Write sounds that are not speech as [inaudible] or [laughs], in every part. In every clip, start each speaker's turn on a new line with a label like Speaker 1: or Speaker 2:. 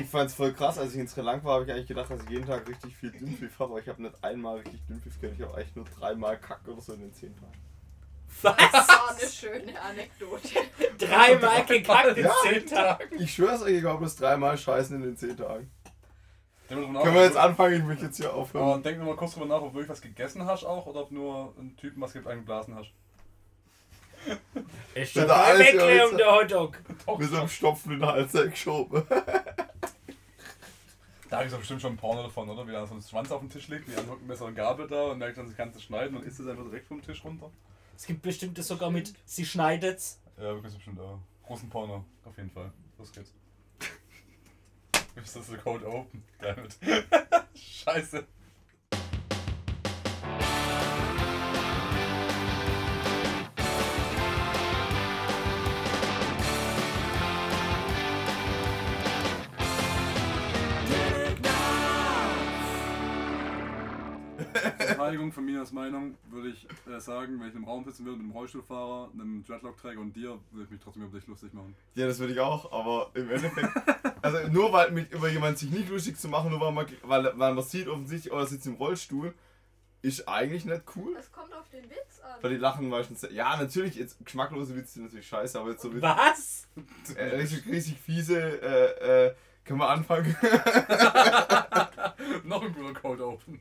Speaker 1: Ich fand's voll krass, als ich in Sri Lanka war, habe ich eigentlich gedacht, dass ich jeden Tag richtig viel Dünnpfiff habe, aber ich habe nicht einmal richtig Dünnpfiff gehabt, ich habe eigentlich nur dreimal Kack oder so in den zehn Tagen.
Speaker 2: Was?
Speaker 3: Das war eine schöne Anekdote.
Speaker 2: Dreimal gekackt in
Speaker 1: Ja.
Speaker 2: zehn Tagen.
Speaker 1: Ich schwör's euch, ich war bloß dreimal scheißen in den zehn Tagen.
Speaker 4: Denk mal drüber
Speaker 1: Können wir jetzt
Speaker 4: nach,
Speaker 1: anfangen, ich möchte jetzt hier
Speaker 4: ob- aber
Speaker 1: aufhören.
Speaker 4: denk nochmal kurz drüber nach, ob du wirklich was gegessen hast auch oder ob nur ein Typen was gibt eingeblasen hast.
Speaker 2: Ist
Speaker 1: Bitte
Speaker 2: schon mal
Speaker 1: alles, ja,
Speaker 2: weg, um
Speaker 1: jetzt-
Speaker 2: der Hotdog.
Speaker 4: Doch,
Speaker 1: Mit so einem Stopfen in den Hals geschoben.
Speaker 4: Da habe ich doch bestimmt schon ein Porno davon, oder? Wie da so ein Schwanz auf dem Tisch liegt, wie anhockt ein Messer und Gabel da und merkt dann, sie kann es schneiden und isst es einfach direkt vom Tisch runter.
Speaker 2: Es gibt bestimmt das sogar mit, sie schneidet's.
Speaker 4: Ja, wir können bestimmt auch. Russenporno, auf jeden Fall. Los geht's. [laughs] Ist das so cold open? Damit. [laughs] Scheiße. Verteidigung von Minas Meinung würde ich äh, sagen, wenn ich im Raum sitzen würde mit einem Rollstuhlfahrer, einem Dreadlock-Träger und dir, würde ich mich trotzdem über dich lustig machen.
Speaker 1: Ja, das würde ich auch, aber im Endeffekt. Also nur weil mich über jemanden sich nicht lustig zu machen, nur weil man, weil, weil man sieht offensichtlich, oh, er sitzt im Rollstuhl, ist eigentlich nicht cool.
Speaker 3: Es kommt auf den Witz an.
Speaker 1: Weil die lachen meistens. Ja, natürlich, jetzt geschmacklose Witze sind natürlich scheiße, aber jetzt so mit,
Speaker 2: Was?
Speaker 1: äh, richtig, richtig fiese, äh, äh, können wir anfangen. [laughs]
Speaker 4: Noch ein guter Cold Open.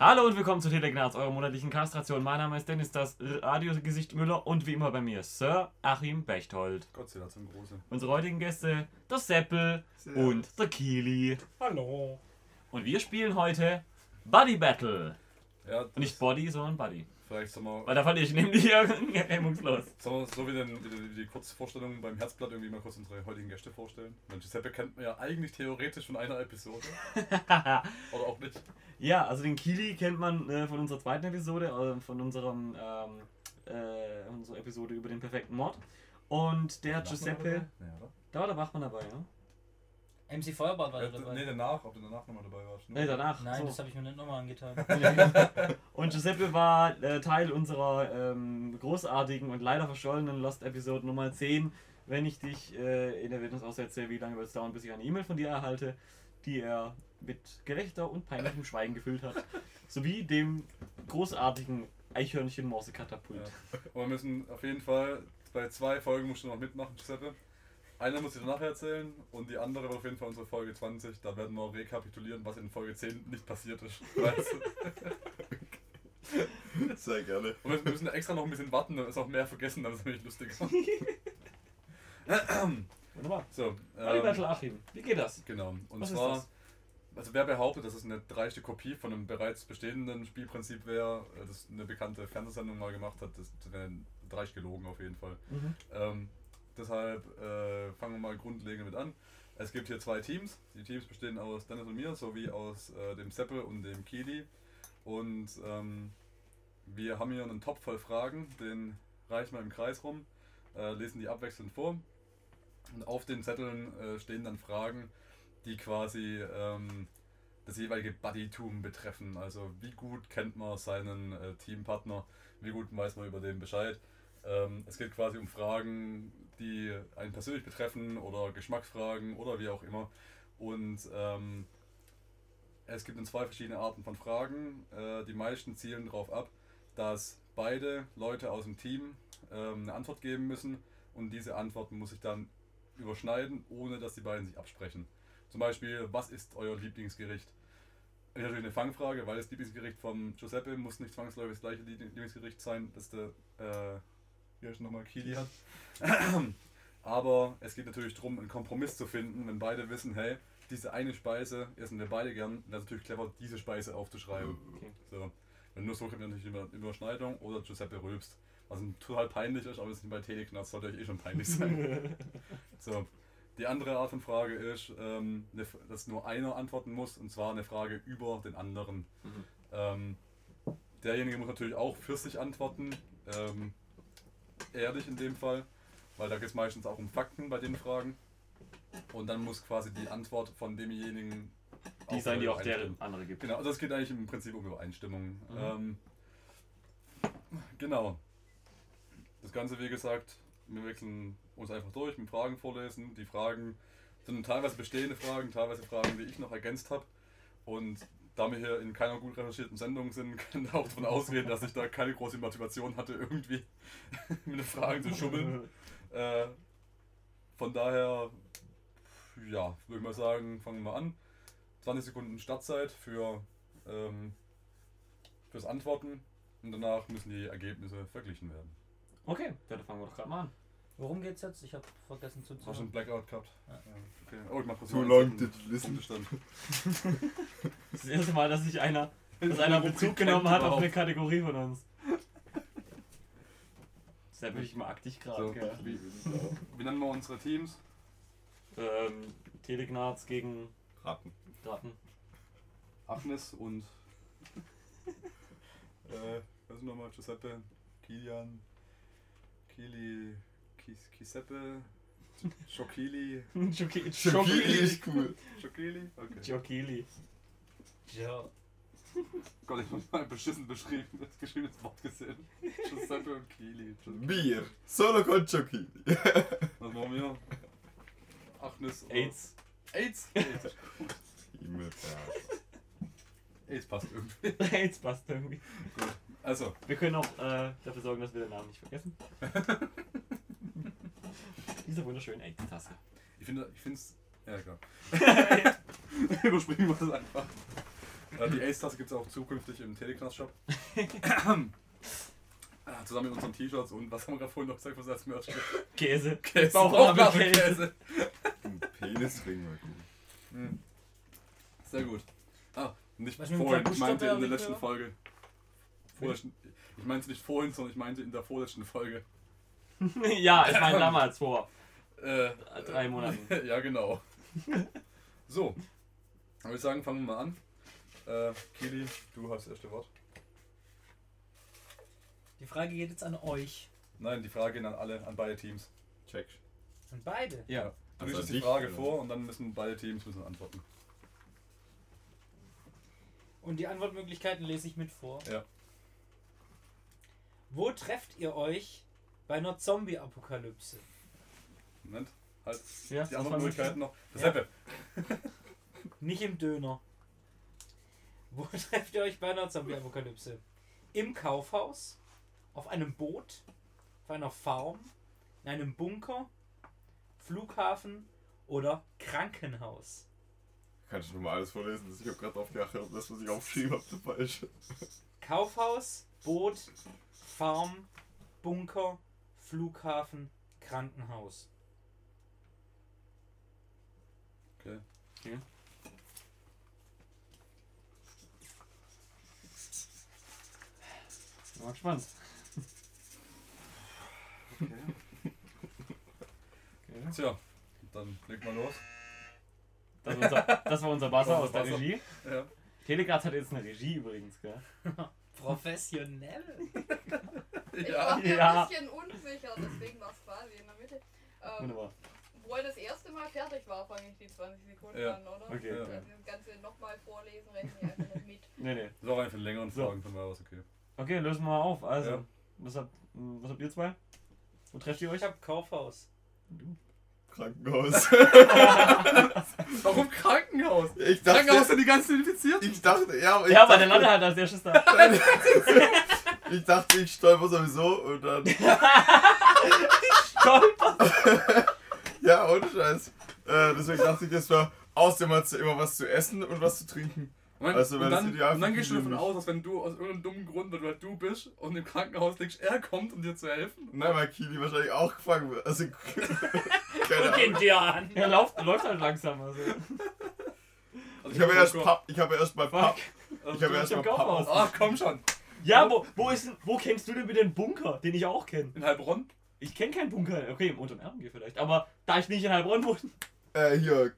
Speaker 5: Hallo und willkommen zu Telegnaz, eurer monatlichen Kastration. Mein Name ist Dennis, das Radiogesicht Müller und wie immer bei mir Sir Achim Bechtold.
Speaker 4: Gott sei Dank zum Großen.
Speaker 5: Unsere heutigen Gäste, der Seppel und der Kili.
Speaker 2: Hallo.
Speaker 5: Und wir spielen heute Buddy Battle.
Speaker 4: Ja,
Speaker 5: Und nicht Body, sondern Buddy.
Speaker 4: vielleicht soll man,
Speaker 5: Weil da fand ich nämlich [laughs] hemmungslos.
Speaker 4: soll man so wie den, die, die, die Kurzvorstellung beim Herzblatt irgendwie mal kurz unsere heutigen Gäste vorstellen. Weil Giuseppe kennt man ja eigentlich theoretisch von einer [laughs] Episode. Oder auch nicht.
Speaker 5: Ja, also den Kili kennt man äh, von unserer zweiten Episode, äh, von unserem, ähm, äh, unserer Episode über den perfekten Mord. Und der Giuseppe,
Speaker 4: Ja, oder?
Speaker 5: da war der Wachmann dabei, ne?
Speaker 6: MC Feuerball war da
Speaker 4: Ja, d-
Speaker 6: dabei.
Speaker 4: Äh, nee, danach, ob du danach nochmal dabei warst. ne?
Speaker 5: Ne, danach.
Speaker 6: Nein,
Speaker 5: so.
Speaker 6: das habe ich mir nicht nochmal angetan.
Speaker 5: [laughs] Und Giuseppe war äh, Teil unserer ähm, großartigen und leider verschollenen Lost-Episode Nummer 10. Wenn ich dich äh, in Erwähnung aussetze, wie lange wird es dauern, bis ich eine E-Mail von dir erhalte, die er mit Gelächter und peinlichem Schweigen
Speaker 4: [laughs]
Speaker 5: gefüllt hat. Sowie dem großartigen Eichhörnchen-Morse-Katapult.
Speaker 4: Ja. Und wir müssen auf jeden Fall bei zwei Folgen musst du noch mitmachen, Giuseppe. Eine muss ich danach erzählen und die andere war auf jeden Fall unsere Folge 20. Da werden wir rekapitulieren, was in Folge 10 nicht passiert ist. [laughs] Weißt du?
Speaker 1: Sehr gerne.
Speaker 4: Und wir müssen extra noch ein bisschen warten, dann ist noch mehr vergessen, dann ist es nämlich
Speaker 5: [laughs]
Speaker 4: lustig.
Speaker 5: Wunderbar.
Speaker 4: So,
Speaker 5: Buddy
Speaker 4: ähm,
Speaker 5: Battle Achim, wie geht das?
Speaker 4: genau. Und
Speaker 5: Was ist
Speaker 4: zwar,
Speaker 5: das?
Speaker 4: also wer behauptet, dass es eine dreiste Kopie von einem bereits bestehenden Spielprinzip wäre, äh, das eine bekannte Fernsehsendung mal gemacht hat, das wäre dreist gelogen auf jeden Fall.
Speaker 5: Mhm.
Speaker 4: Ähm, deshalb äh, fangen wir mal grundlegend mit an. Es gibt hier zwei Teams. Die Teams bestehen aus Dennis und mir sowie aus äh, dem Seppel und dem Kili. Und ähm, wir haben hier einen Topf voll Fragen, den reichen wir im Kreis rum, äh, lesen die abwechselnd vor. Und auf den Zetteln äh, stehen dann Fragen, die quasi ähm, das jeweilige Buddytum betreffen. Also wie gut kennt man seinen äh, Teampartner, wie gut weiß man über den Bescheid. Ähm, es geht quasi um Fragen, die einen persönlich betreffen oder Geschmacksfragen oder wie auch immer. Und ähm, es gibt in zwei verschiedene Arten von Fragen. Äh, die meisten zielen darauf ab, dass beide Leute aus dem Team ähm, eine Antwort geben müssen und diese Antwort muss sich dann überschneiden, ohne dass die beiden sich absprechen. Zum Beispiel, was ist euer Lieblingsgericht? Ist natürlich eine Fangfrage, weil das Lieblingsgericht vom Giuseppe muss nicht zwangsläufig das gleiche Lieblingsgericht sein, das der äh, hier ist nochmal Kili hat. [clears throat] Aber es geht natürlich darum, einen Kompromiss zu finden, wenn beide wissen, hey, diese eine Speise essen wir beide gern, dann ist natürlich clever, diese Speise aufzuschreiben.
Speaker 5: Okay.
Speaker 4: So. Wenn nur so kommt natürlich über Überschneidung oder Giuseppe rülpst. Was total peinlich ist, aber es ist nicht bei Teleknast, sollte euch eh schon peinlich
Speaker 5: [laughs]
Speaker 4: sein. so. Die andere Art von Frage ist, ähm, eine F- dass nur einer antworten muss, und zwar eine Frage über den anderen.
Speaker 5: Mhm.
Speaker 4: Ähm, derjenige muss natürlich auch für sich antworten. Ähm, ehrlich in dem Fall, weil da geht es meistens auch um Fakten bei den Fragen. Und dann muss quasi die Antwort von demjenigen.
Speaker 5: Die sein, die auch deren
Speaker 4: übereinstimmen.
Speaker 5: andere gibt.
Speaker 4: Genau, also es geht eigentlich im Prinzip um Übereinstimmung.
Speaker 5: Mhm.
Speaker 4: Ähm, genau. Das Ganze, wie gesagt, wir wechseln uns einfach durch mit Fragen vorlesen. Die Fragen sind teilweise bestehende Fragen, teilweise Fragen, die ich noch ergänzt habe. Und da wir hier in keiner gut recherchierten Sendung sind, [laughs] kann ich auch davon ausgehen, dass ich da keine große Motivation hatte, irgendwie [laughs] mit den Fragen zu schummeln. Äh, von daher, ja, würde ich mal sagen, fangen wir an. 20 Sekunden Startzeit für ähm, fürs Antworten und danach müssen die Ergebnisse verglichen werden.
Speaker 5: [laughs] Okay, dann fangen wir doch gerade mal an.
Speaker 6: Worum geht's jetzt? Ich habe vergessen
Speaker 4: Hast du schon einen
Speaker 6: zuzuhören.
Speaker 4: Blackout gehabt?
Speaker 6: Ja.
Speaker 4: Okay. Oh, ich mach kurz
Speaker 1: Too
Speaker 4: mal
Speaker 1: long
Speaker 4: einen
Speaker 1: did you listen.
Speaker 4: Punktestand.
Speaker 5: Das ist das erste Mal, dass sich einer, dass einer Bezug genommen hat auf eine Kategorie von uns. [laughs] Deshalb bin ich mal aktiv gerade.
Speaker 4: So,
Speaker 5: gell.
Speaker 4: wie, wie nennen wir unsere Teams?
Speaker 5: Ähm, Telegnarz gegen
Speaker 1: Ratten.
Speaker 5: [laughs] Ratten.
Speaker 4: Agnes und [laughs] äh, was ist nochmal? Giuseppe, Kilian, Kili, Kis, Kiseppe, Schokili,
Speaker 1: Schokili
Speaker 5: Schoki- Schoki-
Speaker 1: ist cool.
Speaker 4: Schokili? Okay.
Speaker 5: Schokili.
Speaker 6: Ja.
Speaker 4: Gott, ich hab mal ein beschissen beschrieben, das geschriebenes Wort gesehen. Giuseppe und Kili.
Speaker 1: Bier. Solo con Schokili.
Speaker 4: Was machen wir? Agnes. oder-
Speaker 5: AIDS.
Speaker 4: AIDS? AIDS.
Speaker 1: Himmel, ja.
Speaker 4: AIDS passt irgendwie.
Speaker 5: [laughs] AIDS passt irgendwie.
Speaker 4: Also,
Speaker 5: Wir können auch äh, dafür sorgen, dass wir den Namen nicht vergessen. [laughs] Diese wunderschöne AIDS-Tasse.
Speaker 4: ich finde, ich finde es. Ja, egal. [laughs] Überspringen wir das einfach. Äh, Die Ace-Tasse gibt es auch zukünftig im Teleknast-Shop. Ah, Zusammen mit unseren T-Shirts und was haben wir gerade vorhin noch gesagt, was als Merch gibt?
Speaker 5: Käse.
Speaker 4: Bauchnabelkäse.
Speaker 1: Ein Penisring war gut.
Speaker 4: Hm. Sehr gut. Ah, nicht
Speaker 6: Was mit dem
Speaker 4: vorhin, ich
Speaker 6: Klabusch
Speaker 4: meinte in der
Speaker 6: dabei auch nicht
Speaker 4: letzten
Speaker 6: mehr?
Speaker 4: Folge. Vorletzten, ich meinte nicht vorhin, sondern ich meinte in der vorletzten Folge.
Speaker 5: [laughs] ja, ich
Speaker 4: [laughs]
Speaker 5: meine damals vor.
Speaker 4: Äh,
Speaker 5: Drei Monaten.
Speaker 4: äh, [laughs] ja, genau. so, dann würde ich sagen, fangen wir mal an. Äh, Kili, du hast das erste Wort.
Speaker 6: Die Frage geht jetzt an euch.
Speaker 4: Nein, die Frage geht an alle, an beide Teams.
Speaker 1: Check.
Speaker 6: An beide.
Speaker 4: Ja. Du
Speaker 1: Also
Speaker 4: liest
Speaker 1: an
Speaker 4: jetzt die
Speaker 1: dich,
Speaker 4: Frage
Speaker 1: oder?
Speaker 4: vor und dann müssen beide Teams müssen antworten.
Speaker 6: Und die Antwortmöglichkeiten lese ich mit vor.
Speaker 4: Ja.
Speaker 6: Wo trefft ihr euch bei einer Zombie-Apokalypse?
Speaker 4: Moment, halt.
Speaker 5: Ja,
Speaker 4: Die
Speaker 5: das
Speaker 4: anderen
Speaker 5: war so-
Speaker 4: Möglichkeiten noch.
Speaker 6: Ja.
Speaker 4: Seppe.
Speaker 6: Nicht im Döner. Wo [laughs] trefft ihr euch bei einer Zombie-Apokalypse? Im Kaufhaus? Auf einem Boot? Auf einer Farm? In einem Bunker? Flughafen? Oder Krankenhaus?
Speaker 1: Kannst du nur mal alles vorlesen? Ich hab grad drauf geachtet, ob das, was ich aufgeschrieben hab, so falsch ist.
Speaker 6: Kaufhaus, Boot, Farm, Bunker, Flughafen, Krankenhaus.
Speaker 4: Okay.
Speaker 5: Okay. Bin mal gespannt. Okay.
Speaker 4: Tja, dann leg mal los.
Speaker 5: Das war unser, das war unser Buzzer
Speaker 4: Das war
Speaker 5: aus der
Speaker 4: unser Buzzer.
Speaker 5: Regie.
Speaker 4: Ja.
Speaker 5: Telegraz hat jetzt eine Regie übrigens, gell?
Speaker 6: Professionell?
Speaker 3: Ich war mir
Speaker 5: Ja.
Speaker 3: ein bisschen unsicher, deswegen war es quasi in der Mitte. Ähm,
Speaker 5: Wunderbar.
Speaker 3: wo er das erste Mal fertig war, fange ich die 20 Sekunden
Speaker 4: Ja.
Speaker 3: an, oder?
Speaker 5: Okay.
Speaker 4: Ja.
Speaker 3: Also das Ganze nochmal vorlesen, rechne ich einfach
Speaker 5: [laughs]
Speaker 3: nicht mit.
Speaker 5: Nee, nee.
Speaker 4: Das war einfach eine längeren
Speaker 5: So.
Speaker 4: Fragen von mir aus, okay.
Speaker 5: Okay, lösen wir mal auf. Also,
Speaker 4: Ja.
Speaker 5: was, habt, mh, was habt ihr zwei? Wo trefft ihr euch?
Speaker 6: Ich habe Kaufhaus.
Speaker 1: Krankenhaus. [laughs]
Speaker 4: Warum Krankenhaus?
Speaker 1: Ich
Speaker 4: Krankenhaus
Speaker 1: dachte,
Speaker 4: sind die ganzen infiziert?
Speaker 1: ich dachte, ja, aber ich,
Speaker 5: ja, aber der
Speaker 1: dachte,
Speaker 5: landet halt als erstes da.
Speaker 1: ich dachte, ich stolper sowieso und
Speaker 4: [laughs]
Speaker 1: dann,
Speaker 5: Stolper!
Speaker 1: [laughs] ja, ohne Scheiß. Äh, deswegen dachte ich, das war, außerdem hat's ja immer was zu essen und was zu trinken.
Speaker 4: Moment,
Speaker 1: Also,
Speaker 4: und
Speaker 1: wenn
Speaker 4: dann,
Speaker 1: es ideal
Speaker 4: und dann
Speaker 1: für
Speaker 4: gehst du davon
Speaker 1: Kilian
Speaker 4: aus, dass wenn du aus irgendeinem dummen Grund, weil du halt du bist und im Krankenhaus liegst, er kommt, um dir zu helfen.
Speaker 1: Nein, weil Kili wahrscheinlich auch gefangen wird. Also, [laughs] keine
Speaker 6: Guck
Speaker 1: Ahnung.
Speaker 6: ihn dir [laughs] an.
Speaker 5: Er läuft, läuft halt langsam. Also.
Speaker 4: Also
Speaker 1: Ich habe
Speaker 4: hab
Speaker 1: erst
Speaker 4: Bock.
Speaker 1: Papp, ich habe erst mal Papp.
Speaker 5: Fuck.
Speaker 4: Also
Speaker 1: Ich habe
Speaker 4: du-
Speaker 1: erst
Speaker 5: im
Speaker 1: mal Papp.
Speaker 5: Kaufhaus.
Speaker 4: Ach komm schon.
Speaker 5: Ah. Ja, wo, wo, ist, denn- wo kennst du denn wieder den Bunker, den ich auch kenne?
Speaker 4: In Heilbronn?
Speaker 5: Ich kenne keinen Bunker. Okay, im unteren Erden vielleicht. Aber da ich nicht in Heilbronn wohne.
Speaker 1: Äh, hier.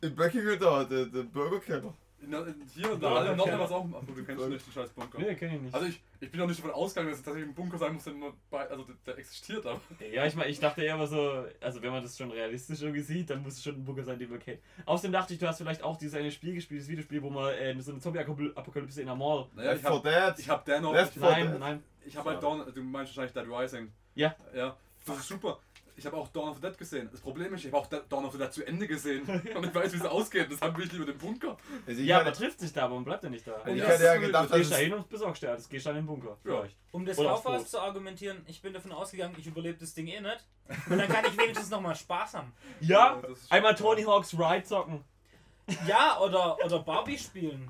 Speaker 1: In Böckingen da, der, der Bürgerkeller.
Speaker 4: Na, hier und
Speaker 6: Ja,
Speaker 4: da,
Speaker 6: dann
Speaker 4: noch
Speaker 6: kenn-
Speaker 4: was auch. Ach, du kennst nicht den scheiß Bunker.
Speaker 5: Nee, kenne ich nicht.
Speaker 4: Also ich, ich bin auch nicht davon ausgegangen, dass es tatsächlich ein Bunker sein muss, der, nur bei, also der, der existiert, aber
Speaker 5: ja, ich, mein, ich dachte eher mal so, also wenn man das schon realistisch irgendwie sieht, dann muss es schon ein Bunker sein, den man kennt. Außerdem dachte ich, du hast vielleicht auch dieses eine Spiel gespielt, das Videospiel, wo man äh, so eine Zombie-Apokalypse in der Mall.
Speaker 4: naja, ich
Speaker 1: Left 4
Speaker 4: hab,
Speaker 1: Dead.
Speaker 4: ich hab der noch,
Speaker 1: Left
Speaker 4: ich,
Speaker 1: Voll
Speaker 5: Nein,
Speaker 1: geil.
Speaker 5: nein.
Speaker 4: ich hab halt Dawn, du meinst wahrscheinlich Dead Rising.
Speaker 5: Ja.
Speaker 4: Ja, das ist super. Ich habe auch Dawn of the Dead gesehen. Das Problem ist, ich habe auch Da- Dawn of the Dead zu Ende [laughs] gesehen und ich weiß, wie es ausgeht. Deshalb bin ich lieber den Bunker.
Speaker 1: Also ich
Speaker 5: Ja, aber
Speaker 1: hatte,
Speaker 5: trifft sich da, aber man bleibt ja nicht da.
Speaker 1: ich
Speaker 4: Ja,
Speaker 1: hatte ja
Speaker 4: das-
Speaker 1: gedacht,
Speaker 5: Du
Speaker 1: dass
Speaker 5: gehst da
Speaker 1: es
Speaker 5: hin und besorgst dir alles, gehst dann in den Bunker. Vielleicht.
Speaker 6: Um des
Speaker 5: Oder aufs
Speaker 6: Kaufhaus
Speaker 5: Boot.
Speaker 6: zu argumentieren, ich bin davon ausgegangen, ich überlebe das Ding eh nicht. Und dann kann ich wenigstens nochmal Spaß haben.
Speaker 5: Ja,
Speaker 4: Das ist-
Speaker 5: einmal Tony Hawk's Ride zocken.
Speaker 6: Ja, oder, oder Barbie spielen.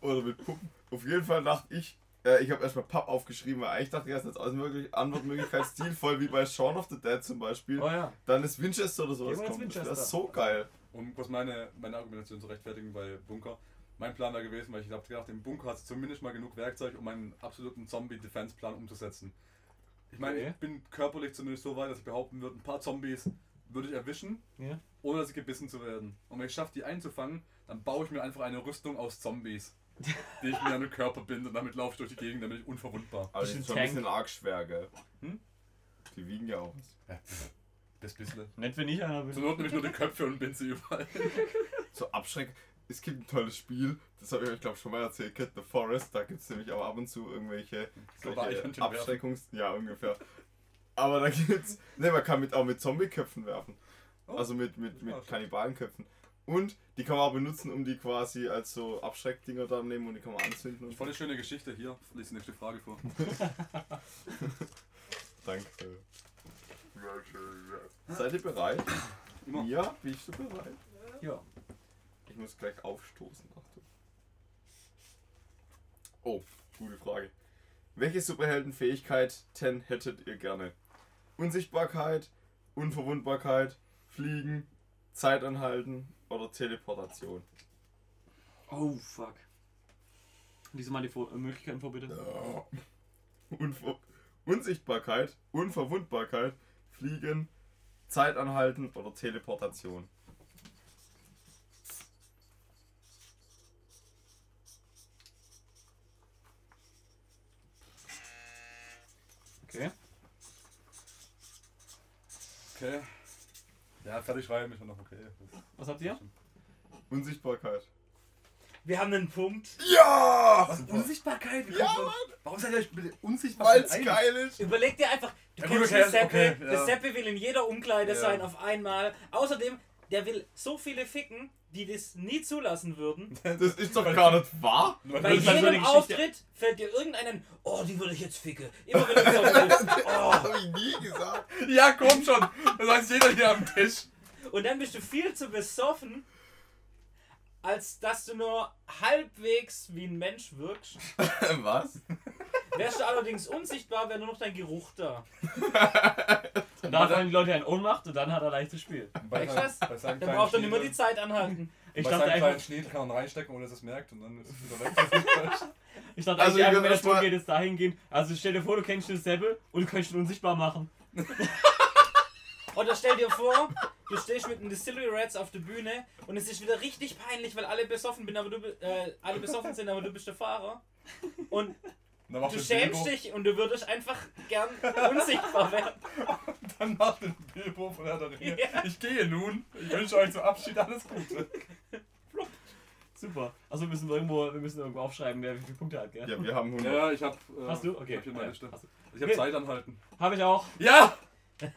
Speaker 1: Oder mit Puppen. Auf jeden Fall dachte ich, äh, ich habe erstmal Papp aufgeschrieben, weil eigentlich dachte ich, das ist jetzt alles möglich,
Speaker 5: [laughs]
Speaker 1: Antwortmöglichkeit stilvoll, wie bei Shaun of the Dead zum Beispiel.
Speaker 5: Oh ja.
Speaker 1: Dann ist Winchester oder
Speaker 5: Gehen
Speaker 1: sowas
Speaker 5: wir ins
Speaker 1: kommt. Das
Speaker 5: Winchester.
Speaker 1: ist so geil.
Speaker 4: Um kurz meine, meine Argumentation zu rechtfertigen bei Bunker. Mein Plan war gewesen, weil ich habe gedacht, im Bunker hat es zumindest mal genug Werkzeug, um meinen absoluten Zombie-Defense-Plan umzusetzen. Ich meine,
Speaker 5: Okay.
Speaker 4: ich bin körperlich zumindest so weit, dass ich behaupten würde, ein paar Zombies würde ich erwischen,
Speaker 5: Ja.
Speaker 4: ohne dass sie gebissen zu werden. Und wenn ich schaffe, die einzufangen, dann baue ich mir einfach eine Rüstung aus Zombies, die ich mir an den Körper binde und damit laufe ich durch die Gegend, dann bin ich unverwundbar.
Speaker 1: Aber die
Speaker 5: Bisschen
Speaker 1: sind schon ein
Speaker 5: Tank.
Speaker 1: bisschen arg schwer, gell?
Speaker 4: Hm?
Speaker 1: Die wiegen ja auch.
Speaker 4: Das bisschen.
Speaker 5: Nett, wenn ich einer
Speaker 4: Zur
Speaker 5: bin.
Speaker 4: Not nehme ich nur die Köpfe und bin sie überall.
Speaker 1: So abschreckend. Es gibt ein tolles Spiel, das habe ich euch, glaube ich, schon mal erzählt, Cat the Forest. Da gibt es nämlich auch ab und zu irgendwelche
Speaker 4: So
Speaker 1: solche
Speaker 4: war ich und den
Speaker 1: Abschreckungs... Ja, ungefähr. Aber da gibt's... Ne, man kann mit, auch mit Zombieköpfen werfen.
Speaker 4: Oh.
Speaker 1: Also mit, mit,
Speaker 4: Ah,
Speaker 1: mit
Speaker 4: shit.
Speaker 1: Kannibalenköpfen. Und die kann man auch benutzen, um die quasi als so Abschreckdinger dann nehmen und die kann man anzünden. Und
Speaker 4: Voll eine schöne Geschichte hier. Lies die nächste Frage vor.
Speaker 1: Danke. Seid ihr bereit?
Speaker 4: Immer.
Speaker 1: Ja, bist du bereit?
Speaker 5: Ja.
Speaker 1: Ich muss gleich aufstoßen. Achtung. Oh, gute Frage. Welche Superheldenfähigkeit denn hättet ihr gerne? Unsichtbarkeit, Unverwundbarkeit, Fliegen, Zeit anhalten oder Teleportation?
Speaker 5: Oh fuck. Lies mal die Vor äh, Möglichkeiten vor, bitte.
Speaker 1: Oh. Unver Unsichtbarkeit, Unverwundbarkeit, Fliegen, Zeit anhalten oder Teleportation?
Speaker 5: Okay.
Speaker 4: Okay. Ja, fertig schreiben ist ja noch okay.
Speaker 5: Was
Speaker 1: [laughs]
Speaker 5: habt ihr?
Speaker 1: Unsichtbarkeit.
Speaker 6: Wir haben einen Punkt.
Speaker 1: Ja!
Speaker 4: Was? Unsichtbarkeit? Wie
Speaker 1: Ja,
Speaker 4: kommt man- Warum seid ihr euch mit der
Speaker 1: Weil
Speaker 4: Unsichtbarkeit
Speaker 1: es geil ist.
Speaker 6: Überleg dir einfach, du
Speaker 4: Ja, gut,
Speaker 6: kennst
Speaker 4: okay, also,
Speaker 6: den Seppe,
Speaker 4: okay, ja.
Speaker 6: der Seppe will in jeder Umkleide
Speaker 4: Ja.
Speaker 6: sein auf einmal. Außerdem, der will so viele ficken, die das nie
Speaker 4: [laughs]
Speaker 6: zulassen würden.
Speaker 1: Das ist doch gar nicht wahr.
Speaker 6: Bei
Speaker 5: ist dann
Speaker 4: halt
Speaker 5: so eine
Speaker 6: jedem
Speaker 5: Geschichte.
Speaker 6: Auftritt fällt dir irgendeinen, oh, die würde ich jetzt ficke. Immer wenn
Speaker 4: [laughs]
Speaker 6: du so Oh.
Speaker 1: Das habe ich nie gesagt.
Speaker 4: Ja, komm schon! Das heißt jeder hier am Tisch.
Speaker 6: oh. Und dann bist du viel zu besoffen, als dass du nur halbwegs wie ein Mensch wirkst.
Speaker 1: [laughs] Was?
Speaker 6: Wärst du allerdings unsichtbar, wäre nur noch dein Geruch da.
Speaker 5: Und da fallen die Leute in Ohnmacht und dann hat er leichtes Spiel.
Speaker 4: Bei,
Speaker 6: Echt was?
Speaker 4: bei seinem
Speaker 6: Dann braucht er nicht mehr
Speaker 4: ne?
Speaker 6: die Zeit anhalten.
Speaker 5: Ich
Speaker 4: bei
Speaker 5: dachte
Speaker 4: seinem kleinen
Speaker 5: einfach,
Speaker 4: Schnee kann man reinstecken, ohne dass es merkt und dann ist es
Speaker 5: [laughs]
Speaker 4: wieder weg.
Speaker 5: ich dachte
Speaker 1: Also,
Speaker 5: eigentlich,
Speaker 1: wir
Speaker 5: einfach,
Speaker 1: können
Speaker 5: wenn das Spiel
Speaker 1: erstmal-
Speaker 5: geht, jetzt dahin gehen. Also stell dir vor, du kennst den Seppel und du kannst ihn unsichtbar machen.
Speaker 6: Oder stell dir vor, du stehst mit den Distillery Rats auf der Bühne und es ist wieder richtig peinlich, weil alle besoffen, bin, aber du, bi- äh, alle besoffen sind, aber du bist der Fahrer. Und
Speaker 4: Dann macht
Speaker 6: du
Speaker 4: den
Speaker 6: schämst
Speaker 4: Bilbo-
Speaker 6: dich und du würdest einfach gern unsichtbar werden.
Speaker 4: Dann macht den Bilbo von der Ringe.
Speaker 6: Ja.
Speaker 4: Ich gehe nun. Ich wünsche euch zum Abschied alles Gute.
Speaker 5: Super. Also wir müssen irgendwo, wir müssen irgendwo aufschreiben, wer wie viele Punkte hat, gell?
Speaker 1: Ja, wir haben 100.
Speaker 4: Ja, ich hab. Äh,
Speaker 5: Hast du? Okay.
Speaker 4: Ich hab hier meine
Speaker 5: Ja,
Speaker 4: Liste.
Speaker 5: hast du.
Speaker 4: Ich hab
Speaker 5: Okay.
Speaker 4: Zeit anhalten.
Speaker 5: Hab ich auch.
Speaker 4: Ja! Zeit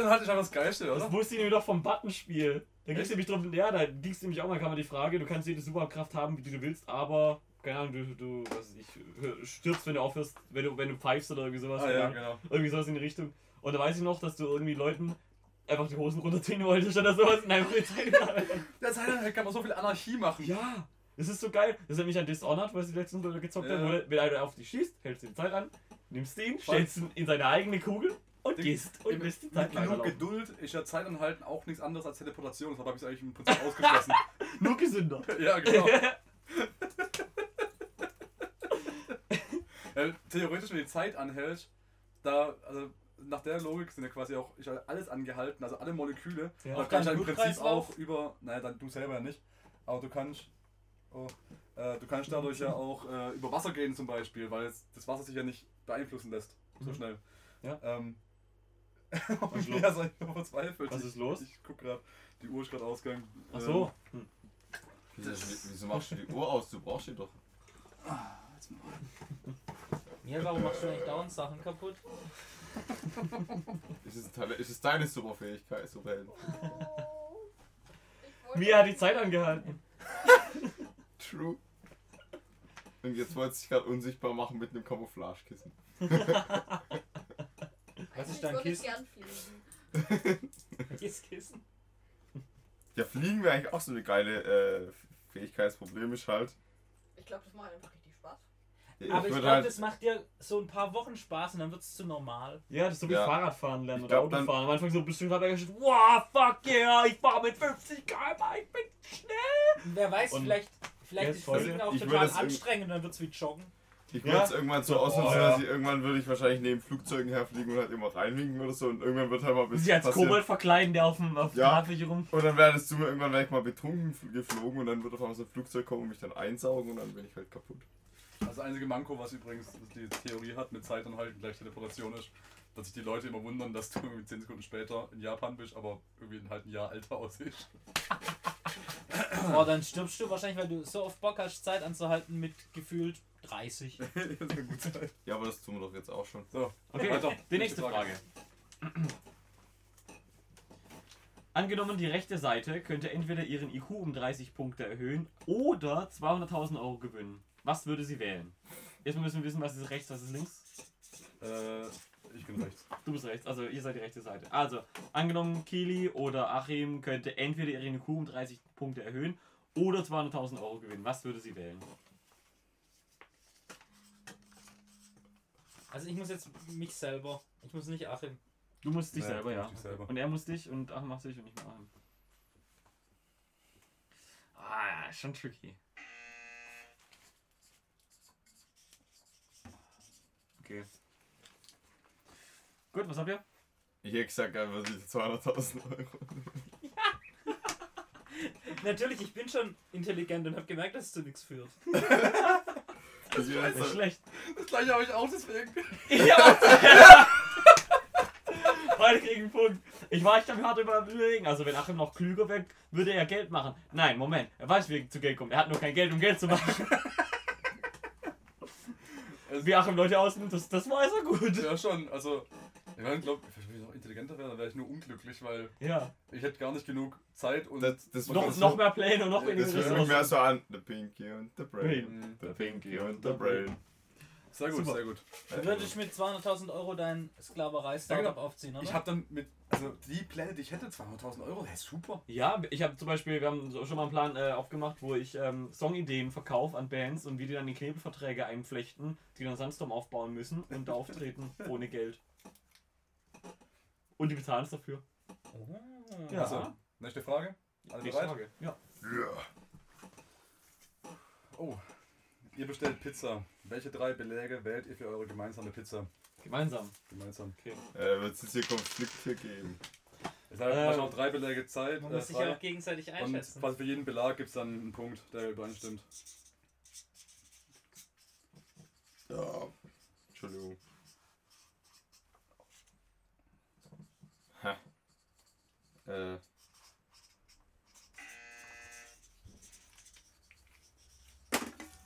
Speaker 4: anhalten ist einfach das Geilste,
Speaker 5: Das
Speaker 4: oder?
Speaker 5: wusste ich nämlich doch vom Buttonspiel. Da ging's
Speaker 4: Echt?
Speaker 5: nämlich drum, ja, da ging's nämlich auch mal, kam mal die Frage, du kannst jede Superkraft haben, die du willst, aber, keine Ahnung, du, du was weiß ich, stirbst, wenn du aufhörst, wenn du, wenn du pfeifst oder irgendwie sowas.
Speaker 4: Ah
Speaker 5: keine
Speaker 4: ja,
Speaker 5: Ahnung.
Speaker 4: genau.
Speaker 5: Irgendwie sowas in die Richtung. Und da weiß ich noch, dass du irgendwie Leuten einfach die Hosen runterziehen wolltest oder sowas und einfach die Zeit
Speaker 4: [laughs]
Speaker 5: anhalten.
Speaker 4: Der Zeit anhalten kann man so viel Anarchie machen.
Speaker 5: Ja, das ist so geil. Das hat mich an Dishonored, was ich letztens wieder gezockt
Speaker 4: Ja.
Speaker 5: habe, wo der- wenn einer auf dich schießt, hältst du die Zeit an, nimmst ihn, stellst ihn in seine eigene Kugel und
Speaker 4: Im-
Speaker 5: gehst und
Speaker 4: Im-
Speaker 5: lässt die
Speaker 4: Mit
Speaker 5: Zeit
Speaker 4: genug
Speaker 5: weiterlaufen.
Speaker 4: Geduld ist ja Zeit anhalten auch nichts anderes als Teleportation. Deshalb habe ich es eigentlich im Prinzip ausgeschlossen.
Speaker 5: Nur gesünder.
Speaker 4: ja, genau. ja, theoretisch, wenn du die Zeit anhältst, da, also nach der Logik sind ja quasi auch ist ja alles angehalten, also alle Moleküle.
Speaker 5: Ja.
Speaker 4: aber
Speaker 5: Auch
Speaker 4: du kannst ja
Speaker 6: dein
Speaker 4: im Prinzip
Speaker 6: Blutkreislauf?
Speaker 4: auch über, naja, dann du selber ja nicht, aber du kannst Oh. Äh, du kannst dadurch ja auch äh, über Wasser gehen zum Beispiel, weil es, das Wasser sich ja nicht beeinflussen lässt. So
Speaker 5: Mhm.
Speaker 4: schnell.
Speaker 5: Ja.
Speaker 4: Ähm, [laughs]
Speaker 5: Was ist los?
Speaker 4: ja, sag ich mal verzweifelt.
Speaker 5: Was
Speaker 4: Ich-
Speaker 5: ist los?
Speaker 4: Ich guck gerade, die Uhr ist gerade ausgegangen.
Speaker 5: Ach so. Hm.
Speaker 1: Wieso wieso machst du die Uhr aus? Du brauchst die doch.
Speaker 6: Ja, warum machst du eigentlich dauernd Sachen kaputt?
Speaker 1: Ist es, Tale- ist es deine Superfähigkeit, Superhelden?
Speaker 3: Ich wollte-
Speaker 5: Mia hat die Zeit angehalten.
Speaker 1: True. Und jetzt wollte sich gerade unsichtbar machen mit einem Camouflagekissen.
Speaker 6: Was
Speaker 3: Eigentlich
Speaker 6: ist dein
Speaker 3: würde ich
Speaker 6: Kissen?
Speaker 3: gern fliegen.
Speaker 6: Dieses Kissen?
Speaker 1: Ja, Fliegen wäre eigentlich auch so eine geile äh, Fähigkeit. Das Problem ist halt.
Speaker 3: Ich glaube, das macht einfach richtig Spaß.
Speaker 1: Ja,
Speaker 6: Aber ich
Speaker 1: würd halt
Speaker 6: glaube, das macht dir so ein paar Wochen Spaß und dann wird es zu normal.
Speaker 5: Ja, das ist so wie
Speaker 1: Ja.
Speaker 5: Fahrradfahren lernen
Speaker 1: Ich
Speaker 5: oder
Speaker 1: glaub, dann-
Speaker 5: Autofahren. Am Anfang so bist du gerade begeistert, wow, fuck yeah, ich fahre mit 50 km/h, ich bin schnell.
Speaker 6: Und wer weiß,
Speaker 5: Und
Speaker 6: vielleicht, vielleicht
Speaker 5: jetzt
Speaker 6: ist
Speaker 5: heute-
Speaker 6: Fliegen auch
Speaker 1: Ich würde
Speaker 6: total
Speaker 1: das irgendwie-
Speaker 6: anstrengend und dann wird es wie Joggen.
Speaker 1: ich
Speaker 5: Ja.
Speaker 1: würde es irgendwann so aussehen,
Speaker 4: Boah,
Speaker 1: dass
Speaker 4: ja.
Speaker 1: ich irgendwann würde ich wahrscheinlich neben Flugzeugen herfliegen und halt immer reinwinken oder so. Und irgendwann wird halt mal ein bisschen.
Speaker 5: Sie als
Speaker 1: passieren.
Speaker 5: Kobold verkleiden, der auf dem auf
Speaker 1: Ja.
Speaker 5: ja. Radweg rum.
Speaker 1: Und dann werdest du mir irgendwann wär ich mal betrunken fl- geflogen und dann wird auf einmal so ein Flugzeug kommen und mich dann einsaugen und dann bin ich halt kaputt.
Speaker 4: Ähm, Das einzige Manko, was übrigens die Theorie hat mit Zeit und halt gleich Teleportation ist, dass sich die Leute immer wundern, dass du irgendwie 10 Sekunden später in Japan bist, aber irgendwie ein halben Jahr älter [laughs] aussiehst.
Speaker 6: Oh, dann stirbst du wahrscheinlich, weil du so oft Bock hast, Zeit anzuhalten mit gefühlt 30.
Speaker 4: das kann gut sein.
Speaker 1: Ja, aber das tun wir doch jetzt auch schon.
Speaker 4: So,
Speaker 5: Okay, die nächste Frage. [clears throat] Angenommen, die rechte Seite könnte entweder ihren IQ um 30 Punkte erhöhen oder 200.000 Euro gewinnen. Was würde sie wählen? Erstmal müssen wir wissen, was ist rechts, was ist links.
Speaker 4: Äh, ich bin rechts.
Speaker 5: Du bist rechts, also ihr seid die rechte Seite. Also, angenommen, Kili oder Achim könnte entweder ihren IQ um 30 Punkte erhöhen oder 200.000 Euro gewinnen. Was würde sie wählen?
Speaker 6: Also ich muss jetzt mich selber. Ich muss nicht Achim.
Speaker 5: Du musst dich
Speaker 4: Ja,
Speaker 5: selber,
Speaker 4: ich
Speaker 5: ja.
Speaker 4: muss mich selber.
Speaker 5: Und er muss dich und Achim macht dich und ich mach Achim. Ah, schon tricky. Okay. Gut, was habt ihr?
Speaker 1: Ich hätte gesagt, er würde sich 200.000 Euro.
Speaker 6: Natürlich, ich bin schon intelligent und habe gemerkt, dass es zu nichts führt.
Speaker 1: Das wäre
Speaker 5: Nicht
Speaker 1: so,
Speaker 5: schlecht.
Speaker 4: Das gleiche habe ich auch deswegen.
Speaker 5: Ich hab Beide kriegen einen Punkt. Ich war echt am hart überlegen. Also wenn Achim noch klüger wäre, würde er Geld machen. Nein, Moment. Er weiß, wie er zu Geld kommt. Er hat nur kein Geld, um Geld zu
Speaker 1: [laughs]
Speaker 5: machen. Wie Achim Leute ausnimmt, das, das weiß er gut.
Speaker 4: Ja, schon. Also, ich meine, glaube, wenn ich noch intelligenter wäre, dann wäre ich nur unglücklich, weil
Speaker 5: Ja.
Speaker 4: ich hätte gar nicht genug Zeit und.
Speaker 1: das, das
Speaker 5: Noch,
Speaker 1: das-
Speaker 5: noch mehr Pläne und noch weniger
Speaker 1: Das hört mich mehr
Speaker 5: Ressourcen.
Speaker 1: so an. The Pinky und the Brain.
Speaker 4: Mhm.
Speaker 1: The Pinky und the Brain.
Speaker 4: Sehr gut,
Speaker 5: Super.
Speaker 4: sehr gut.
Speaker 6: Du würdest mit 200.000 Euro dein Sklaverei-Startup
Speaker 4: Ja, genau.
Speaker 6: aufziehen, oder?
Speaker 4: Ich habe dann mit. Also, die Pläne, die ich hätte, 200.000 Euro, das ist super.
Speaker 5: Ja, ich habe zum Beispiel, wir haben so schon mal einen Plan äh, aufgemacht, wo ich ähm, Songideen verkaufe an Bands und wie die dann die Knebelverträge einflechten, die dann Sandstorm aufbauen müssen und da
Speaker 1: [laughs]
Speaker 5: auftreten ohne Geld. Und die bezahlen es dafür.
Speaker 6: Oh.
Speaker 5: Ja.
Speaker 4: Also, nächste Frage. Alle
Speaker 5: Nächste
Speaker 4: bereit?
Speaker 5: Frage. Ja.
Speaker 1: Ja.
Speaker 4: Oh, ihr bestellt Pizza. Welche drei Beläge wählt ihr für eure gemeinsame Pizza?
Speaker 5: Gemeinsam.
Speaker 4: Gemeinsam.
Speaker 1: Äh, wird es jetzt hier Konflikt hier geben?
Speaker 4: Es hat
Speaker 5: Ähm,
Speaker 4: ähm, auch drei Beläge Zeit.
Speaker 6: Man
Speaker 4: äh,
Speaker 6: muss sich
Speaker 4: frei.
Speaker 6: ja auch gegenseitig
Speaker 4: und
Speaker 6: einschätzen.
Speaker 4: quasi für jeden Belag gibt es dann einen Punkt, der übereinstimmt.
Speaker 1: Ja. Entschuldigung. Ha. Äh.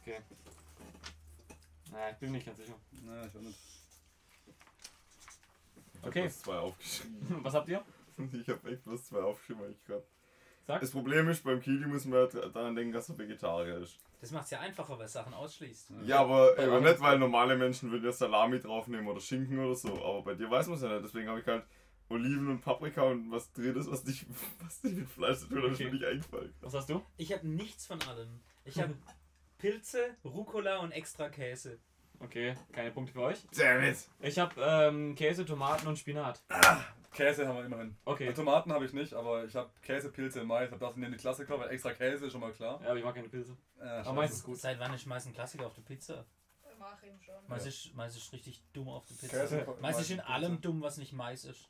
Speaker 5: Okay. Naja, ich bin mir nicht ganz sicher.
Speaker 4: Na, ich weiß nicht.
Speaker 1: Ich hab
Speaker 5: Okay.
Speaker 1: bloß zwei aufgeschrieben.
Speaker 5: [laughs] Was habt ihr?
Speaker 1: [laughs] Ich habe echt bloß zwei aufgeschrieben, weil ich gerade.
Speaker 5: Sag.
Speaker 1: Das Problem ist, beim Kili muss man ja daran denken, dass er Vegetarier ist.
Speaker 6: das macht es ja einfacher, weil es Sachen ausschließt.
Speaker 1: Ja, aber
Speaker 5: Bei
Speaker 1: äh,
Speaker 5: anderen-
Speaker 1: nicht, weil normale Menschen würden ja Salami draufnehmen oder Schinken oder so. Aber bei dir weiß man es ja nicht. Deswegen habe ich halt Oliven und Paprika und was drittes, was nicht, [laughs] was nicht mit Fleisch zu tun hat, ist mir
Speaker 5: Okay.
Speaker 1: nicht eingefallen.
Speaker 5: Was hast du?
Speaker 6: Ich habe nichts von allem.
Speaker 4: [laughs]
Speaker 6: Ich habe Pilze, Rucola und extra Käse.
Speaker 5: Okay, keine Punkte für euch.
Speaker 1: Damn it!
Speaker 5: Ich habe ähm, Käse, Tomaten und Spinat.
Speaker 4: Käse haben wir immerhin.
Speaker 5: Okay.
Speaker 4: Äh, Tomaten habe ich nicht, aber ich habe Käse, Pilze, Mais. Ich habe das sind ja die Klassiker, weil extra Käse ist schon mal klar.
Speaker 5: Ja, aber ich mag keine Pilze.
Speaker 4: Äh,
Speaker 5: Aber Mais ist gut.
Speaker 6: Seit wann ist meist ein Klassiker auf der Pizza?
Speaker 3: Mach ihm schon.
Speaker 6: Meist ist, meist ist richtig dumm auf der
Speaker 4: Käse,
Speaker 6: Pizza. Meist ist in
Speaker 4: Pizza.
Speaker 6: allem dumm, was nicht Mais ist.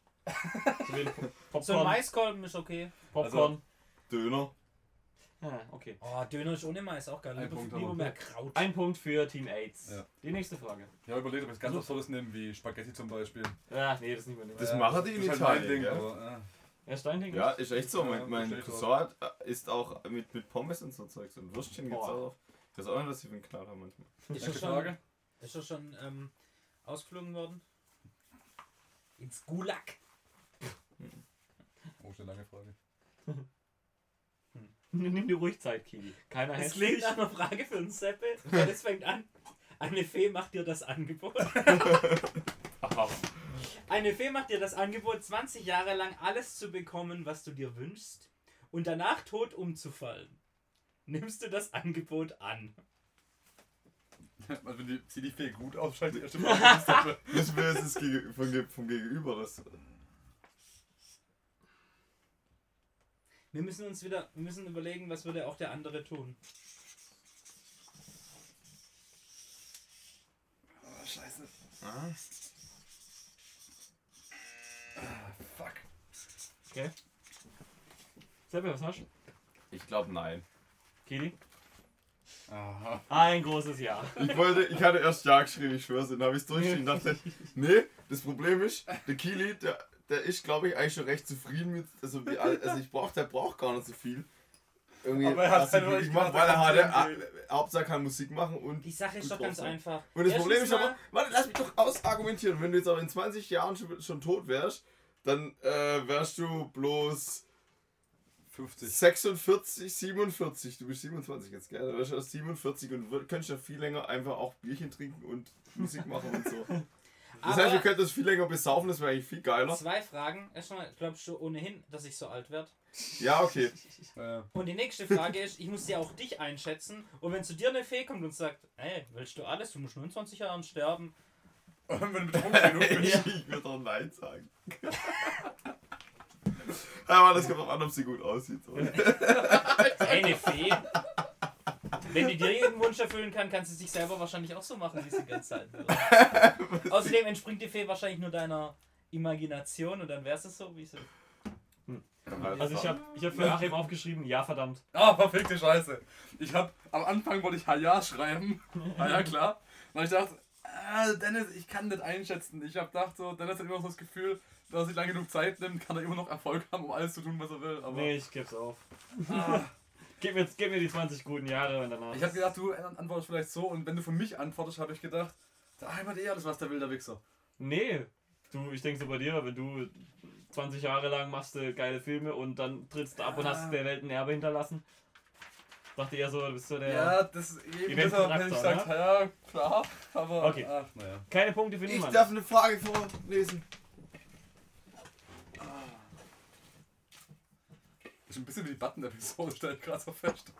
Speaker 5: So wie ein
Speaker 6: So
Speaker 5: Pop-
Speaker 6: ein
Speaker 5: Popcorn.
Speaker 6: Maiskolben ist okay.
Speaker 5: Popcorn.
Speaker 1: Döner.
Speaker 5: Ah, okay.
Speaker 6: Oh, Döner ist ohne Mais auch geil.
Speaker 4: Ein
Speaker 6: Lieber,
Speaker 4: Punkt
Speaker 6: lieber
Speaker 4: aber.
Speaker 6: mehr Kraut.
Speaker 5: Ein Punkt für Team AIDS.
Speaker 4: Ja.
Speaker 5: Die nächste Frage.
Speaker 4: Ich habe überlegt, ob ich ganz
Speaker 5: Also
Speaker 4: was Tolles nehme, wie Spaghetti zum Beispiel.
Speaker 5: Ah, nee, das ist nicht mehr.
Speaker 1: Das
Speaker 4: Äh,
Speaker 1: machen die
Speaker 4: das
Speaker 1: in
Speaker 4: ist halt mein
Speaker 1: Italien,
Speaker 4: Ding,
Speaker 1: gell?
Speaker 4: aber,
Speaker 5: Herr Steinding?
Speaker 1: Ja, ist echt so.
Speaker 4: Ja,
Speaker 1: Mein, mein
Speaker 4: verstehe ich
Speaker 1: Cousin hat, äh, isst auch mit, mit Pommes und so Zeugs und Würstchen gibt's
Speaker 5: Boah.
Speaker 1: auch. Ich weiß auch nicht, was sie für einen Knall haben manchmal.
Speaker 4: äh,
Speaker 6: Ist
Speaker 4: nächste
Speaker 6: das schon,
Speaker 4: Frage.
Speaker 6: ist das schon ähm, ausgeflogen worden? Ins Gulag.
Speaker 4: Oh, ist eine lange Frage.
Speaker 5: [laughs] Nimm dir ruhig Zeit, Kili. Keiner
Speaker 6: Es
Speaker 5: hält
Speaker 6: klingt
Speaker 5: dich.
Speaker 6: nach einer Frage für
Speaker 4: [laughs]
Speaker 6: einen Seppel. Und es fängt an. Eine Fee macht dir das Angebot.
Speaker 1: [laughs]
Speaker 6: Eine Fee macht dir das Angebot, 20 Jahre lang alles zu bekommen, was du dir wünschst. Und danach tot umzufallen. Nimmst du das Angebot an?
Speaker 4: [laughs] Also wenn die, sieht die Fee gut aus, scheint die [laughs] erste Frage.
Speaker 1: Das wäre es gege- vom, Ge- vom Gegenüber. Das,
Speaker 6: Wir müssen uns wieder, wir müssen überlegen, was würde auch der andere tun.
Speaker 4: oh, scheiße.
Speaker 1: ah,
Speaker 4: Fuck.
Speaker 5: Okay. Seppel, was hast du?
Speaker 1: ich glaube, nein.
Speaker 5: Kili?
Speaker 4: Aha.
Speaker 5: Ein großes Ja.
Speaker 1: Ich wollte, ich hatte erst Ja geschrieben, ich schwör's, und dann habe ich es durchgeschrieben und dachte, nee, das Problem ist, der Kili, der, der ist, glaube ich, eigentlich schon recht zufrieden mit, also, wie, all- also ich brauch, der braucht gar nicht so viel. Irgendwie,
Speaker 4: Aber er hat's halt
Speaker 1: wirklich
Speaker 4: wirklich
Speaker 1: macht,
Speaker 4: gemacht,
Speaker 1: weil er
Speaker 4: er
Speaker 1: hatte,
Speaker 4: kann
Speaker 1: äh, Hauptsache kann Musik machen und
Speaker 6: Die Sache ist
Speaker 1: Gut
Speaker 6: doch
Speaker 1: drauf
Speaker 6: ganz
Speaker 1: sein.
Speaker 6: einfach.
Speaker 1: Und das
Speaker 6: Erstens
Speaker 1: Problem ist
Speaker 6: mal-
Speaker 1: aber, warte, lass mich doch ausargumentieren. Wenn du jetzt aber in 20 Jahren schon, schon tot wärst, dann äh, wärst du bloß
Speaker 4: 50.
Speaker 1: 46, 47. Du bist 27 jetzt, gell? Dann wärst du erst 47 und wür- könntest ja viel länger einfach auch Bierchen trinken und Musik machen und so. Das heißt,
Speaker 6: Aber-
Speaker 1: du könntest viel länger besaufen, das wäre eigentlich viel geiler.
Speaker 6: Zwei Fragen. Erstmal glaubst du ohnehin, dass ich so alt werde.
Speaker 1: Ja, okay.
Speaker 4: Äh, [laughs]
Speaker 6: Und die nächste Frage ist, ich muss ja auch dich einschätzen. Und wenn zu dir eine Fee kommt und sagt, ey, willst du alles? Du musst nur in 20 Jahren sterben.
Speaker 4: wenn du betrunken genug
Speaker 1: [laughs]
Speaker 4: bist.
Speaker 1: Ich würde doch Nein [laughs] sagen. Aber das kommt drauf an, ob sie gut aussieht. Oder?
Speaker 6: Ey, eine Fee. Wenn die dir jeden Wunsch erfüllen kann, kannst du es sich selber wahrscheinlich auch so machen, wie sie die ganze Zeit
Speaker 1: [laughs]
Speaker 6: will. Außerdem entspringt die Fee wahrscheinlich nur deiner Imagination und dann wär's es so, wie sie.
Speaker 5: Also ich habe ich hab für Achim aufgeschrieben, ja verdammt.
Speaker 4: Ah, verfickte Scheiße. Ich hab, am Anfang wollte ich Haja
Speaker 5: [laughs]
Speaker 4: schreiben. Na ja, klar. Und ich dachte, ah, Dennis, ich kann das einschätzen. Ich hab gedacht, so, Dennis hat immer noch so das Gefühl, dass er sich lange genug Zeit nimmt, kann er immer noch Erfolg haben, um alles zu tun, was er will. Aber
Speaker 5: Nee, ich geb's auf.
Speaker 4: ah,
Speaker 5: Gib mir, jetzt- gib mir die 20 guten Jahre und danach.
Speaker 4: ich hab gedacht, du antwortest vielleicht so. Und wenn du für mich antwortest, habe ich gedacht, da hat eh alles, was der will, der Wichser.
Speaker 5: Nee. Du, ich denke so bei dir, wenn du 20 Jahre lang machst du geile Filme und dann trittst du ab und
Speaker 6: Ah.
Speaker 5: hast der Welt ein Erbe hinterlassen. Dachte eher so, du bist so der.
Speaker 4: Ja, das ist eben
Speaker 5: Event
Speaker 4: deshalb, wenn ich
Speaker 5: Charakter,
Speaker 4: gesagt, ja, klar, aber
Speaker 5: ne? Okay.
Speaker 4: ach, naja.
Speaker 5: Keine Punkte für
Speaker 1: Ich
Speaker 5: niemanden.
Speaker 1: darf eine Frage vorlesen.
Speaker 4: Das ist ein bisschen wie die Button-Episode, stell ich gerade so fest.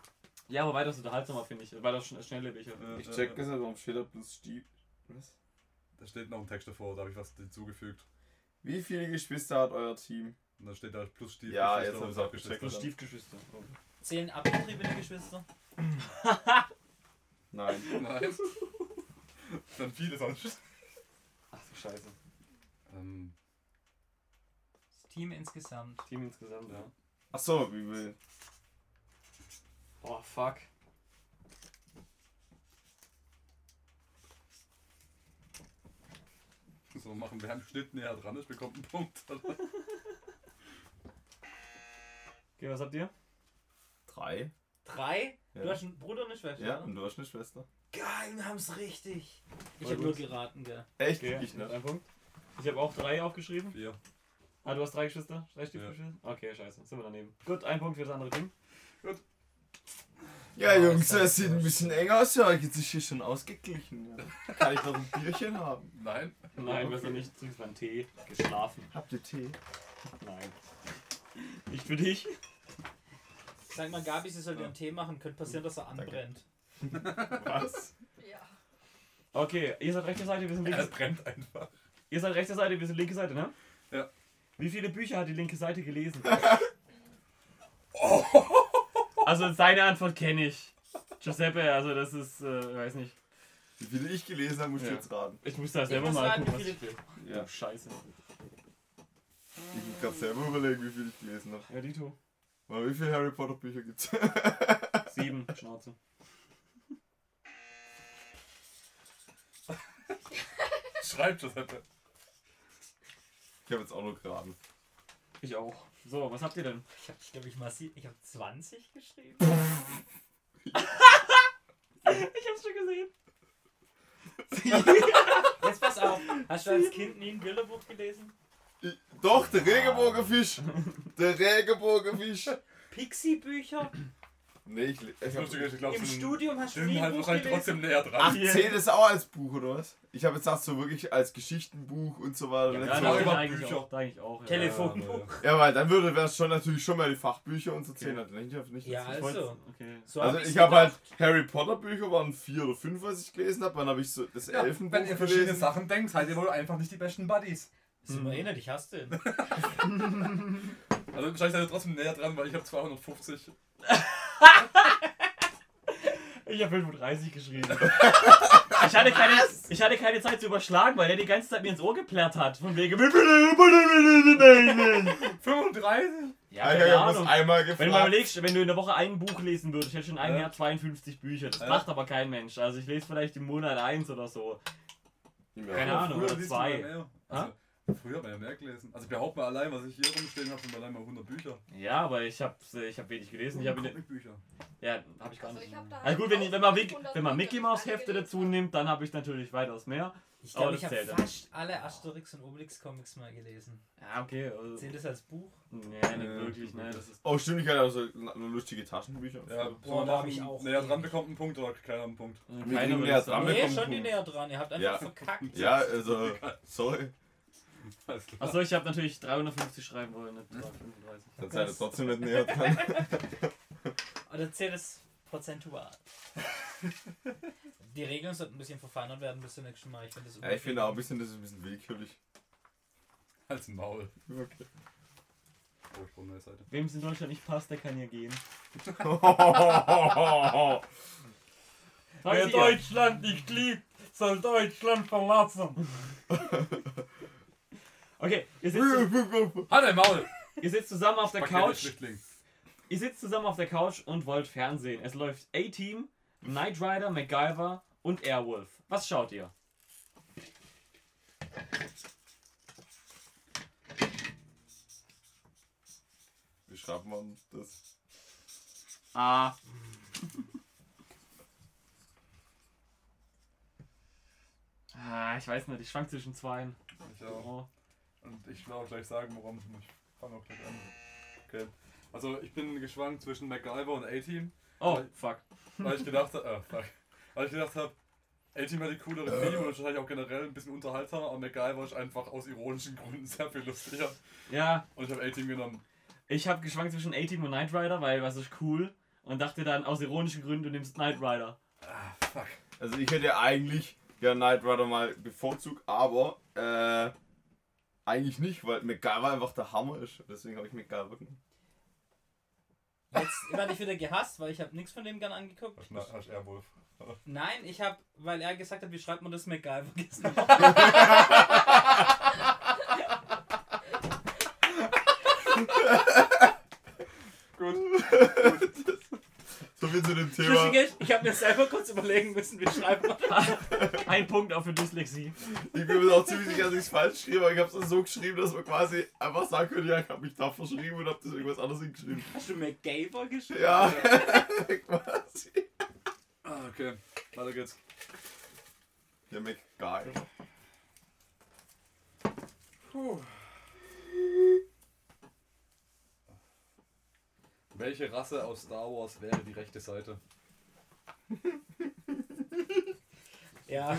Speaker 5: Ja, aber weiter ist unterhaltsamer, finde ich. Weiter schn schnellebiger.
Speaker 1: Ich check das nicht, warum steht da plus Stieb. Was?
Speaker 4: Äh, Da steht noch ein Text davor, da habe ich was hinzugefügt.
Speaker 1: Wie viele Geschwister hat euer Team?
Speaker 4: Und dann steht da plus Stiefel.
Speaker 1: Ja,
Speaker 4: plus
Speaker 1: jetzt
Speaker 4: Schwester
Speaker 1: hab's
Speaker 4: und
Speaker 1: auch gecheckt.
Speaker 5: Plus
Speaker 4: Abgeschwister.
Speaker 5: Stiefgeschwister.
Speaker 6: Zählen abgetriebene Geschwister?
Speaker 1: Nein.
Speaker 4: Nein. [laughs] dann viele sonst.
Speaker 5: Ach du Scheiße.
Speaker 4: Ähm,
Speaker 6: Das Team insgesamt.
Speaker 5: Team insgesamt, ja.
Speaker 4: Ja.
Speaker 1: Achso, wie will.
Speaker 5: Oh, fuck.
Speaker 4: so machen wir einen Schnitt näher dran ist, bekommt einen Punkt. [laughs]
Speaker 5: Okay, was habt ihr?
Speaker 1: Drei?
Speaker 6: Drei? Du
Speaker 1: Ja.
Speaker 6: hast einen Bruder und eine Schwester. ne?
Speaker 1: Ja,
Speaker 6: oder?
Speaker 1: und du hast eine Schwester.
Speaker 6: Geil, wir haben's richtig. Ich
Speaker 5: Voll
Speaker 6: habe nur
Speaker 5: gut.
Speaker 6: geraten, gell.
Speaker 1: Echt?
Speaker 5: Okay,
Speaker 1: Ich nicht.
Speaker 5: ein Punkt. Ich habe auch drei aufgeschrieben.
Speaker 4: Vier.
Speaker 5: Ah, du hast drei Geschwister? Drei Stiefgeschwister? Okay, scheiße. Sind wir daneben. Gut, ein Punkt für das andere Team.
Speaker 1: Ja,
Speaker 6: Ja,
Speaker 1: Jungs,
Speaker 6: ist halt
Speaker 1: das sieht ein
Speaker 6: so.
Speaker 1: bisschen eng aus. Ja, jetzt ist hier schon ausgeglichen. Ja. Kann ich noch ein Bierchen haben?
Speaker 4: Nein.
Speaker 5: Nein, besser nicht. Trinkst mal einen Tee. Geschlafen.
Speaker 1: Habt ihr Tee?
Speaker 5: Nein. Nicht für dich.
Speaker 6: Sag mal, Gabi, sie soll dir einen Tee machen. Könnte passieren, dass er anbrennt.
Speaker 1: Was?
Speaker 3: Ja.
Speaker 5: Okay, ihr seid rechte Seite, wir sind
Speaker 4: Er
Speaker 5: linke
Speaker 4: brennt einfach.
Speaker 5: Ihr seid rechte Seite, wir sind linke Seite, ne?
Speaker 4: Ja.
Speaker 5: Wie viele Bücher hat die linke
Speaker 4: [laughs]
Speaker 5: Seite gelesen? Also seine Antwort kenne ich. Giuseppe, also das ist, äh, weiß nicht.
Speaker 1: Wie viele ich gelesen habe, musst du
Speaker 5: Ja.
Speaker 1: jetzt raten.
Speaker 5: Ich muss da
Speaker 6: Ich
Speaker 5: selber
Speaker 6: muss
Speaker 5: mal
Speaker 6: raten,
Speaker 5: gucken, was
Speaker 6: wie
Speaker 5: ich
Speaker 6: viele-
Speaker 5: will.
Speaker 1: Ja.
Speaker 5: Scheiße.
Speaker 1: Ich muss gerade selber überlegen, wie viel ich gelesen habe.
Speaker 5: Ja, Dito.
Speaker 1: Weil wie viele Harry Potter Bücher gibt's? [laughs]
Speaker 5: Sieben, Schnauze.
Speaker 4: Schreibt Giuseppe.
Speaker 1: Ich habe jetzt auch noch geraten.
Speaker 5: Ich auch. So, was habt ihr denn?
Speaker 6: Ich habe, glaube ich, massiv. Ich habe 20
Speaker 5: [laughs]
Speaker 6: geschrieben.
Speaker 5: Ich hab's schon gesehen. [laughs]
Speaker 6: Jetzt pass auf. Hast du als Kind nie ein Bilderbuch gelesen?
Speaker 1: Ich, doch, der Regenbogenfisch! Der Regenbogenfisch!
Speaker 6: Pixie-Bücher?
Speaker 1: Nee, ich, le- ich
Speaker 4: Ich glaub,
Speaker 1: hab,
Speaker 4: ich glaub,
Speaker 6: Im
Speaker 4: so ein-
Speaker 6: Studium hast du
Speaker 4: Stimmt,
Speaker 6: nie ein
Speaker 4: halt
Speaker 6: Buch
Speaker 4: wahrscheinlich
Speaker 6: gelesen?
Speaker 4: trotzdem näher
Speaker 1: Ach,
Speaker 4: dran.
Speaker 1: zählt das auch als Buch, oder was? Ich habe jetzt gesagt, so wirklich als Geschichtenbuch und so weiter.
Speaker 5: Ja,
Speaker 1: nicht
Speaker 5: da
Speaker 1: so.
Speaker 4: doch,
Speaker 5: eigentlich
Speaker 4: über
Speaker 5: eigentlich
Speaker 4: Bücher.
Speaker 5: auch. Da eigentlich auch ja.
Speaker 6: Tele-
Speaker 4: Telefonbuch.
Speaker 6: Telefonbuch.
Speaker 1: ja, weil dann würde wäre schon natürlich schon mal die Fachbücher und so zählen. Okay. Ich hab nicht
Speaker 6: Ja,
Speaker 1: dazu.
Speaker 5: Ich
Speaker 6: also.
Speaker 5: wollte- Okay.
Speaker 6: So
Speaker 1: also
Speaker 6: hab
Speaker 1: ich
Speaker 6: ich's
Speaker 1: habe halt
Speaker 6: gedacht.
Speaker 1: Harry Potter Bücher waren vier oder fünf, was ich gelesen habe. Dann habe ich so das
Speaker 4: Ja,
Speaker 1: Elfenbuch
Speaker 4: wenn ihr verschiedene
Speaker 1: gelesen.
Speaker 4: Sachen denkt, seid ihr wohl einfach nicht die besten Buddies.
Speaker 6: Ist immer erinnert, ich hasse den.
Speaker 4: Also wahrscheinlich seid ihr trotzdem näher dran, weil ich habe 250.
Speaker 5: Ich habe 35 geschrieben. [laughs] ich, hatte keine, ich hatte keine Zeit zu überschlagen, weil der die ganze Zeit mir ins Ohr geplärrt hat. Von wegen.
Speaker 4: 35?
Speaker 5: ja,
Speaker 1: Ah, Ja,
Speaker 5: keine
Speaker 1: ich habe das einmal
Speaker 5: Ahnung. Wenn du mal
Speaker 1: gefragt.
Speaker 5: überlegst, wenn du in der Woche ein Buch lesen würdest, hättest du in einem
Speaker 4: Ja.
Speaker 5: Jahr 52 Bücher. Das
Speaker 4: Ja.
Speaker 5: macht aber kein Mensch. Also ich lese vielleicht im Monat eins oder so. Keine
Speaker 1: Ja.
Speaker 5: Ahnung,
Speaker 4: Früher
Speaker 5: oder
Speaker 4: liest
Speaker 5: zwei.
Speaker 4: man ja mehr. Also, Früher bei mehr gelesen. Also ich behaupte mal allein, was ich hier rumstehen habe, sind allein mal 100 Bücher.
Speaker 5: Ja, aber ich habe ich hab wenig gelesen. Ich hab in,
Speaker 4: Bücher.
Speaker 5: ja, habe ich gar
Speaker 3: Also
Speaker 5: nicht.
Speaker 3: ich hab da
Speaker 5: Also gut, wenn, ich, wenn, man, Mick-
Speaker 3: 1500
Speaker 5: wenn man Mickey Mouse
Speaker 3: Bücher, die
Speaker 5: Hefte
Speaker 3: alle
Speaker 5: dazu
Speaker 3: gelesen
Speaker 5: nimmt, dann habe ich natürlich weitaus mehr.
Speaker 6: Ich
Speaker 5: Aber
Speaker 6: glaube,
Speaker 5: das
Speaker 6: ich habe
Speaker 5: zählt dann.
Speaker 6: fast alle Asterix und Obelix Comics mal gelesen.
Speaker 5: Ja, okay. Also,
Speaker 6: Zählt das als Buch?
Speaker 5: nee,
Speaker 4: Nee,
Speaker 5: nicht wirklich, ne. Das ist,
Speaker 1: Oh, stimmt, ich hatte also lustige Taschenbücher.
Speaker 4: Ja,
Speaker 6: Boah, da hab ich auch
Speaker 4: Näher dran
Speaker 6: wenig.
Speaker 4: bekommt einen Punkt oder keiner einen Punkt.
Speaker 1: kriegen
Speaker 5: würde
Speaker 1: ja
Speaker 5: das
Speaker 1: dran
Speaker 5: sagen.
Speaker 1: Wir
Speaker 6: Nee,
Speaker 1: kommen
Speaker 6: schon die
Speaker 1: gut.
Speaker 6: näher dran. Ihr habt einfach
Speaker 1: Ja.
Speaker 6: verkackt.
Speaker 1: Ja, also, sorry.
Speaker 4: Alles klar. [laughs]
Speaker 5: Achso, ich habe natürlich 350 schreiben wollen, ne? nicht 335.
Speaker 1: Dann seid ihr trotzdem nicht näher dran.
Speaker 6: Oder zählt es [laughs] prozentual? die Regeln sollten ein bisschen verfeinert werden bis zum nächsten Mal. Ich finde das
Speaker 1: [laughs] Ja, ich finde auch ein bisschen, das ist ein bisschen willkürlich.
Speaker 4: Als Maul.
Speaker 1: Okay.
Speaker 4: Oh, ich brauche eine neue Seite.
Speaker 5: Wem es in Deutschland nicht passt, der kann hier gehen. Wer Deutschland nicht liebt, soll Deutschland verlassen. okay, ihr sitzt,
Speaker 4: Halt dein Maul!
Speaker 5: ihr sitzt zusammen auf der
Speaker 4: Fuck, ihr seid
Speaker 5: Couch.
Speaker 4: Flüchtling.
Speaker 5: Ihr sitzt zusammen auf der Couch und wollt Fernsehen. Es läuft A-Team, Knight Rider, MacGyver und Airwolf. Was schaut ihr?
Speaker 1: [laughs] Wie schreibt man das?
Speaker 5: Ah. ah ich weiß nicht, ich schwank zwischen zweien.
Speaker 4: Ich auch.
Speaker 5: Oh.
Speaker 4: Und ich will auch gleich sagen, warum. Ich fange auch gleich an. Okay. Also ich bin geschwankt zwischen MacGyver und A-Team,
Speaker 5: oh, fuck.
Speaker 4: weil ich gedacht habe, äh, fuck. Weil ich gedacht habe, A-Team hat die coolere Video und ist wahrscheinlich auch generell ein bisschen unterhaltsamer, aber MacGyver ist einfach aus ironischen Gründen sehr viel lustiger.
Speaker 5: Ja,
Speaker 4: Und ich habe A-Team genommen.
Speaker 5: Ich habe geschwankt zwischen A-Team und Knight Rider, weil was ist cool. Und dachte dann aus ironischen Gründen, du nimmst Knight Rider.
Speaker 4: Ah, fuck.
Speaker 1: Also ich hätte eigentlich ja Knight Rider mal bevorzugt, aber äh, eigentlich nicht, weil MacGyver einfach der Hammer ist. Deswegen habe ich MacGyver genommen.
Speaker 6: Jetzt werde ich wieder gehasst, weil ich habe nichts von dem gern angeguckt.
Speaker 4: Hast du- Hast du Airwolf?
Speaker 6: Nein, ich habe, weil er gesagt hat, wie schreibt man das MacGyver
Speaker 1: [laughs]
Speaker 6: gestern.
Speaker 1: So viel zu dem Thema.
Speaker 6: Lustig ist, ich habe mir selber kurz überlegen müssen, wie schreibt man das.
Speaker 5: Ein Punkt auch für Dyslexie.
Speaker 1: Ich bin mir auch ziemlich sicher, dass ich es falsch geschrieben habe. Ich habe es so geschrieben, dass man quasi einfach sagen könnte, ja, ich habe mich da verschrieben und habe das irgendwas anderes hingeschrieben.
Speaker 6: Hast du MacGyver geschrieben?
Speaker 1: Ja, [laughs] quasi.
Speaker 4: Ah, okay. Weiter geht's.
Speaker 1: Ja, MacGyver.
Speaker 4: Welche Rasse aus Star Wars wäre die rechte Seite?
Speaker 6: Ja.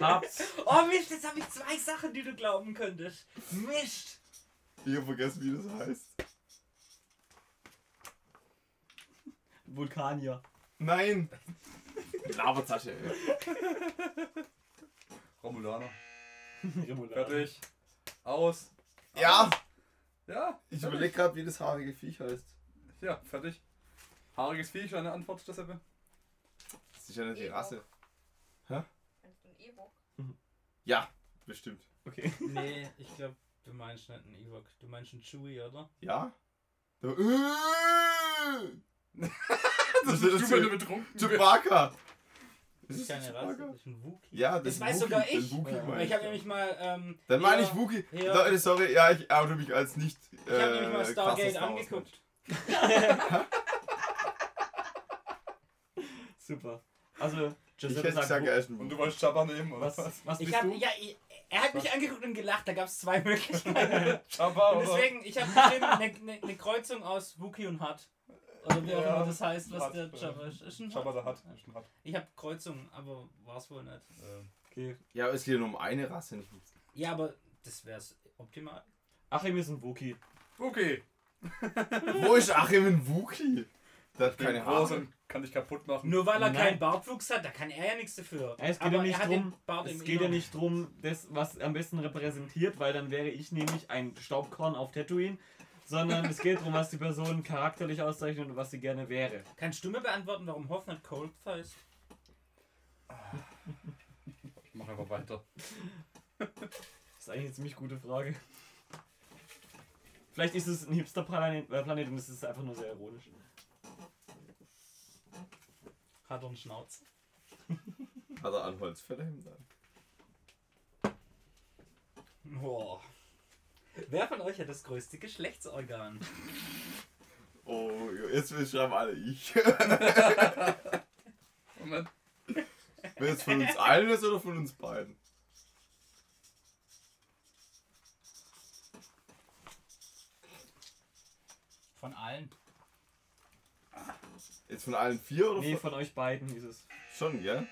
Speaker 5: Hab's.
Speaker 6: Oh Mist, jetzt habe ich zwei Sachen, die du glauben könntest. Mist.
Speaker 1: Ich habe vergessen, wie das heißt.
Speaker 5: Vulkanier.
Speaker 1: Nein! Labertasche, ey.
Speaker 4: Romulaner.
Speaker 5: Remulade.
Speaker 4: Fertig. Aus.
Speaker 1: Ja!
Speaker 4: Ja,
Speaker 1: Ich überlege gerade, wie das haarige Viech heißt.
Speaker 4: ja, fertig. Haariges Viech, eine Antwort, Giuseppe?
Speaker 1: Das ist ja nicht die
Speaker 3: Ewok.
Speaker 1: Rasse.
Speaker 3: Kennst du einen E-Book?
Speaker 1: Ja, bestimmt.
Speaker 5: Okay.
Speaker 6: Nee, ich glaube, du meinst nicht einen Ewok. Du meinst einen Chewie, oder?
Speaker 1: Ja?
Speaker 6: [laughs]
Speaker 1: Da, [laughs] äh,
Speaker 4: Das
Speaker 1: Das
Speaker 4: ist
Speaker 1: ist
Speaker 4: du, wenn
Speaker 1: ja-
Speaker 4: du betrunken bist.
Speaker 1: Chewbacca!
Speaker 6: Das ist keine Rasse, das ist ein Wookie.
Speaker 1: Ja, das
Speaker 6: Das
Speaker 1: ist
Speaker 6: weiß
Speaker 1: Wookie,
Speaker 6: sogar
Speaker 1: den
Speaker 6: ich.
Speaker 1: Wookie
Speaker 6: Ja.
Speaker 1: meine
Speaker 6: Ich habe
Speaker 1: ja.
Speaker 6: nämlich mal. Ähm,
Speaker 1: Dann meine ich
Speaker 6: hier-
Speaker 1: Wookie.
Speaker 6: ja.
Speaker 1: Leute, sorry, ja, ich oute mich als nicht.
Speaker 6: Ich habe nämlich mal
Speaker 1: äh, krasser
Speaker 6: Stargate
Speaker 1: Star Wars
Speaker 6: angeguckt.
Speaker 5: Super. Also,
Speaker 1: Mensch. Ich
Speaker 5: Giuseppe
Speaker 1: hätte
Speaker 5: sagt,
Speaker 1: gesagt,
Speaker 5: wo-
Speaker 1: er ist ein
Speaker 4: Und
Speaker 1: Wookie.
Speaker 4: du wolltest Jabba nehmen, oder äh, was?
Speaker 5: was, was
Speaker 6: Ich
Speaker 5: bist
Speaker 6: hab,
Speaker 5: du?
Speaker 6: ja, ich- er hat mich angeguckt und gelacht, da gab es zwei [laughs] Möglichkeiten.
Speaker 4: Jabba,
Speaker 6: und
Speaker 4: oder?
Speaker 6: deswegen, ich habe bestimmt eine ne, ne Kreuzung aus Wookie und Hutt. Oder wie
Speaker 4: Ja,
Speaker 6: auch immer genau, das heißt, was
Speaker 4: Hutt,
Speaker 6: der
Speaker 4: äh,
Speaker 6: Jabba ist. Ist ein
Speaker 4: Jabba
Speaker 6: Hutt.
Speaker 4: der Hutt. Ist ein Hutt.
Speaker 6: Ich habe Kreuzung, aber war es wohl nicht.
Speaker 4: Ähm,
Speaker 5: Okay.
Speaker 1: Ja, aber es geht ja nur um eine Rasse, nicht um
Speaker 6: Ja, aber das wär's optimal.
Speaker 5: Achim ist ein Wookie.
Speaker 4: Okay.
Speaker 1: [laughs] Wo ist Achim ein Wookie? Der hat keine
Speaker 4: Bin groß
Speaker 1: Haare.
Speaker 4: und Kann dich kaputt machen.
Speaker 6: Nur weil er
Speaker 5: Nein.
Speaker 6: keinen Bartwuchs hat, da kann er ja nichts dafür.
Speaker 5: Es geht
Speaker 6: aber
Speaker 5: ja nicht
Speaker 6: er hat
Speaker 5: drum.
Speaker 6: den Bart
Speaker 5: Es
Speaker 6: im
Speaker 5: geht ja
Speaker 6: Inneren.
Speaker 5: nicht drum, das, was am besten repräsentiert, weil dann wäre ich nämlich ein Staubkorn auf Tatooine, sondern es geht darum, was die Person charakterlich auszeichnet und was sie gerne wäre.
Speaker 6: Kannst du mir beantworten, warum Hoffmann Coldpfeil ist?
Speaker 4: Mach einfach weiter.
Speaker 5: Das ist eigentlich eine ziemlich gute Frage. Vielleicht ist es ein Hipster-Planet äh, Planet und es ist einfach nur sehr ironisch.
Speaker 6: Hat er einen Schnauz?
Speaker 1: Hat er an Holzfällerhemd an.
Speaker 6: Boah. Wer von euch hat das größte Geschlechtsorgan?
Speaker 1: Oh, jetzt schreiben alle
Speaker 6: [laughs]
Speaker 1: ich.
Speaker 4: Moment.
Speaker 1: Wer jetzt von uns allen ist oder von uns beiden?
Speaker 6: Von allen.
Speaker 1: Jetzt von allen vier oder
Speaker 5: Nee,
Speaker 1: von...
Speaker 5: von euch beiden ist es.
Speaker 1: Schon, gell?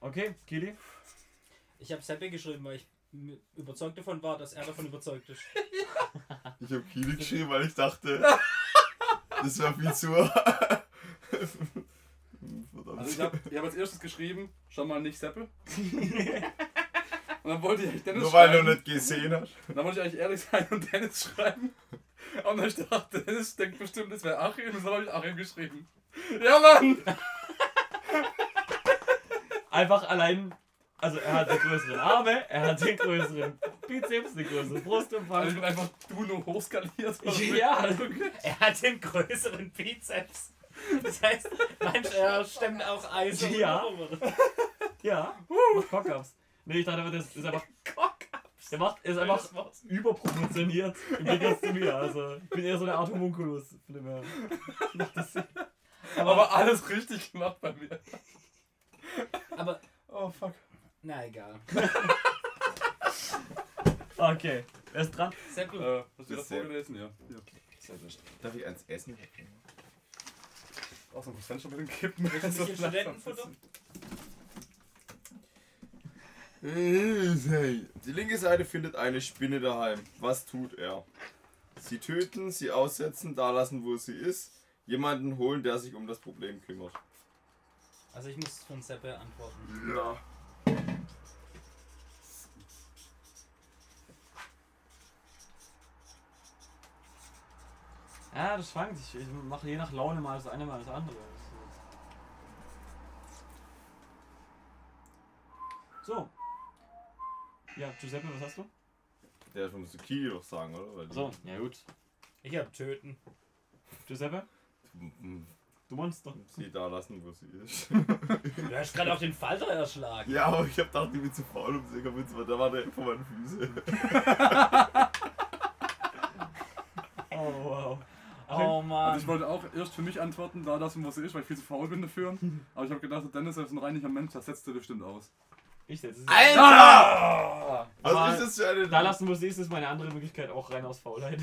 Speaker 5: Okay, Kili?
Speaker 6: Ich habe Seppi geschrieben, weil ich m- überzeugt davon war, dass er davon überzeugt ist.
Speaker 1: Ich habe Kili geschrieben, weil ich dachte, [laughs] das wäre viel zu. [laughs] Verdammt.
Speaker 4: Also ich habe ich hab als erstes geschrieben, schau mal nicht Seppel. und dann wollte ich eigentlich Dennis
Speaker 1: Nur weil
Speaker 4: schreiben.
Speaker 1: du nicht gesehen hast.
Speaker 4: Und dann wollte ich eigentlich ehrlich sein und Dennis schreiben. Und dann dachte ich, Dennis denkt bestimmt, das wäre Achim. Und so habe ich Achim geschrieben. Ja, Mann!
Speaker 5: Einfach allein. Also er hat die größeren Arme, er hat den größeren Bizeps, den größeren
Speaker 4: Also ich
Speaker 5: Brustumfang.
Speaker 4: bin einfach du nur hochskaliert.
Speaker 6: [laughs]
Speaker 5: Ja, also
Speaker 6: Er hat den größeren Bizeps. Das heißt, manch er stemmt auch Eis. und
Speaker 5: Ja.
Speaker 6: Oberwürde.
Speaker 5: ja. Macht Cock-Ups. Nee, ich dachte aber, das ist einfach.
Speaker 6: Cock-ups.
Speaker 5: Der macht, er ist einfach
Speaker 6: Das war's.
Speaker 5: überproportioniert im Gegensatz zu mir. Also ich bin eher so der Art Homunculus. Von dem her. Macht das Sinn.
Speaker 4: Aber alles richtig gemacht bei mir.
Speaker 6: Aber,
Speaker 4: Oh, fuck.
Speaker 6: na egal.
Speaker 5: Okay, wer ist dran?
Speaker 6: Seppi,
Speaker 4: Äh, hast du
Speaker 1: Ist
Speaker 4: das
Speaker 1: sehr-
Speaker 4: vorgelesen? Ja. ja.
Speaker 1: Darf ich eins essen?
Speaker 4: Auch so ein Fenster mit dem Kippen. Also
Speaker 6: Willst du nicht in Studentenfutter?
Speaker 1: Hey, Die linke Seite findet eine Spinne daheim. Was tut er? Sie töten, sie aussetzen, da lassen, wo sie ist. Jemanden holen, der sich um das Problem kümmert.
Speaker 6: Also ich muss von Seppi antworten.
Speaker 1: Ja.
Speaker 5: Ja, das schwankt. Ich, ich mache je nach Laune mal das eine, mal das andere. So. Ja, Giuseppe, was hast du?
Speaker 1: Der muss die Kili doch sagen, oder? Weil die-
Speaker 5: So, ja gut.
Speaker 6: Ich hab töten.
Speaker 5: Giuseppe, du Monster.
Speaker 1: Sie da lassen, wo sie ist.
Speaker 6: Du hast gerade auch den Falter
Speaker 1: [laughs]
Speaker 6: erschlagen.
Speaker 1: ja, aber ich hab gedacht, ich bin zu faul, um sie zu weil da war der von meinen [laughs] Füßen.
Speaker 5: Oh, wow.
Speaker 6: Oh
Speaker 4: Also
Speaker 6: Mann.
Speaker 4: ich wollte auch erst für mich antworten, da das, wo sie ist, weil ich viel zu faul bin [laughs] dafür. Aber ich habe gedacht, Dennis ist ein reinlicher Mensch, das setzt er bestimmt [laughs] aus.
Speaker 5: Ich setze es.
Speaker 1: Alter!
Speaker 5: Aber
Speaker 1: Ah! Was ist das für eine...
Speaker 5: Da lassen wir es, ist meine andere Möglichkeit auch rein aus Faulheit.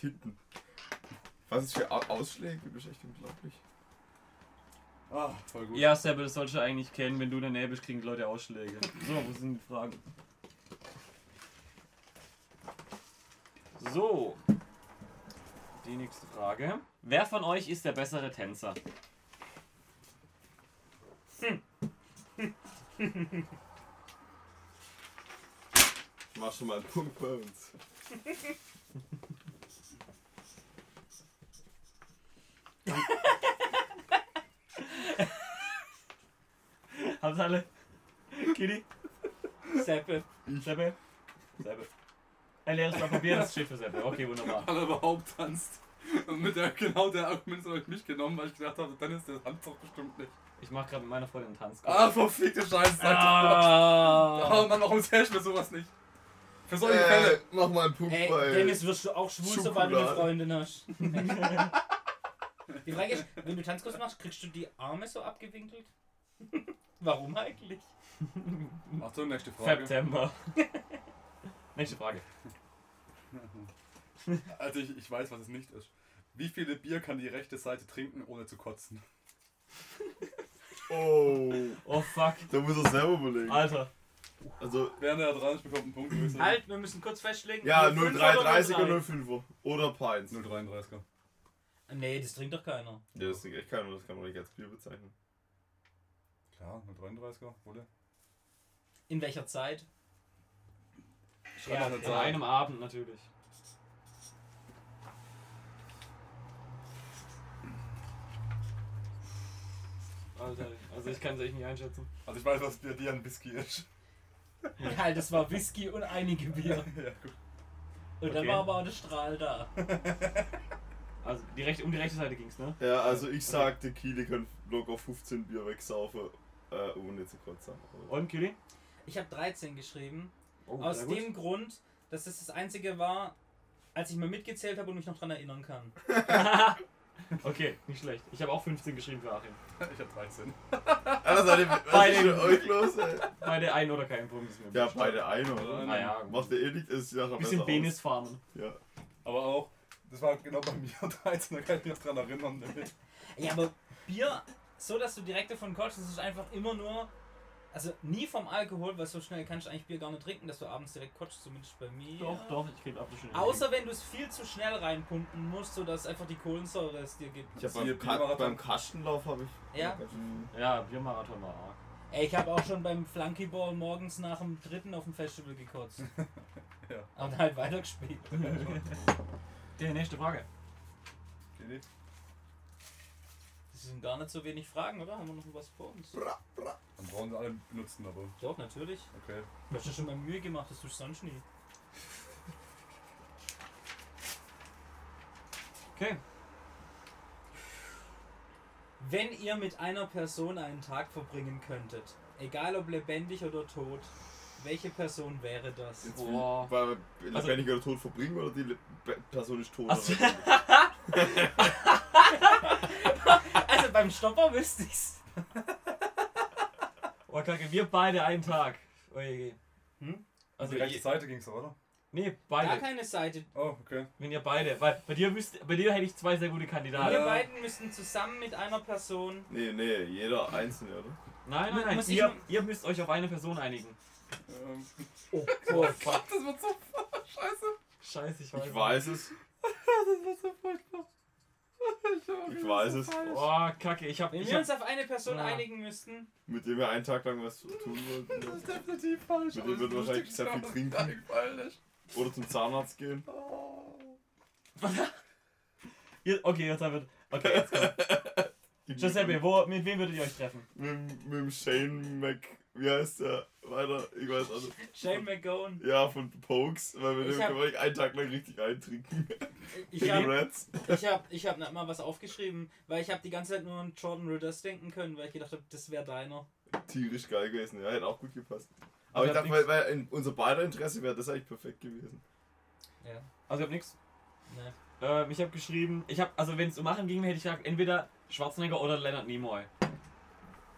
Speaker 1: hinten. Was ist für Au- Ausschläge? Du bist echt unglaublich.
Speaker 4: Ah, voll gut.
Speaker 5: Ja, Sebbe, das solltest du eigentlich kennen. Wenn du in der Nähe bist, kriegen die Leute Ausschläge. So, wo sind die Fragen? So. Die nächste Frage. Wer von euch ist der bessere Tänzer?
Speaker 1: Ich mach schon mal einen Punkt bei uns.
Speaker 5: Haben's alle? Kitty?
Speaker 6: Seppi.
Speaker 5: Sebbe? Sebbe. Ein leeres Blatt Papier, das steht für Seppel. Okay, wunderbar.
Speaker 4: Weil er überhaupt tanzt. Und mit der, genau der Argument habe ich mich genommen, weil ich gedacht habe, dann ist der tanzt doch bestimmt nicht.
Speaker 5: Ich mache gerade mit meiner Freundin einen Tanz.
Speaker 4: Ah, verfickte Scheiße, sagt ah.
Speaker 6: Ah.
Speaker 4: Oh Mann, warum zähle ich mir sowas nicht? Für solche
Speaker 1: Äh,
Speaker 4: Fälle.
Speaker 1: mach mal einen Punkt
Speaker 6: Ey,
Speaker 1: bei.
Speaker 6: Dennis, wirst du auch schwul, sobald du eine
Speaker 1: Schokolade.
Speaker 6: Freundin hast. Die Frage ist, wenn du Tanzkurs machst, kriegst du die Arme so abgewinkelt? [laughs] Warum eigentlich?
Speaker 4: Achtung, nächste Frage.
Speaker 5: September. Nächste Frage.
Speaker 4: Also ich, ich weiß, was es nicht ist. Wie viele Bier kann die rechte Seite trinken, ohne zu kotzen?
Speaker 1: Oh,
Speaker 5: Oh fuck.
Speaker 1: da muss er selber überlegen.
Speaker 5: Alter.
Speaker 1: Also,
Speaker 4: Während er dran ist, bekommt einen Punkt. Grüße.
Speaker 6: Halt, wir müssen kurz festlegen.
Speaker 1: ja,
Speaker 6: 05
Speaker 1: 0330er,
Speaker 6: oder
Speaker 1: 05er. Oder Pints.
Speaker 4: 033er.
Speaker 6: Nee, das trinkt doch keiner.
Speaker 1: Ja, das ist echt keiner, das kann man nicht als Bier bezeichnen.
Speaker 4: Klar, 033er, wurde.
Speaker 6: In welcher Zeit?
Speaker 4: Schreib mal eine
Speaker 5: An
Speaker 4: Zahl.
Speaker 5: einem Abend natürlich. Alter, also ich kann es echt nicht einschätzen.
Speaker 4: Also ich weiß, was bei dir ein Whisky [laughs] ist.
Speaker 6: Ja, das war Whisky und einige Bier.
Speaker 4: ja, gut.
Speaker 6: Und dann
Speaker 5: Okay.
Speaker 6: war aber auch der Strahl da.
Speaker 5: Also die rechte, um die rechte Seite ging's, ne?
Speaker 1: Ja, also ich sagte, Kiele kann locker 15 Bier wegsaufen, äh, ohne zu
Speaker 5: [laughs]
Speaker 1: kotzen. Aber-
Speaker 5: Und Kili?
Speaker 6: Ich habe 13 geschrieben.
Speaker 5: Oh,
Speaker 6: Aus
Speaker 5: sehr gut.
Speaker 6: dem Grund, dass das das einzige war, als ich mal mitgezählt habe und mich noch dran erinnern kann.
Speaker 5: Okay, nicht schlecht. Ich habe auch 15 geschrieben für Achim.
Speaker 4: [laughs] Ich hab 13.
Speaker 1: Alter, seid ihr was
Speaker 5: Beide.
Speaker 1: ist mit euch los, ey?
Speaker 5: Beide ein oder kein Punkt ist mir.
Speaker 1: Ja,
Speaker 5: wurscht.
Speaker 1: beide ein,
Speaker 4: Beide
Speaker 1: oder?
Speaker 4: ein.
Speaker 5: Ah ja, gut.
Speaker 1: Macht ihr eh nicht, ist nachher
Speaker 5: Bisschen
Speaker 1: besser
Speaker 5: Penis
Speaker 1: aus.
Speaker 5: farmen.
Speaker 1: Ja.
Speaker 4: Aber auch, das war genau bei mir [laughs] 13, da kann ich mich noch dran erinnern. [laughs] Nämlich.
Speaker 6: Ja, aber Bier, so dass du direkt davon kommst, das ist einfach immer nur. Also nie vom Alkohol, weil so schnell kannst du eigentlich Bier gar nicht trinken, dass du abends direkt kotzt, zumindest bei mir.
Speaker 5: Doch, doch, ich krieg abgeschnitten.
Speaker 6: Außer wenn du es viel zu schnell reinpumpen musst, sodass einfach die Kohlensäure es dir gibt.
Speaker 1: Ich hab
Speaker 4: Siehe
Speaker 1: beim, Ka
Speaker 4: Biermarathon.
Speaker 1: beim Kastenlauf habe ich.
Speaker 6: Ja.
Speaker 1: Mhm.
Speaker 5: Ja, Biermarathon war arg.
Speaker 6: Ey, ich habe auch schon beim Flunkyball morgens nach dem dritten auf dem Festival gekotzt.
Speaker 4: Ja.
Speaker 6: Aber dann halt weitergespielt.
Speaker 5: Der nächste Frage.
Speaker 4: Okay.
Speaker 6: Das sind gar nicht so wenig Fragen, oder? Haben wir noch was vor uns?
Speaker 4: Dann brauchen sie alle benutzen, aber
Speaker 6: Doch, natürlich.
Speaker 4: okay.
Speaker 6: Du hast ja schon mal Mühe gemacht, das tust du sonst nie.
Speaker 5: Okay.
Speaker 6: Wenn ihr mit einer Person einen Tag verbringen könntet, egal ob lebendig oder tot, welche Person wäre das?
Speaker 1: Jetzt
Speaker 5: Boah.
Speaker 1: wie, weil wir
Speaker 5: Also-
Speaker 1: lebendig oder tot verbringen oder die Le Be- Person ist tot?
Speaker 5: Also-
Speaker 1: oder?
Speaker 6: Also beim Stopper wüsste ich's.
Speaker 5: Oh, kacke, wir beide einen Tag. Oh, je, je.
Speaker 6: Hm?
Speaker 5: Also,
Speaker 4: die rechte
Speaker 5: je,
Speaker 4: Seite ging's, oder?
Speaker 5: nee,
Speaker 6: Gar
Speaker 5: beide.
Speaker 6: keine Seite.
Speaker 4: Oh, okay.
Speaker 5: Wenn ihr beide, weil bei dir, wüsst, bei dir hätte ich zwei sehr gute Kandidaten.
Speaker 6: Wir
Speaker 4: Ja.
Speaker 6: beiden müssten zusammen mit einer Person.
Speaker 1: Nee, nee, jeder einzelne, oder?
Speaker 5: Nein, nein, nein,
Speaker 6: Muss ich
Speaker 5: ihr,
Speaker 6: mal-
Speaker 5: ihr müsst euch auf eine Person einigen.
Speaker 4: Ähm,
Speaker 6: Oh Gott.
Speaker 4: Gott, das wird so scheiße.
Speaker 5: Scheiße, ich weiß.
Speaker 1: Ich weiß es.
Speaker 4: Das wird so furchtbar.
Speaker 1: Ich weiß es.
Speaker 5: nicht. Oh, kacke, ich hab,
Speaker 6: Wenn
Speaker 5: ich
Speaker 6: wir
Speaker 5: hab
Speaker 6: uns auf eine Person
Speaker 5: Ja.
Speaker 6: einigen müssten.
Speaker 1: Mit dem wir einen Tag lang was tun
Speaker 4: Das ist
Speaker 1: wollten.
Speaker 4: [laughs] definitiv falsch. Also,
Speaker 1: Mit dem wird wahrscheinlich sehr viel trinken. Oder zum Zahnarzt gehen.
Speaker 4: Oh.
Speaker 5: ihr, Okay, jetzt haben wir. Okay,
Speaker 1: [laughs]
Speaker 5: jetzt kommt. Giuseppe, wo, mit wem würdet ihr euch treffen?
Speaker 1: Mit, mit dem Shane Mac. Wie heißt der? Weiter, ich weiß auch nicht.
Speaker 6: Shane McGowan.
Speaker 1: Ja, von Pokes, weil wir
Speaker 6: Ich
Speaker 1: dem
Speaker 6: hab-
Speaker 1: können wir einen Tag lang richtig eintrinken.
Speaker 6: Ich
Speaker 1: Gegen
Speaker 6: habe
Speaker 1: Reds.
Speaker 6: ich hab, ich hab nicht mal was aufgeschrieben, weil ich habe die ganze Zeit nur an Jordan Ridders denken können, weil ich gedacht habe, das wäre deiner.
Speaker 1: Tierisch geil gewesen, ja, hätte auch gut gepasst. Aber ich
Speaker 5: hab
Speaker 1: dachte, weil, weil in unser beider Interesse wäre das eigentlich perfekt gewesen.
Speaker 6: Ja.
Speaker 5: Also, ich hab nix.
Speaker 6: Ne.
Speaker 5: Ähm, ich hab geschrieben, ich hab, also wenn es um Machen ging, hätte ich gesagt, entweder Schwarzenegger oder Leonard Nimoy.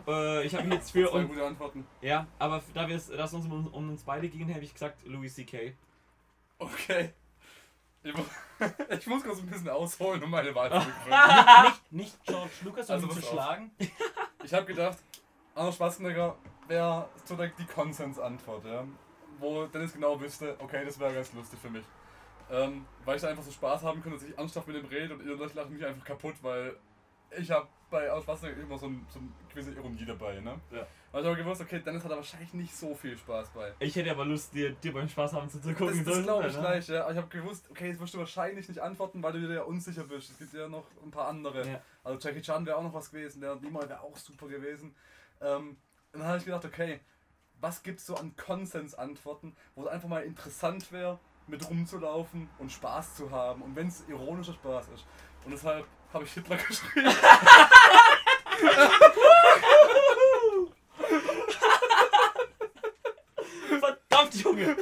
Speaker 5: Äh, ich hab mich jetzt für.
Speaker 4: Zwei
Speaker 5: Und,
Speaker 4: gute Antworten.
Speaker 5: Ja, aber f- da wir es dass es uns um, um uns beide ging, habe ich gesagt Louis C.K.
Speaker 4: Okay. Ich, mu [laughs] ich muss kurz ein bisschen ausholen, um meine [laughs] Wahl zu begründen.
Speaker 6: Nicht, nicht George Lucas, um
Speaker 4: Also
Speaker 6: ihn zu
Speaker 4: pass auf.
Speaker 6: schlagen.
Speaker 4: Ich habe gedacht, Arnold Schwarzenegger wäre so direkt die Konsensantwort, ja. Wo Dennis genau wüsste, okay, das wäre ganz lustig für mich. Ähm, weil ich da einfach so Spaß haben könnte, dass ich ernsthaft mit dem rede und ihr Leute lachen mich einfach kaputt, weil ich habe bei Arnold Schwarzenegger immer so, ein, so eine gewisse Ironie dabei, ne?
Speaker 5: Ja.
Speaker 4: Weil ich aber gewusst, okay, Dennis hat da wahrscheinlich nicht so viel Spaß bei.
Speaker 5: Ich hätte aber Lust, dir, dir beim Spaß haben zuzugucken.
Speaker 4: das das
Speaker 5: ist
Speaker 4: glaube
Speaker 5: es
Speaker 4: ich
Speaker 5: ja, ne?
Speaker 4: gleich, ja. Aber ich habe gewusst, okay, jetzt wirst du wahrscheinlich nicht antworten, weil du dir ja unsicher bist. Es gibt ja noch ein paar andere.
Speaker 5: Ja.
Speaker 4: Also Jackie Chan wäre auch noch was gewesen, der Niemal wäre auch super gewesen. Ähm, und dann habe ich gedacht, okay, was gibt's so an Konsensantworten, wo es einfach mal interessant wäre, mit rumzulaufen und Spaß zu haben. Und wenn es ironischer Spaß ist. Und deshalb habe ich Hitler [laughs] geschrieben.
Speaker 5: Verdammt, Junge!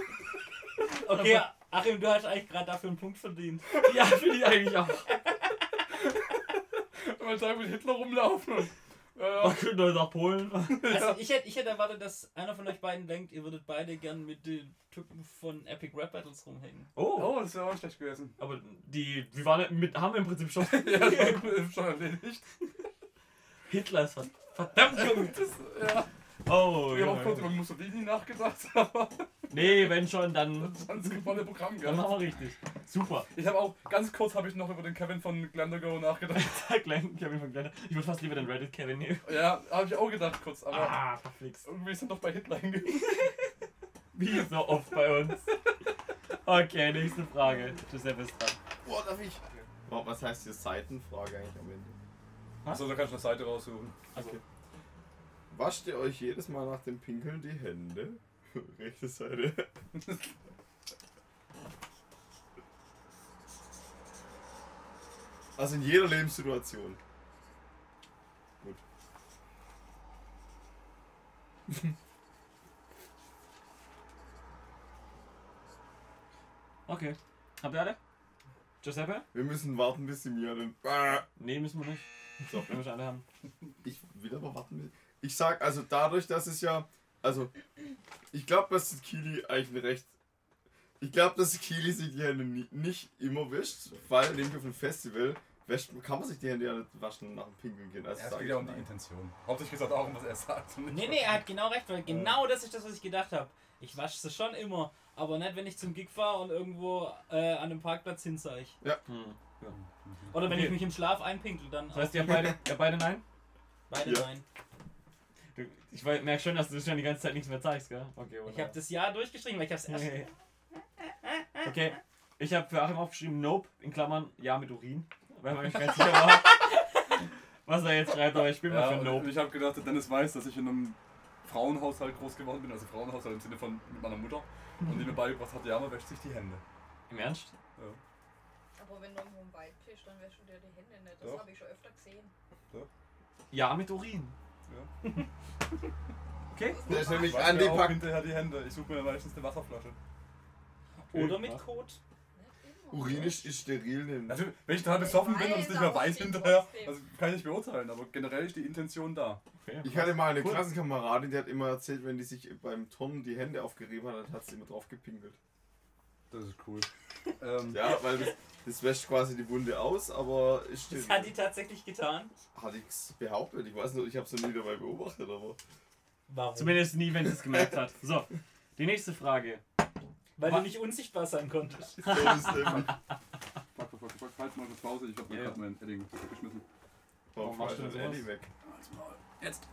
Speaker 6: Okay, Achim, du hast eigentlich gerade dafür einen Punkt verdient.
Speaker 5: Ja, finde ich eigentlich auch.
Speaker 4: Weil da mit Hitler rumlaufen und.
Speaker 5: Ach, schön, dass nach Polen.
Speaker 6: Also ich hätte, ich hätte erwartet, dass einer von euch beiden denkt, ihr würdet beide gern mit den Typen von Epic Rap Battles rumhängen.
Speaker 5: Oh,
Speaker 4: Oh, das wäre auch schlecht gewesen.
Speaker 5: aber die, wir waren mit, haben wir im Prinzip schon.
Speaker 4: [laughs]
Speaker 5: [laughs]
Speaker 4: ja, das ist schon erledigt.
Speaker 5: Hitler ist verd- verdammt, Junge!
Speaker 4: Das, ja.
Speaker 5: Oh,
Speaker 4: Ich habe auch kurz über
Speaker 5: Junge.
Speaker 4: Mussolini nachgedacht, [laughs] aber
Speaker 5: Nee, wenn schon, dann,
Speaker 4: das ganz gewolle Programm,
Speaker 5: dann
Speaker 4: gell?
Speaker 5: machen wir richtig.
Speaker 4: [laughs]
Speaker 5: Super.
Speaker 4: Ich habe auch, ganz kurz habe ich noch über den Kevin von Glendago nachgedacht.
Speaker 5: Da klein- Kevin von Glenn. Ich würde fast lieber den Reddit Kevin nehmen.
Speaker 4: Ja, habe ich auch gedacht kurz, aber
Speaker 5: Ah, verflixt.
Speaker 4: irgendwie ist er doch bei Hitler hingegangen.
Speaker 5: Wie so oft bei uns. Okay, nächste Frage. Giuseppe ist dran.
Speaker 1: Boah, darf ich? Boah, was heißt hier Seitenfrage eigentlich am Ende?
Speaker 4: Achso, da kannst du eine Seite raussuchen.
Speaker 5: Also,
Speaker 1: Wascht ihr euch jedes Mal nach dem Pinkeln die Hände? [laughs]
Speaker 4: [laughs]
Speaker 1: Rechte Seite. Also in jeder Lebenssituation. Gut.
Speaker 5: okay. Habt ihr alle? Giuseppe?
Speaker 1: Wir müssen warten, bis sie mir den.
Speaker 5: Nee, müssen wir nicht.
Speaker 1: So.
Speaker 5: Wenn wir schon alle haben.
Speaker 1: [laughs] Ich will aber warten. bis- Ich sag, also dadurch, dass es ja. Also, ich glaube, dass Kili eigentlich ein recht. Ich glaube, dass Kili sich die Hände nie, nicht immer wäscht, weil nämlich auf einem Festival wäscht, kann man sich die Hände ja nicht waschen nach dem Pinkeln gehen. Also,
Speaker 4: Ja, es
Speaker 1: sag
Speaker 4: geht
Speaker 1: ich
Speaker 4: ja um die
Speaker 1: nein.
Speaker 4: Intention. Hauptsächlich geht es auch um, was er sagt. und nicht-
Speaker 6: Nee, nee, er hat genau recht, weil genau das ist das, was ich gedacht habe. Ich wasche sie schon immer, aber nicht, wenn ich zum Gig fahre und irgendwo äh, an einem Parkplatz hinzeich.
Speaker 5: Hm.
Speaker 6: Oder wenn
Speaker 5: Okay.
Speaker 6: ich mich im Schlaf einpinkel, dann
Speaker 5: Das heißt, ihr habt beide, ihr habt beide nein?
Speaker 6: beide
Speaker 1: Ja.
Speaker 6: nein.
Speaker 5: Du, ich wei- merk schon, dass du schon die ganze Zeit nichts mehr zeigst, gell? Okay,
Speaker 6: Ich habe das Jahr durchgestrichen, weil ich hab's erst.
Speaker 5: Okay. okay. Ich habe für Achim aufgeschrieben, nope, in Klammern, ja mit Urin. Weil man nicht ganz sicher war,
Speaker 4: [laughs]
Speaker 5: was er jetzt schreibt, aber ich spiele mal
Speaker 4: Ja,
Speaker 5: für
Speaker 4: und
Speaker 5: nope.
Speaker 4: ich habe gedacht, der Dennis weiß, dass ich in einem Frauenhaushalt groß geworden bin, also Frauenhaushalt im Sinne von mit meiner Mutter. Und die mir beigebracht hat, ja, man wäscht sich die Hände.
Speaker 5: Im Ernst?
Speaker 4: Ja.
Speaker 3: Aber wenn du irgendwo im Wald bist, dann wäschst du dir die Hände nicht.
Speaker 4: Doch.
Speaker 3: Das habe ich schon öfter gesehen.
Speaker 5: Ja mit Urin. Okay.
Speaker 1: Der ist nämlich
Speaker 4: Ich wasche mir
Speaker 1: Andi
Speaker 4: auch
Speaker 1: packt.
Speaker 4: hinterher die Hände. Ich suche mir meistens eine Wasserflasche.
Speaker 6: Oder mit Kot.
Speaker 3: Nicht immer.
Speaker 1: Urinisch ist ist steril. ne? Nämlich.
Speaker 4: Also, wenn ich da besoffen bin und es
Speaker 3: Nein,
Speaker 4: nicht mehr
Speaker 3: aber
Speaker 4: weiß
Speaker 3: steht
Speaker 4: hinterher,
Speaker 3: trotzdem.
Speaker 4: also kann ich nicht beurteilen, aber generell ist die Intention da.
Speaker 1: Ich hatte mal eine
Speaker 5: Cool.
Speaker 1: Klassenkameradin, die hat immer erzählt, wenn die sich beim Turnen die Hände aufgerieben hat, dann hat sie immer drauf gepinkelt.
Speaker 4: Das ist [laughs] cool. ähm,
Speaker 1: Ja, weil das, das wäscht quasi die Wunde aus, aber ist
Speaker 6: Das
Speaker 1: steril.
Speaker 6: hat die tatsächlich getan.
Speaker 1: Hatte ich behauptet, ich weiß nicht, ich habe es noch nie dabei beobachtet, aber.
Speaker 6: Warum?
Speaker 5: Zumindest nie, wenn sie es gemerkt hat. So, die nächste Frage.
Speaker 6: weil
Speaker 5: Wa-
Speaker 6: du nicht unsichtbar sein
Speaker 5: [laughs]
Speaker 6: konntest.
Speaker 1: So ist es nämlich.
Speaker 4: Fuck, fuck, fuck, fuck, halt mal kurz Pause, ich hab mir
Speaker 5: Ja,
Speaker 4: gerade mein Edding geschmissen.
Speaker 1: Warum machst du
Speaker 5: denn
Speaker 1: das
Speaker 5: sowas?
Speaker 1: Handy weg?
Speaker 4: Jetzt!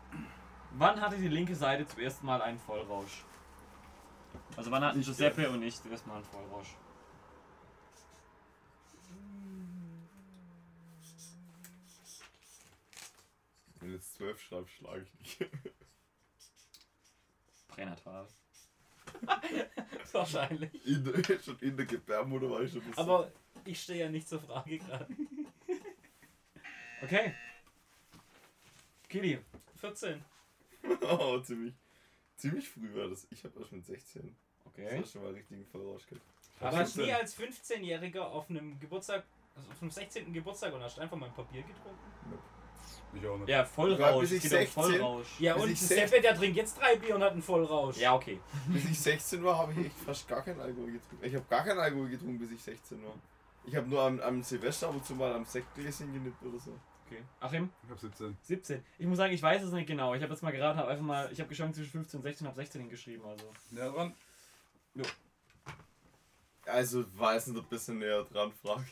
Speaker 5: Wann hatte die linke Seite zum ersten Mal einen Vollrausch? Also wann hatten Giuseppe und ich zum ersten Mal einen Vollrausch?
Speaker 1: Wenn du jetzt 12 schreibst, schlage ich dich.
Speaker 5: Brennert war. das.
Speaker 6: Wahrscheinlich.
Speaker 1: [laughs] In der, schon in der Gebärmutter war ich schon ein bisschen.
Speaker 6: Aber ich stehe ja nicht zur Frage gerade.
Speaker 5: Okay. Kili,
Speaker 6: 14.
Speaker 1: [laughs] oh, ziemlich, ziemlich früh war das. Ich habe erst mit 16. Das
Speaker 5: okay.
Speaker 1: war schon mal einen richtigen Vollrausch gehabt.
Speaker 6: Aber hast nie
Speaker 4: 15.
Speaker 6: als 15-Jähriger auf einem Geburtstag, also auf einem 16. Geburtstag und hast einfach mal ein Papier getrunken?
Speaker 4: Ich auch nicht.
Speaker 5: Ja,
Speaker 1: Warte,
Speaker 5: Vollrausch.
Speaker 1: bis
Speaker 5: Es
Speaker 1: ich
Speaker 5: geht um
Speaker 1: 16?
Speaker 5: Vollrausch.
Speaker 6: Ja,
Speaker 1: Also
Speaker 6: und
Speaker 1: ich seh-
Speaker 6: Seppet, der trinkt jetzt drei Bier und hat einen Vollrausch.
Speaker 5: Ja, okay.
Speaker 1: Bis ich 16 war, habe ich echt fast gar keinen Alkohol getrunken. Ich habe gar keinen Alkohol getrunken, bis ich 16 war. Ich habe nur am, am Silvester ab und zu mal am Sektgläschen genippt oder so.
Speaker 5: okay. Achim,
Speaker 4: Ich hab 17.
Speaker 5: 17. Ich muss sagen, ich weiß es nicht genau. Ich habe jetzt mal geraten, habe einfach mal, ich habe geschwankt zwischen 15 und 16, habe 16 hingeschrieben. Also.
Speaker 4: Näher dran.
Speaker 1: Also war es ein bisschen näher dran, Frage.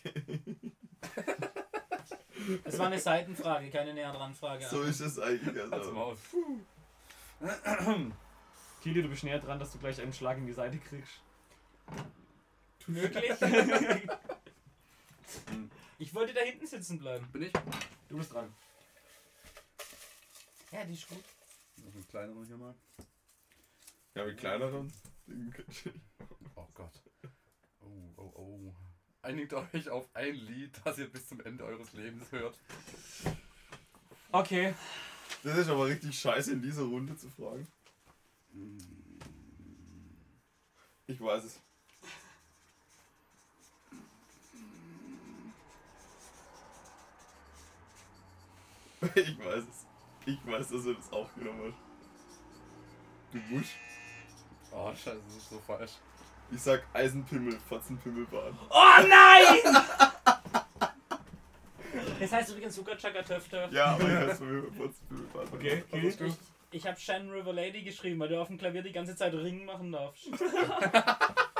Speaker 6: Es war eine Seitenfrage, keine näher dran Frage.
Speaker 1: So ist es eigentlich.
Speaker 4: Halt's mal
Speaker 1: Also.
Speaker 4: aus.
Speaker 5: Kili, du bist näher dran, dass du gleich einen Schlag in die Seite kriegst. [laughs]
Speaker 6: Möglich? ich wollte da hinten sitzen bleiben.
Speaker 4: Bin ich?
Speaker 5: Du bist dran.
Speaker 6: Ja, die ist gut.
Speaker 4: Noch einen kleineren hier mal.
Speaker 1: Ja, mit kleineren Dingen.
Speaker 4: Oh Gott. Oh. oh, oh. Einigt euch auf ein Lied, das ihr bis zum Ende eures Lebens hört.
Speaker 5: Okay.
Speaker 1: Das ist aber richtig scheiße, in dieser Runde zu fragen. Ich weiß es. [laughs] Ich weiß es. Ich weiß, dass er das aufgenommen hat. Du Busch.
Speaker 4: Oh, scheiße, das ist so falsch.
Speaker 1: Ich sag Eisenpimmel, Fotzenpimmelbahn.
Speaker 2: Oh nein! [laughs] Das heißt übrigens Sugar Chaka Töfte.
Speaker 1: Ja, aber ich heiße Pimmel, Fotzenpimmelbahn.
Speaker 5: Okay,
Speaker 2: Ich,
Speaker 5: okay.
Speaker 2: ich habe Shannon River Lady geschrieben, weil du auf dem Klavier die ganze Zeit Ringen machen darfst.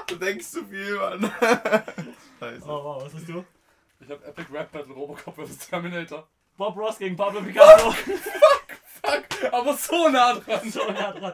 Speaker 1: Du denkst zu viel, Mann. [laughs] Scheiße.
Speaker 5: Oh, wow, was hast du?
Speaker 4: Ich habe Epic Rap Battle Robocop vs. Terminator.
Speaker 5: Bob Ross gegen Pablo Picasso.
Speaker 4: Fuck, aber so nah dran.
Speaker 5: [laughs] so
Speaker 4: [laughs]
Speaker 5: nah dran.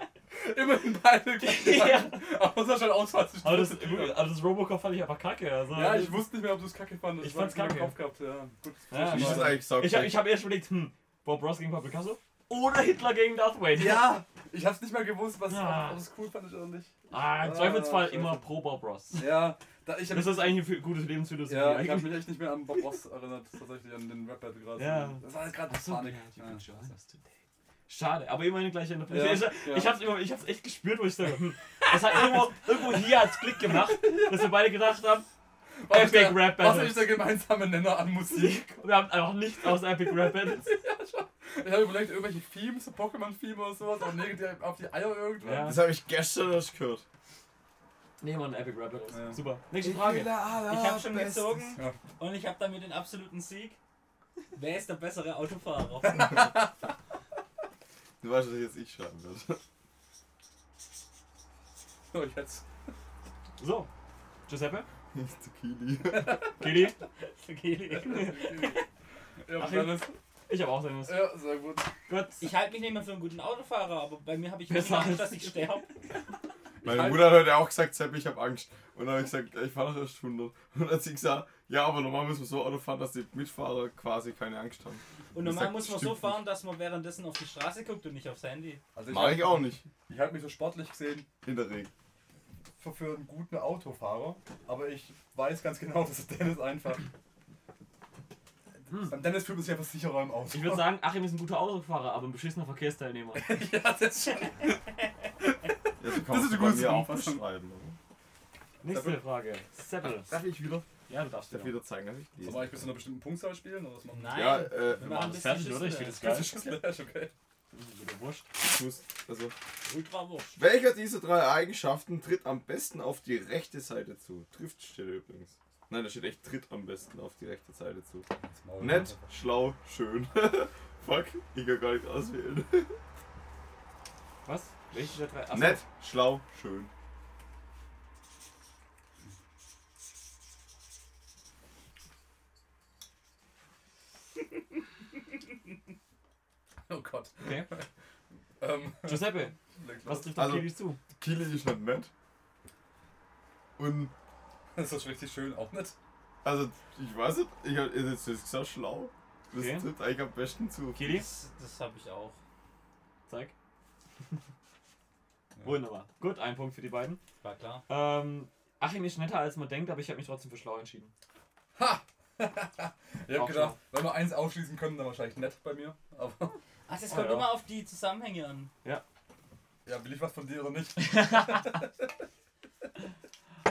Speaker 4: Immerhin beide gleich.
Speaker 5: Ja.
Speaker 4: Aber es war schon ausfallend.
Speaker 5: Aber das, aber das Robocop fand ich einfach kacke. Also,
Speaker 4: Ja, ich wusste nicht mehr, ob du es kacke fandest.
Speaker 5: Ich fand's
Speaker 4: war
Speaker 5: kacke.
Speaker 4: im Kopf gehabt, ja. Gut.
Speaker 5: Ja,
Speaker 1: Wie ist das
Speaker 5: aber-
Speaker 1: eigentlich
Speaker 5: ich, hab- ich habe erst überlegt, hm, Bob Ross gegen Pablo Picasso oder Hitler gegen Darth Vader.
Speaker 4: [laughs] Ja, ich hab's nicht mehr gewusst, was
Speaker 5: Ah.
Speaker 4: ob es cool fand ich oder nicht.
Speaker 5: Ah, im Zweifelsfall
Speaker 4: Ah, scheiße.
Speaker 5: immer pro Bob Ross.
Speaker 4: Ja, da, ich hab,
Speaker 5: Das ist eigentlich eine gute Lebensphilosophie.
Speaker 4: ja, ich hab
Speaker 5: eigentlich.
Speaker 4: mich echt nicht mehr an Bob Ross erinnert, tatsächlich an den Rap-Battle gerade.
Speaker 5: Ja.
Speaker 4: Das war halt gerade
Speaker 5: Ach so,
Speaker 4: Panik.
Speaker 5: ja, you
Speaker 4: Ja.
Speaker 5: can join us today. Schade, aber immerhin gleich in der
Speaker 4: Ja,
Speaker 5: ich,
Speaker 4: ja.
Speaker 5: ich, hab's immer, ich hab's echt gespürt, wo ich sage, hm, es hat irgendwo, irgendwo hier als Klick gemacht, dass wir beide gedacht haben,
Speaker 4: Was
Speaker 5: Epic
Speaker 4: ist der-
Speaker 5: Rap
Speaker 4: Was
Speaker 5: Battles.
Speaker 4: ist der gemeinsame Nenner an Musik?
Speaker 5: wir haben einfach nichts aus Epic Rap Battles.
Speaker 4: Ich habe überlegt, irgendwelche Themes, so Pokémon-Theme oder sowas, aber nee, die auf die Eier irgendwann.
Speaker 5: Ja.
Speaker 1: Das habe ich gestern erst gehört.
Speaker 5: Nee, man, Epic Rap Battles.
Speaker 4: Ja.
Speaker 5: Super. Nächste Frage.
Speaker 2: Ich habe schon gezogen
Speaker 4: Ja.
Speaker 2: und ich habe damit den absoluten Sieg. Wer ist der bessere Autofahrer? [laughs]
Speaker 1: Du weißt, dass ich jetzt ich schreiben werde.
Speaker 4: So, jetzt.
Speaker 5: So, Giuseppe,
Speaker 1: Nicht Zucchini.
Speaker 5: Kili,
Speaker 4: Ja,
Speaker 5: Ach,
Speaker 4: dann ist,
Speaker 5: ich habe auch sein müssen.
Speaker 4: ja, sehr gut.
Speaker 5: Gut.
Speaker 2: Ich halte mich nicht mehr für einen guten Autofahrer, aber bei mir habe ich
Speaker 5: Besser
Speaker 2: immer Angst, dass
Speaker 5: als-
Speaker 2: ich sterbe.
Speaker 1: Meine Mutter hat heute auch gesagt, Sepp, ich habe Angst. Und dann habe ich gesagt, ich fahre doch erst 100. Und dann hat sie gesagt, ja, aber normal müssen wir so Auto fahren, dass die Mitfahrer quasi keine Angst haben.
Speaker 2: Und
Speaker 1: Ich
Speaker 2: normal
Speaker 1: sag,
Speaker 2: muss man so
Speaker 1: stimmt
Speaker 2: fahren, dass man währenddessen auf die Straße guckt und nicht aufs Handy.
Speaker 4: Also
Speaker 1: Mach ich auch nicht.
Speaker 4: Ich halte mich so sportlich gesehen
Speaker 1: In der Regel.
Speaker 4: für, für einen guten Autofahrer, aber ich weiß ganz genau, [laughs] dass Dennis einfach.
Speaker 5: Hm.
Speaker 4: Beim Dennis fühlt man sich einfach sicherer im Auto.
Speaker 5: Ich würde sagen, Achim ist ein guter Autofahrer, aber ein beschissener Verkehrsteilnehmer.
Speaker 4: ja, das ist schon.
Speaker 1: Ja, so
Speaker 4: Das
Speaker 1: kann man
Speaker 4: ist eine
Speaker 1: es bei
Speaker 4: gute
Speaker 1: mir auch
Speaker 4: Zusammenfassung.
Speaker 1: beschreiben.
Speaker 5: Nächste Frage. Seppel.
Speaker 1: oder? Darf ich wieder?
Speaker 5: Ja, du darfst
Speaker 1: Darf ich
Speaker 5: wieder.
Speaker 1: wieder zeigen, dass ich
Speaker 4: Soll
Speaker 1: lese?
Speaker 4: man eigentlich bis zu einer bestimmten Punktzahl spielen? Oder was machen
Speaker 2: Oh, Nein.
Speaker 1: Ja, äh,
Speaker 2: wir
Speaker 5: Machen
Speaker 2: machen
Speaker 5: das
Speaker 2: bis
Speaker 5: fertig, oder? Ich finde das
Speaker 4: wir?
Speaker 5: geil.
Speaker 4: Das ist Schlecht, okay.
Speaker 5: Wieder Wurscht.
Speaker 1: ich muss. Also,
Speaker 2: Ultra wurscht.
Speaker 1: welcher dieser drei Eigenschaften tritt am besten auf die rechte Seite zu? Trifft steht da übrigens. Nein, da steht echt tritt am besten auf die rechte Seite zu. Nett, schlau, schön. [laughs] Fuck, ich kann gar nicht auswählen.
Speaker 5: Was? Welche der drei? Achso.
Speaker 1: Nett, schlau, schön.
Speaker 4: Oh Gott.
Speaker 5: Okay.
Speaker 4: Ähm,
Speaker 5: Giuseppe,
Speaker 4: leg
Speaker 5: was
Speaker 4: los.
Speaker 5: trifft auf
Speaker 1: Also-
Speaker 5: Kili zu?
Speaker 1: Kili ist nicht nett. Und,
Speaker 4: Das ist richtig schön, auch nicht.
Speaker 1: also, ich weiß nicht, ich hab jetzt ist das gesagt, schlau. Das
Speaker 5: Okay.
Speaker 1: tritt eigentlich am besten zu.
Speaker 5: Kili,
Speaker 2: Das, das habe ich auch.
Speaker 5: zeig. Wunderbar. Gut, ein Punkt für die beiden.
Speaker 2: War klar.
Speaker 5: Ähm, Achim ist netter als man denkt, aber ich habe mich trotzdem für schlau entschieden.
Speaker 4: Ich
Speaker 5: Auch
Speaker 4: hab gedacht, wenn wir eins ausschließen können, dann wahrscheinlich nett bei mir. Aber
Speaker 1: Ah,
Speaker 2: Ach, das
Speaker 5: Oh,
Speaker 2: kommt
Speaker 5: ja.
Speaker 2: immer auf die Zusammenhänge an.
Speaker 4: ja, will ich was von dir oder nicht?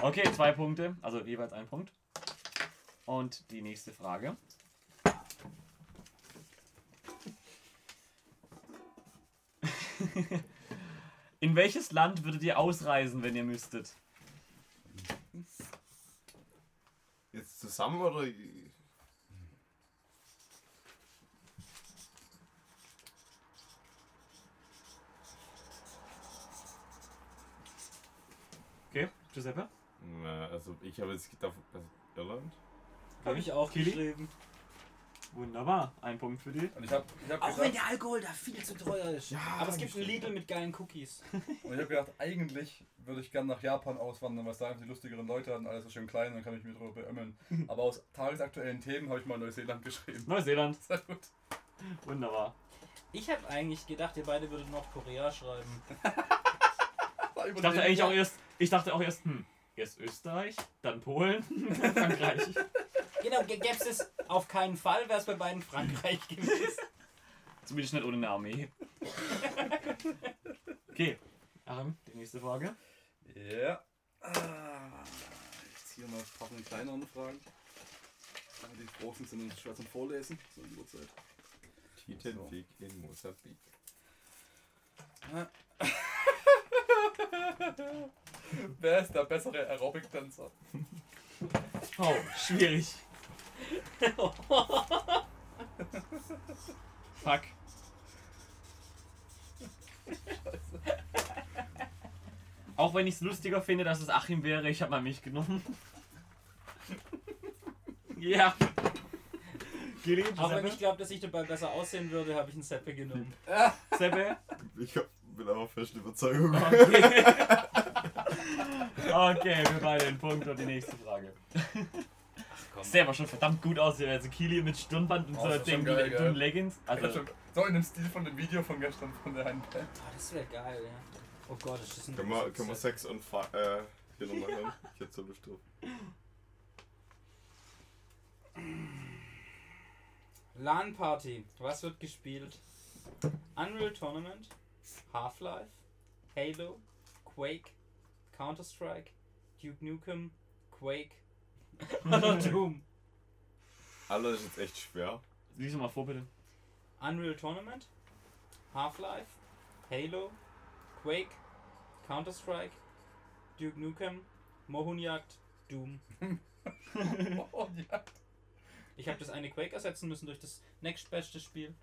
Speaker 5: Okay, zwei Punkte, also jeweils ein Punkt. Und die nächste Frage. [laughs] In welches Land würdet ihr ausreisen, wenn ihr müsstet?
Speaker 1: Jetzt zusammen oder?
Speaker 5: Okay, Giuseppe?
Speaker 1: Na, also ich habe jetzt gedacht, also Irland.
Speaker 2: Habe ich auch
Speaker 5: Kili?
Speaker 2: geschrieben.
Speaker 5: Wunderbar, ein Punkt für die.
Speaker 4: Und ich hab, ich hab
Speaker 2: Auch wenn
Speaker 4: gedacht,
Speaker 2: der Alkohol da viel zu teuer ist.
Speaker 1: Ja,
Speaker 2: Aber es gibt
Speaker 1: das
Speaker 2: einen Lidl mit geilen Cookies.
Speaker 4: und ich hab gedacht eigentlich würde ich gern nach Japan auswandern, weil es da einfach die lustigeren Leute hatten, alles so schön klein, dann kann ich mich drüber [laughs] beömmeln. Aber aus tagesaktuellen Themen habe ich mal Neuseeland geschrieben. [laughs]
Speaker 5: Neuseeland,
Speaker 4: Sehr gut.
Speaker 5: wunderbar.
Speaker 2: Ich habe eigentlich gedacht, ihr beide würdet noch Korea schreiben.
Speaker 5: Ich dachte eigentlich auch erst, ich dachte auch erst, hm, Erst Österreich, dann Polen, [laughs] dann Frankreich.
Speaker 6: Genau, gäbe es auf keinen Fall, wäre es bei beiden Frankreich gewesen.
Speaker 5: Zumindest nicht ohne eine Armee. Okay. Aram, die nächste Frage.
Speaker 4: Ja. Ah, Jetzt hier mal ein paar von kleineren Fragen. Ah, Die großen sind uns schwer zum Vorlesen. So eine Uhrzeit.
Speaker 1: Titanweg in Mosambik.
Speaker 4: [laughs] Wer ist der bessere Aerobic-Tänzer?
Speaker 5: Oh, schwierig. Fuck. Auch wenn ich es lustiger finde, dass es Achim wäre, ich habe mal mich genommen. ja. Gerät,
Speaker 6: Aber wenn
Speaker 5: Sebbe.
Speaker 6: ich glaube, dass ich dabei besser aussehen würde, habe ich einen Seppe genommen.
Speaker 5: Sebbe.
Speaker 1: Ich hab, bin aber fest Überzeugung.
Speaker 6: [laughs]
Speaker 5: Okay. okay, wir beide den Punkt und die nächste Frage.
Speaker 4: komm.
Speaker 5: Sieht aber schon verdammt gut aus, hier. also Kili mit Stirnband und
Speaker 4: Oh,
Speaker 5: so
Speaker 4: ist das schon
Speaker 5: den
Speaker 4: geil, gell?
Speaker 5: dünnen Leggings. Also,
Speaker 4: So in dem Stil von dem Video von gestern von der Handband.
Speaker 6: Ah, das wäre geil, ja. Oh Gott, ist das ein
Speaker 1: Können wir, können wir Sex und Fa äh, hier nochmal hören? Ich hätte so Lust drauf.
Speaker 6: LAN-Party. Was wird gespielt? Unreal Tournament, Half-Life, Halo, Quake, Counter-Strike, Duke Nukem, Quake [laughs] oder Doom.
Speaker 1: Alter, das ist jetzt echt schwer.
Speaker 5: lies mal vor, bitte.
Speaker 6: Unreal Tournament, Half-Life, Halo, Quake, Counter-Strike, Duke Nukem, Mohunjagd, Doom.
Speaker 4: Oh ja.
Speaker 6: Ich habe das eine Quake ersetzen müssen durch das nächstbeste Spiel.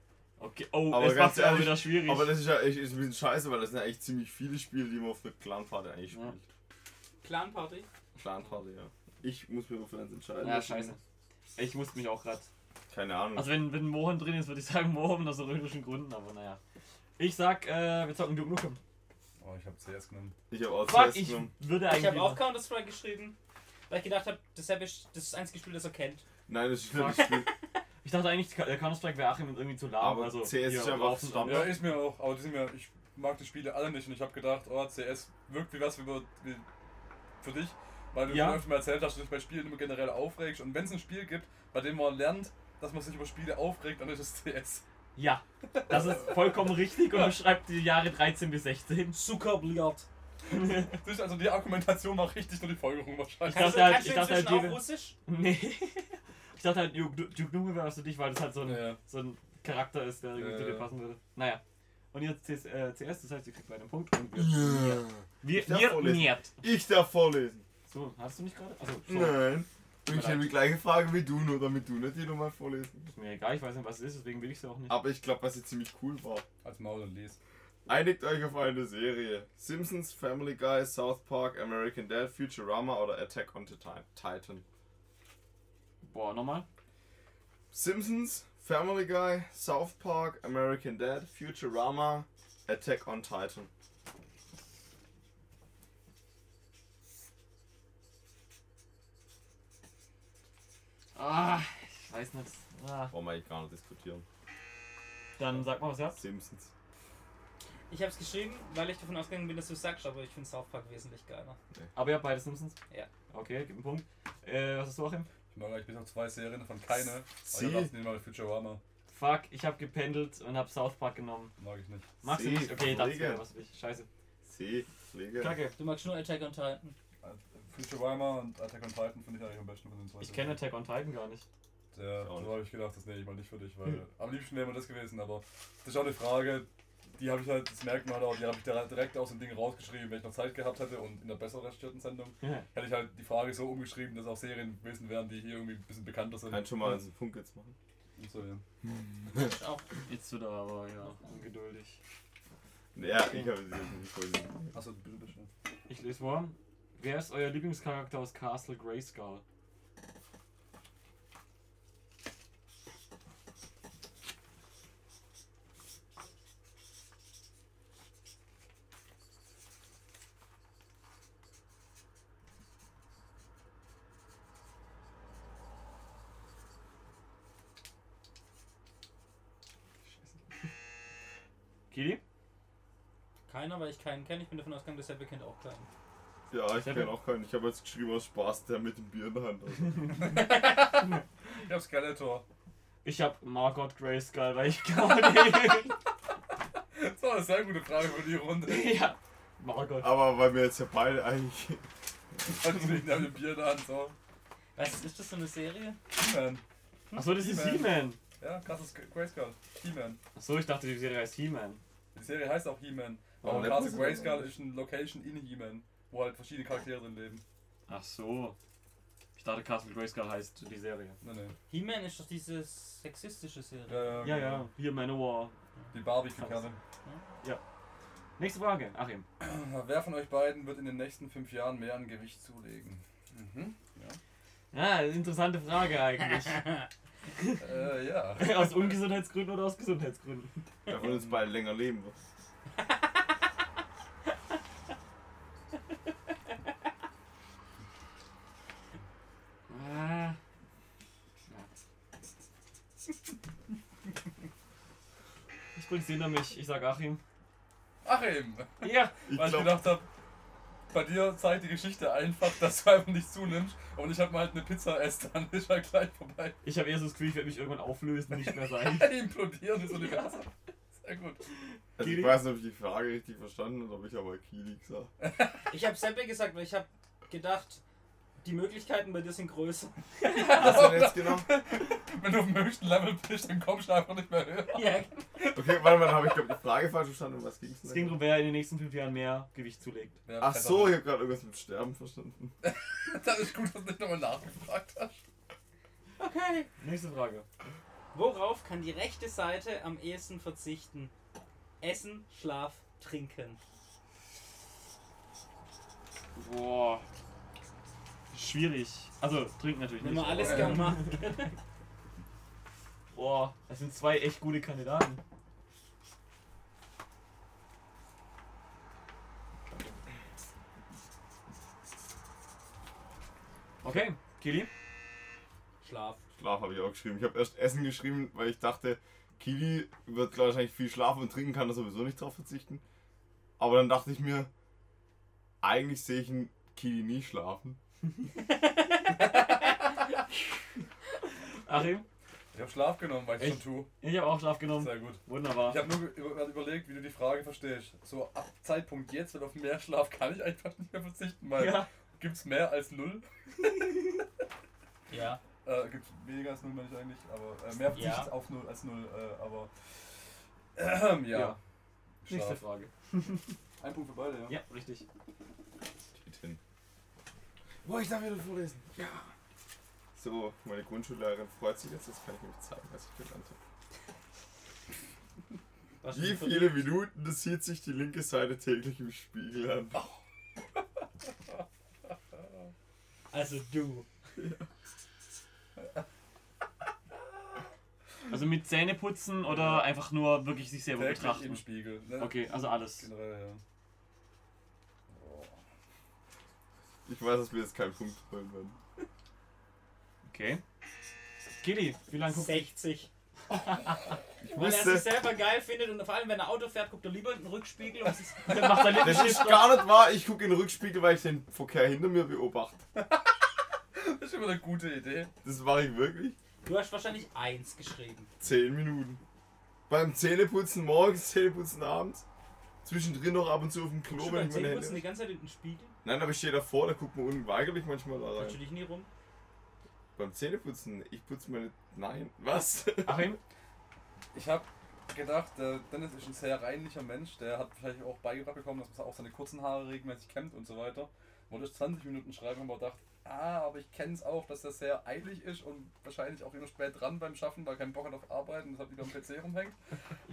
Speaker 5: Okay, oh,
Speaker 1: Aber
Speaker 5: es
Speaker 1: ganz
Speaker 5: macht ja auch
Speaker 1: ehrlich,
Speaker 5: wieder schwierig.
Speaker 1: Aber das ist ja echt ist ein bisschen scheiße, weil das sind ja echt ziemlich viele Spiele, die man auf der Clanparty eigentlich
Speaker 5: Ja.
Speaker 1: spielt.
Speaker 6: Clan-Party.
Speaker 1: Clanparty, ja. Ich muss mir für eins entscheiden.
Speaker 5: ja, scheiße. Ich wusste mich auch grad.
Speaker 1: Keine Ahnung.
Speaker 5: Also, wenn, wenn Mohan drin ist, würde ich sagen Mohan aus römischen Gründen, aber naja. Ich sag, äh, wir zocken Duke Nukem.
Speaker 4: Oh, ich hab CS genommen.
Speaker 1: ich habe auch
Speaker 5: Fuck,
Speaker 1: CS
Speaker 5: ich
Speaker 1: genommen.
Speaker 5: würde
Speaker 6: Ich
Speaker 5: eigentlich.
Speaker 6: habe auch Counter-Strike geschrieben, weil ich gedacht habe, das, hab ich- das ist das einzige Spiel, das er kennt.
Speaker 1: Nein, das ist
Speaker 5: Fuck.
Speaker 1: nicht das
Speaker 5: [laughs]
Speaker 1: Spiel.
Speaker 5: ich dachte eigentlich, Ka- äh, Counter-Strike wäre Achim irgendwie zu lahm.
Speaker 1: Aber
Speaker 5: also,
Speaker 1: CS ist
Speaker 5: hier
Speaker 1: ja was
Speaker 5: laufen-
Speaker 1: Standard.
Speaker 4: Ja, ist mir auch, aber die sind mir, ich mag die Spiele alle nicht und ich habe gedacht, oh, CS wirkt wie was wie, wie für dich, weil du
Speaker 5: Ja.
Speaker 4: schon öfter mal erzählt hast, dass du dich bei Spielen immer generell aufregst und wenn es ein Spiel gibt, bei dem man lernt, dass man sich über Spiele aufregt, dann ist es CS.
Speaker 5: Ja, das ist vollkommen richtig und beschreibt die Jahre 13 bis 16.
Speaker 6: Zuckerbliat.
Speaker 4: Das ist also die Argumentation war richtig, nur die Folgerung wahrscheinlich.
Speaker 5: Ich
Speaker 6: Kannst
Speaker 5: dachte
Speaker 6: du,
Speaker 5: halt-
Speaker 6: kannst
Speaker 5: ich
Speaker 6: du
Speaker 5: dachte halt,
Speaker 6: inzwischen auch
Speaker 5: jede-
Speaker 6: Russisch?
Speaker 5: [laughs] Nee. Ich dachte halt, Duke Duke Nukem wäre was für dich, weil das halt so ein,
Speaker 4: Ja.
Speaker 5: so ein Charakter ist, der irgendwie zu dir
Speaker 4: Ja.
Speaker 5: passen würde. Naja. Und jetzt CS, äh, CS, das heißt, ihr kriegt beide einen Punkt. Und wir,
Speaker 1: Yeah.
Speaker 5: wir,
Speaker 1: Ich darf
Speaker 5: wir
Speaker 1: vorlesen.
Speaker 5: nähert.
Speaker 1: Ich darf vorlesen.
Speaker 5: So, hast du mich gerade? Also, so.
Speaker 1: Nein. Und ich
Speaker 5: Tut mir
Speaker 1: habe
Speaker 5: leid.
Speaker 1: die gleiche Frage wie du, nur damit du nicht die nochmal vorlesen.
Speaker 5: Ist mir egal, ich weiß nicht, was es ist, deswegen will ich es ja auch nicht.
Speaker 1: Aber ich glaube, was hier ziemlich cool war.
Speaker 4: Als Maul und Les.
Speaker 1: Einigt euch auf eine Serie. Simpsons, Family Guy, South Park, American Dad, Futurama oder Attack on Titan- Titan.
Speaker 5: Boah, nochmal.
Speaker 1: Simpsons, Family Guy, South Park, American Dad, Futurama, Attack on Titan.
Speaker 5: Ah, ich weiß nicht. Ah.
Speaker 1: Brauchen wir eigentlich gar nicht diskutieren.
Speaker 5: Dann sag mal, was ihr habt.
Speaker 1: Simpsons.
Speaker 6: Ich habe es geschrieben, weil ich davon ausgegangen bin, dass du es sagst, aber ich finde South Park wesentlich geiler.
Speaker 5: Aber ihr habt beide Simpsons?
Speaker 6: Ja.
Speaker 5: Okay, gib einen Punkt. Äh, was hast du, Achim?
Speaker 4: Ich mag eigentlich bis auf zwei Serien von keine. Aber ich
Speaker 1: Sie.
Speaker 4: hab gedacht, nehmen wir mal Futurama.
Speaker 5: Fuck, ich hab gependelt und hab South Park genommen.
Speaker 4: Mag ich nicht.
Speaker 5: Magst du
Speaker 1: Sie,
Speaker 5: nicht? Okay, das
Speaker 1: Kollege.
Speaker 5: ist was für dich. Scheiße.
Speaker 1: C. Pflege.
Speaker 5: Kacke.
Speaker 6: Du magst nur Attack on Titan.
Speaker 4: Futurama und Attack on Titan finde ich eigentlich am besten von den zwei.
Speaker 5: Ich kenne Attack on Titan gar [laughs] nicht.
Speaker 4: Ja,
Speaker 1: Auch
Speaker 4: so
Speaker 1: nicht.
Speaker 4: habe ich gedacht, das nehme ich mal nicht für dich, weil am liebsten wäre mir das gewesen, aber das ist auch eine Frage, die habe ich halt, das merkt man halt auch, die habe ich da direkt aus dem Ding rausgeschrieben, wenn ich noch Zeit gehabt hätte und in der besser recherchierten Sendung, hätte ich halt die Frage so umgeschrieben, dass auch Serien gewesen wären, die hier irgendwie ein bisschen bekannter sind.
Speaker 1: Kann Halt schon mal einen Punkt jetzt machen.
Speaker 4: Und so, ja.
Speaker 6: Ist auch
Speaker 5: Jetzt wird er aber, ja, ungeduldig.
Speaker 1: Ja, ich habe sie jetzt nicht vorlesen.
Speaker 4: Achso, du bist schon.
Speaker 5: Ich lese vor. Wer ist euer Lieblingscharakter aus Castle Grayskull? Kili?
Speaker 6: keiner, weil ich keinen kenne. Ich bin davon ausgegangen, dass er bekannt auch keinen.
Speaker 1: Ja, ich
Speaker 5: Seppel?
Speaker 1: kenne auch keinen. Ich habe jetzt geschrieben aus Spaß, der mit dem Bier in der Hand. Also.
Speaker 4: Ich hab Skeletor.
Speaker 5: Ich hab Margot Grayskull, weil ich [laughs] gerade.
Speaker 4: Das war eine sehr gute Frage für die Runde.
Speaker 5: [laughs] ja. Margot.
Speaker 1: Aber weil wir jetzt ja beide eigentlich.
Speaker 4: Also nicht nach dem Bier in der Hand, so.
Speaker 6: Was ist das für eine Serie?
Speaker 4: He-Man.
Speaker 5: Achso, das ist
Speaker 4: He-Man.
Speaker 5: He-Man.
Speaker 4: Ja, krasses Grayskull. He-Man.
Speaker 5: Achso, ich dachte, die Serie heißt He-Man.
Speaker 4: Die Serie heißt auch He-Man.
Speaker 1: Warum
Speaker 4: Aber
Speaker 1: nennt man
Speaker 4: krasse
Speaker 1: sie
Speaker 4: Grayskull
Speaker 1: so?
Speaker 4: ist eine Location in He-Man, wo halt verschiedene Charaktere drin leben.
Speaker 5: Ach so. Ich dachte, Castle Grayskull heißt die Serie.
Speaker 4: Nein, nein.
Speaker 6: He-Man ist doch diese sexistische
Speaker 4: Ja,
Speaker 6: Serie.
Speaker 5: Ja, ja. Hier Manowar.
Speaker 4: Die Barbecue-Karte.
Speaker 5: Nächste Frage. Achim.
Speaker 4: [clears throat] Wer von euch beiden wird in den nächsten fünf Jahren mehr an Gewicht zulegen? Mhm.
Speaker 5: Ja, interessante Frage eigentlich. [laughs]
Speaker 4: äh, ja.
Speaker 5: aus Ungesundheitsgründen oder aus Gesundheitsgründen?
Speaker 1: Der von uns beide länger leben wird.
Speaker 5: Ah. Ich bring's hinter mich. Ich sag Achim.
Speaker 4: Achim!
Speaker 5: Ja.
Speaker 1: Ich
Speaker 4: Weil ich
Speaker 1: glaub-
Speaker 4: gedacht habe, bei dir zeigt die Geschichte einfach, dass du einfach nicht zunimmst. Und ich hab mal halt eine Pizza esse, dann ist halt gleich vorbei.
Speaker 5: Ich habe eher so das Gefühl, ich werde mich irgendwann auflösen, nicht
Speaker 4: [laughs]
Speaker 5: mehr sein.
Speaker 4: Implodieren ist Universum. Sehr [laughs] gut.
Speaker 1: Also ich
Speaker 5: Kili?
Speaker 1: weiß nicht, ob ich die Frage richtig verstanden habe, ich aber Kili
Speaker 5: [laughs]
Speaker 1: gesagt.
Speaker 6: [laughs] Ich habe Seppel gesagt, weil ich habe gedacht, die Möglichkeiten bei dir sind größer.
Speaker 1: Was hast du denn jetzt genau? genommen?
Speaker 4: Wenn du auf dem höchsten Level bist, dann kommst du einfach nicht mehr höher.
Speaker 6: Ja,
Speaker 1: Okay, warte mal, habe ich glaube die Frage falsch verstanden. Um was ging's
Speaker 5: Es
Speaker 1: denn?
Speaker 5: ging darum, wer in den nächsten fünf Jahren mehr Gewicht zulegt.
Speaker 4: Ja,
Speaker 1: Ach so, ich habe gerade irgendwas mit Sterben verstanden.
Speaker 4: Das ist gut, dass du nicht nochmal nachgefragt hast.
Speaker 6: [laughs] okay.
Speaker 5: Nächste Frage.
Speaker 6: Worauf kann die rechte Seite am ehesten verzichten? Essen, Schlaf, Trinken.
Speaker 5: Boah. Schwierig. Also, trinken natürlich
Speaker 6: Wenn
Speaker 5: nicht.
Speaker 6: man alles
Speaker 5: aber-
Speaker 6: gern macht.
Speaker 5: Boah, das sind zwei echt gute Kandidaten. Okay, Kili.
Speaker 6: Schlaf.
Speaker 1: Schlaf habe ich auch geschrieben. Ich habe erst Essen geschrieben, weil ich dachte, Kili wird glaub ich, wahrscheinlich viel schlafen und trinken, kann er sowieso nicht drauf verzichten. Aber dann dachte ich mir, eigentlich sehe ich einen Kili nie schlafen.
Speaker 5: Achim.
Speaker 4: Ich habe Schlaf genommen, weil ich
Speaker 5: Echt?
Speaker 4: schon tue.
Speaker 5: Ich habe auch Schlaf genommen.
Speaker 4: Sehr gut.
Speaker 5: Wunderbar.
Speaker 4: Ich habe nur ge- über- überlegt, wie du die Frage verstehst. So ab Zeitpunkt jetzt, weil auf mehr Schlaf kann ich einfach nicht mehr verzichten, weil
Speaker 5: Ja.
Speaker 4: gibt's mehr als null.
Speaker 6: Ja.
Speaker 4: Äh, gibt's weniger als null, meine ich eigentlich, aber äh, mehr Verzicht
Speaker 6: Ja.
Speaker 4: auf null als null, äh, aber ähm, ja.
Speaker 5: Ja. Nächste
Speaker 4: Schlaf.
Speaker 5: Frage.
Speaker 4: Ein Punkt für beide, ja.
Speaker 5: Ja, richtig.
Speaker 1: Geht hin. Boah, ich darf wieder vorlesen. Ja. So, meine Grundschullehrerin freut sich jetzt, jetzt kann ich nämlich zeigen, was ich gelernt habe.
Speaker 6: Was
Speaker 1: Wie viele Minuten das sieht sich die linke Seite täglich im Spiegel an?
Speaker 6: Also du.
Speaker 5: Also mit Zähne putzen oder einfach nur wirklich sich selber
Speaker 4: Täglich im
Speaker 5: betrachten?
Speaker 4: Spiegel. Ne?
Speaker 5: Okay, also alles.
Speaker 4: Generell, ja. Boah.
Speaker 1: Ich weiß, dass wir jetzt keinen Punkt holen werden.
Speaker 5: Okay. Kili, wie lange guckst du?
Speaker 6: 60.
Speaker 1: Ich
Speaker 6: Weil er sich
Speaker 1: wusste,
Speaker 6: selber geil findet und vor allem, wenn er Auto fährt, guckt er lieber in den Rückspiegel und sich
Speaker 5: [laughs] Dann macht er
Speaker 1: das ist gar nicht wahr. Ich gucke in den Rückspiegel, weil ich den Verkehr hinter mir beobachte.
Speaker 4: Das ist immer eine gute Idee.
Speaker 1: Das mache ich wirklich.
Speaker 6: Du hast wahrscheinlich eins geschrieben.
Speaker 1: Zehn Minuten. Beim Zähneputzen morgens, Zähneputzen abends. Zwischendrin noch ab und zu auf dem Klo,
Speaker 6: Guckst du
Speaker 1: wenn
Speaker 6: beim
Speaker 1: ich meine
Speaker 6: Zähneputzen die
Speaker 1: Hände...
Speaker 6: ganze Zeit in den Spiegel?
Speaker 1: Nein, aber ich stehe davor, da guckt man unweigerlich manchmal da
Speaker 6: Kannst
Speaker 1: rein.
Speaker 6: du dich nie rum?
Speaker 1: Beim Zähneputzen, ich putze meine... Nein,
Speaker 6: [laughs]
Speaker 1: was?
Speaker 5: Achim?
Speaker 4: Ich habe gedacht, der Dennis ist ein sehr reinlicher Mensch, der hat wahrscheinlich auch beigebracht bekommen, dass man auch seine kurzen Haare regelmäßig kämmt und so weiter. Wollte ich 20 Minuten schreiben, aber dachte, ah, aber ich kenne es auch, dass der sehr eilig ist und wahrscheinlich auch immer spät dran beim Schaffen, weil er keinen Bock hat auf Arbeiten, deshalb lieber am PC rumhängt.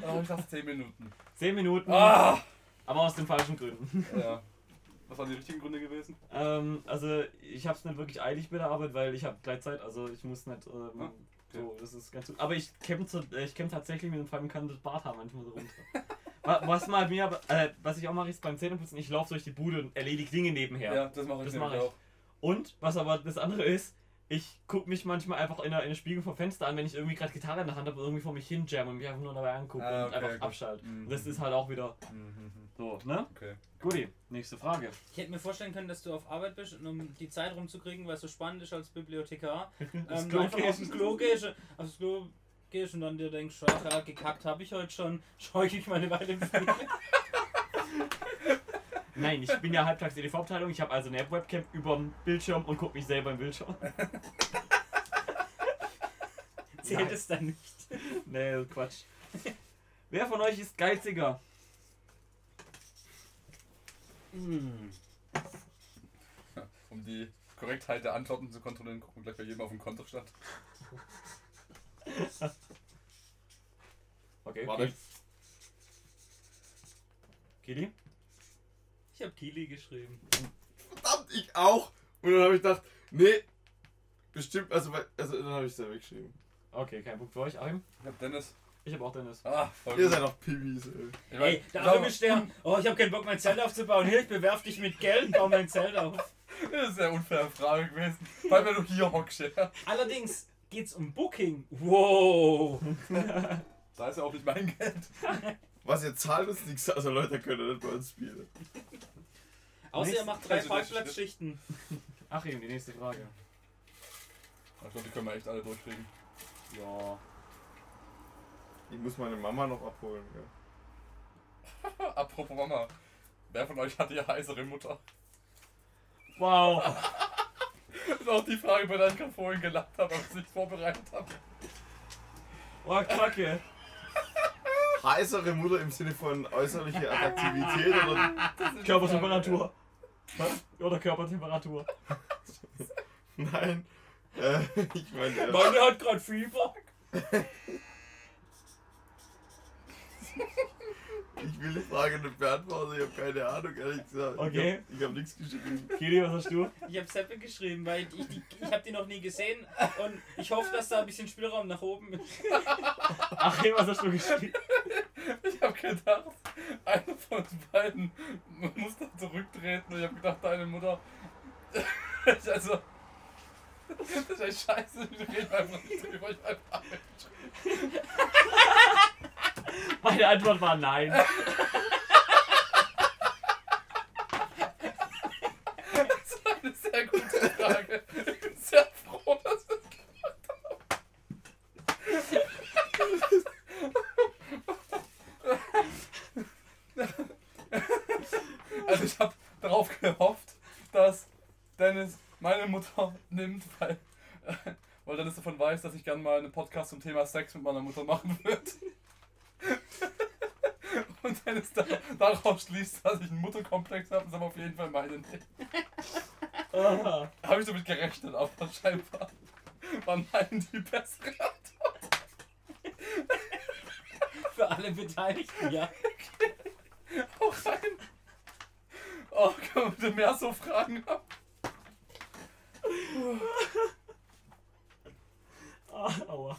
Speaker 4: Dann habe ich gedacht, 10 Minuten.
Speaker 5: Zehn Minuten,
Speaker 4: Ah!
Speaker 5: aber aus den falschen Gründen.
Speaker 4: Mhm. Ja. Was waren die richtigen Gründe gewesen?
Speaker 5: Ähm, also ich habe es nicht wirklich eilig mit der Arbeit, weil ich habe gleich Zeit, also ich muss nicht. Ähm,
Speaker 4: Ah,
Speaker 5: So, das ist ganz gut. Aber ich kämpfe zu- äh, ich kämpf tatsächlich mit dem fremden Bart haben manchmal so runter.
Speaker 4: [laughs]
Speaker 5: Wa- was, mal mir, aber- äh, was ich auch mache, ist beim Zähneputzen, ich laufe durch die Bude und erledige Dinge nebenher.
Speaker 4: das mache ich
Speaker 5: das
Speaker 4: nämlich
Speaker 5: mache ich.
Speaker 4: auch.
Speaker 5: Und was aber das andere ist, ich gucke mich manchmal einfach in der, in der Spiegel vom Fenster an, wenn ich irgendwie gerade Gitarre in der Hand habe und irgendwie vor mich hin jam und mich einfach nur dabei angucke
Speaker 4: Ah,
Speaker 5: und
Speaker 4: okay,
Speaker 5: einfach
Speaker 4: gut.
Speaker 5: abschalte.
Speaker 4: Mhm.
Speaker 5: Und Das ist halt auch wieder
Speaker 4: Mhm,
Speaker 5: so, ne?
Speaker 4: Okay.
Speaker 5: Guti,
Speaker 4: [laughs]
Speaker 5: nächste Frage.
Speaker 6: Ich hätte mir vorstellen können, dass du auf Arbeit bist und um die Zeit rumzukriegen, weil es so spannend ist als Bibliothekar, ähm,
Speaker 5: Aufs Klo
Speaker 6: einfach auf
Speaker 5: gehst.
Speaker 6: den Klo gehst, äh, aufs Klo gehst und dann dir denkst, ach ja, gekackt habe ich heute schon, [laughs] scheuche ich meine Weile im Flur.
Speaker 5: Nein, ich bin ja halbtags EDV-Abteilung, ich habe also eine App-Webcam überm Bildschirm und gucke mich selber im Bildschirm.
Speaker 6: [laughs] Zählt es dann nicht.
Speaker 5: Nee, Quatsch. Wer von euch ist geiziger?
Speaker 4: Um die Korrektheit der Antworten zu kontrollieren, gucken wir gleich bei jedem auf dem Kontostand.
Speaker 5: Okay,
Speaker 1: Warte.
Speaker 5: Kili?
Speaker 6: Ich habe Kili geschrieben.
Speaker 1: Verdammt, ich auch. Und dann habe ich gedacht, nee, bestimmt, also, weil- also dann habe ich es ja weggeschrieben.
Speaker 5: Okay, kein Punkt für euch. Achim?
Speaker 4: Ich hab Dennis.
Speaker 5: Ich habe auch Dennis.
Speaker 4: Ah, voll
Speaker 1: Ihr
Speaker 4: gut.
Speaker 1: seid doch Pibis, ey.
Speaker 4: Ich
Speaker 6: Ey,
Speaker 4: weiß,
Speaker 6: dafür bestellen. Oh, ich habe keinen Bock, mein Zelt aufzubauen. Hier, ich bewerf dich mit Geld, bau mein Zelt auf.
Speaker 4: Das ist eine unfaire Frage gewesen. Weil wenn du hier hockst, ja.
Speaker 6: Allerdings geht's um Booking. Wow.
Speaker 4: Da ist ja auch nicht mein Geld.
Speaker 1: Was, ihr zahlt uns nichts, also Leute ihr könnt ja nicht bei uns spielen.
Speaker 6: Außer ihr
Speaker 5: Nächste-
Speaker 6: macht drei
Speaker 4: Also, das ist-
Speaker 6: Parkplatzschichten.
Speaker 5: Achim, die nächste Frage.
Speaker 4: Ich glaube, die können wir echt alle durchkriegen.
Speaker 5: Ja.
Speaker 1: Ich muss meine Mama noch abholen, gell.
Speaker 4: Apropos Mama. Wer von euch hatte ja heisere Mutter?
Speaker 5: Wow.
Speaker 4: Das ist auch die Frage, bei der ich gerade vorhin gelacht habe, aber ich nicht vorbereitet habe.
Speaker 5: Oh, Kacke.
Speaker 1: Heißere Mutter im Sinne von äußerliche Attraktivität oder.
Speaker 5: Körpertemperatur. Oder Körpertemperatur.
Speaker 1: Nein. Äh, ich meine. Äh,
Speaker 6: Meine hat gerade Fieber.
Speaker 1: Ich will die Frage nicht beantworten, ich habe keine Ahnung, ehrlich gesagt.
Speaker 5: Okay.
Speaker 1: Ich habe hab nichts geschrieben.
Speaker 5: Kili, was hast du?
Speaker 6: Ich habe Seppe geschrieben, weil ich, die, ich habe die noch nie gesehen und ich hoffe, dass da ein bisschen Spielraum nach oben ist.
Speaker 5: Achim, was hast du geschrieben?
Speaker 4: Ich habe gedacht, einer von uns beiden muss da zurücktreten. Und ich habe gedacht, deine Mutter. [laughs] also. Das ist echt scheiße, wir reden einfach nicht drüber. Ich hab einfach
Speaker 5: Meine Antwort war nein.
Speaker 4: Das war [laughs] eine sehr gute Frage. Ich bin sehr froh, dass wir es gemacht haben. Also ich habe darauf gehofft, dass Dennis meine Mutter nimmt, weil, äh, weil Dennis davon weiß, dass ich gerne mal einen Podcast zum Thema Sex mit meiner Mutter machen würde. Und Dennis da, darauf schließt, dass ich einen Mutterkomplex habe, ist aber auf jeden Fall meine nicht.
Speaker 5: Aha.
Speaker 4: Habe ich damit gerechnet, aber scheinbar war nein die bessere Antwort.
Speaker 6: Für alle Beteiligten, ja.
Speaker 4: Auch rein. Oh, kann man bitte mehr so Fragen haben?
Speaker 5: Ah, Aua.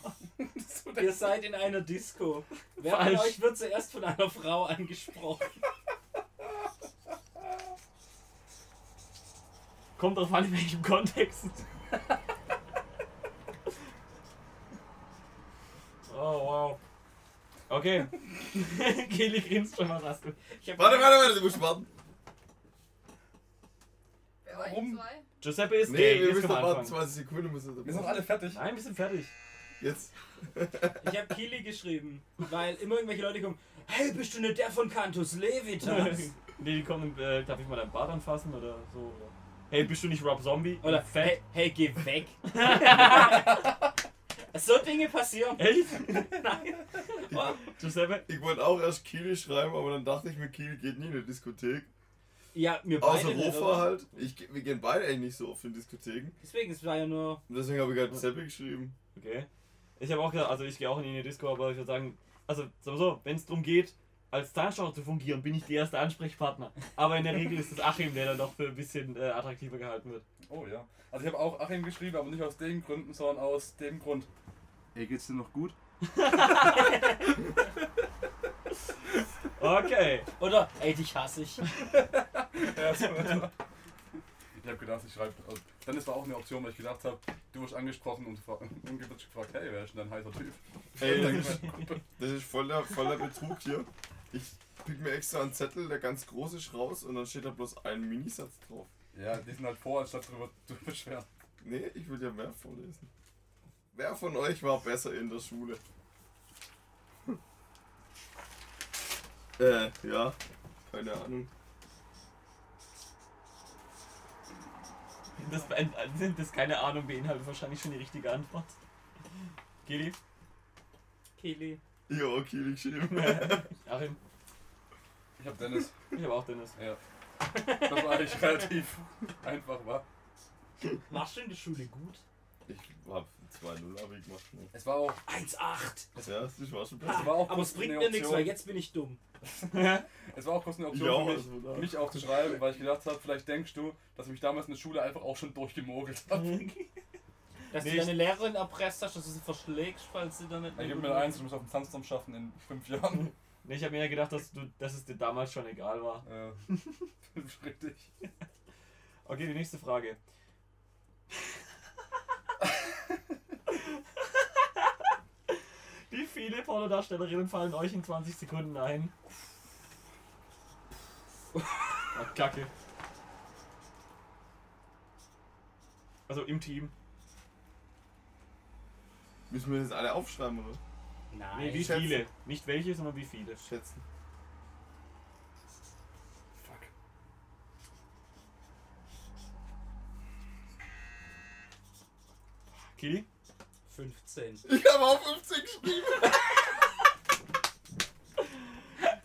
Speaker 4: Das tut
Speaker 6: Ihr
Speaker 4: echt-
Speaker 6: seid in einer Disco. Wer von
Speaker 5: Falsch.
Speaker 6: euch wird zuerst von einer Frau angesprochen?
Speaker 5: Kommt drauf an, in welchem Kontext. Oh, wow. [laughs] Okay. Kili grinst schon, was hast du?
Speaker 6: Ich hab-
Speaker 1: Warte, warte, warte, du musst warten.
Speaker 3: Bei euch
Speaker 4: Warum?
Speaker 3: zwei?
Speaker 5: Giuseppe ist
Speaker 1: Nee,
Speaker 5: gay,
Speaker 1: wir
Speaker 5: jetzt
Speaker 1: müssen
Speaker 5: können
Speaker 1: noch
Speaker 5: wir
Speaker 1: warten,
Speaker 5: anfangen.
Speaker 1: 20 Sekunden müssen wir
Speaker 4: Wir sind doch alle fertig.
Speaker 5: Nein, wir sind fertig.
Speaker 1: Jetzt.
Speaker 6: Ich habe Kili geschrieben, weil immer irgendwelche Leute kommen, hey, bist du nicht der von Cantus Levitas?
Speaker 5: [laughs] nee, die kommen, äh, darf ich mal deinen Bart anfassen oder so? Oder? Hey, bist du nicht Rob Zombie?
Speaker 6: Oder
Speaker 5: Fett?
Speaker 6: hey, hey, geh weg. so Dinge passieren.
Speaker 5: Echt? [laughs] Nein.
Speaker 6: Oh,
Speaker 5: Giuseppe?
Speaker 1: Ich wollte auch erst Kiel schreiben, aber dann dachte ich mir, Kiel geht nie in eine Diskothek.
Speaker 6: Ja, mir beide.
Speaker 1: Außer
Speaker 6: nicht,
Speaker 1: Rofa
Speaker 6: oder?
Speaker 1: halt. Ich, ge- wir gehen beide eigentlich nicht so oft in Diskotheken.
Speaker 6: Deswegen, es war ja nur.
Speaker 1: Und deswegen habe ich gerade Seppi geschrieben.
Speaker 5: Okay. Ich habe auch gedacht, also ich gehe auch in die Disco, aber ich würde sagen, also sagen wir so, wenn es darum geht, als Zahnstocher zu fungieren, bin ich der erste Ansprechpartner. Aber in der Regel ist es Achim, der dann doch für ein bisschen äh, attraktiver gehalten wird.
Speaker 4: Oh ja. Also ich habe auch Achim geschrieben, aber nicht aus den Gründen, sondern aus dem Grund. Hey, geht's dir noch [laughs] gut?
Speaker 5: Okay.
Speaker 6: Oder, ey, dich hasse ich.
Speaker 4: Ja, so etwa. Ich habe gedacht, ich schreibe. Also, dann ist da auch eine Option, weil ich gedacht habe, du wirst angesprochen und, [laughs] fra- und wird gefragt, hey, wer ist denn ein heißer [laughs] Typ?
Speaker 1: Ey,
Speaker 4: Dann-
Speaker 1: das ist,
Speaker 4: genau.
Speaker 1: das ist voller, voller Betrug hier. Ich pick mir extra einen Zettel, der ganz groß ist, raus und dann steht da bloß ein Minisatz drauf.
Speaker 4: Ja, die sind halt vor, anstatt drüber zu beschweren.
Speaker 1: Nee, ich will ja mehr vorlesen. Wer von euch war besser in der Schule? [laughs] äh, ja. Keine Ahnung.
Speaker 5: Das beend- sind das keine Ahnung beinhaltet wahrscheinlich schon die richtige Antwort. Gili?
Speaker 6: Kili.
Speaker 1: Ja, okay, ich geschrieben.
Speaker 5: Achim?
Speaker 4: Ich habe Dennis.
Speaker 5: Ich habe auch Dennis.
Speaker 4: Das war eigentlich relativ einfach, war.
Speaker 6: Machst du in der Schule gut?
Speaker 1: Ich hab 2-0 Abi gemacht. Ne?
Speaker 4: Es war auch.
Speaker 6: 1,8!
Speaker 1: Ja, das war schon
Speaker 4: Es
Speaker 1: besser.
Speaker 4: war auch
Speaker 6: Aber es
Speaker 4: kurz eine
Speaker 6: bringt mir nichts,
Speaker 4: Option-
Speaker 6: weil jetzt bin ich dumm.
Speaker 4: Es war auch kurz eine Option
Speaker 1: Ja,
Speaker 4: für mich,
Speaker 1: also da-
Speaker 4: mich aufzuschreiben, weil ich gedacht habe, vielleicht denkst du, dass ich mich damals in der Schule einfach auch schon durchgemogelt habe.
Speaker 6: Dass
Speaker 5: Nee,
Speaker 6: du
Speaker 5: ich-
Speaker 6: deine Lehrerin erpresst hast, dass du sie verschlägst, falls sie dann nicht
Speaker 4: Ich gebe
Speaker 6: gute
Speaker 4: mir eins, ich
Speaker 6: Noten-
Speaker 4: muss auf den Tanzturm schaffen in fünf Jahren.
Speaker 5: Nee, ich habe mir ja gedacht, dass, du, dass es dir damals schon egal war.
Speaker 4: Äh, [laughs] richtig.
Speaker 5: Okay, die nächste Frage. Wie viele Pornodarstellerinnen fallen euch in 20 Sekunden ein? Oh, Kacke. Also im Team.
Speaker 1: Müssen wir das alle aufschreiben, oder?
Speaker 5: Nee,
Speaker 6: Nein.
Speaker 5: wie
Speaker 1: schätze-
Speaker 5: viele. Nicht welche, sondern wie viele.
Speaker 1: Schätzen.
Speaker 4: Fuck.
Speaker 5: Kili?
Speaker 6: 15.
Speaker 1: Ich habe auch 50 geschrieben.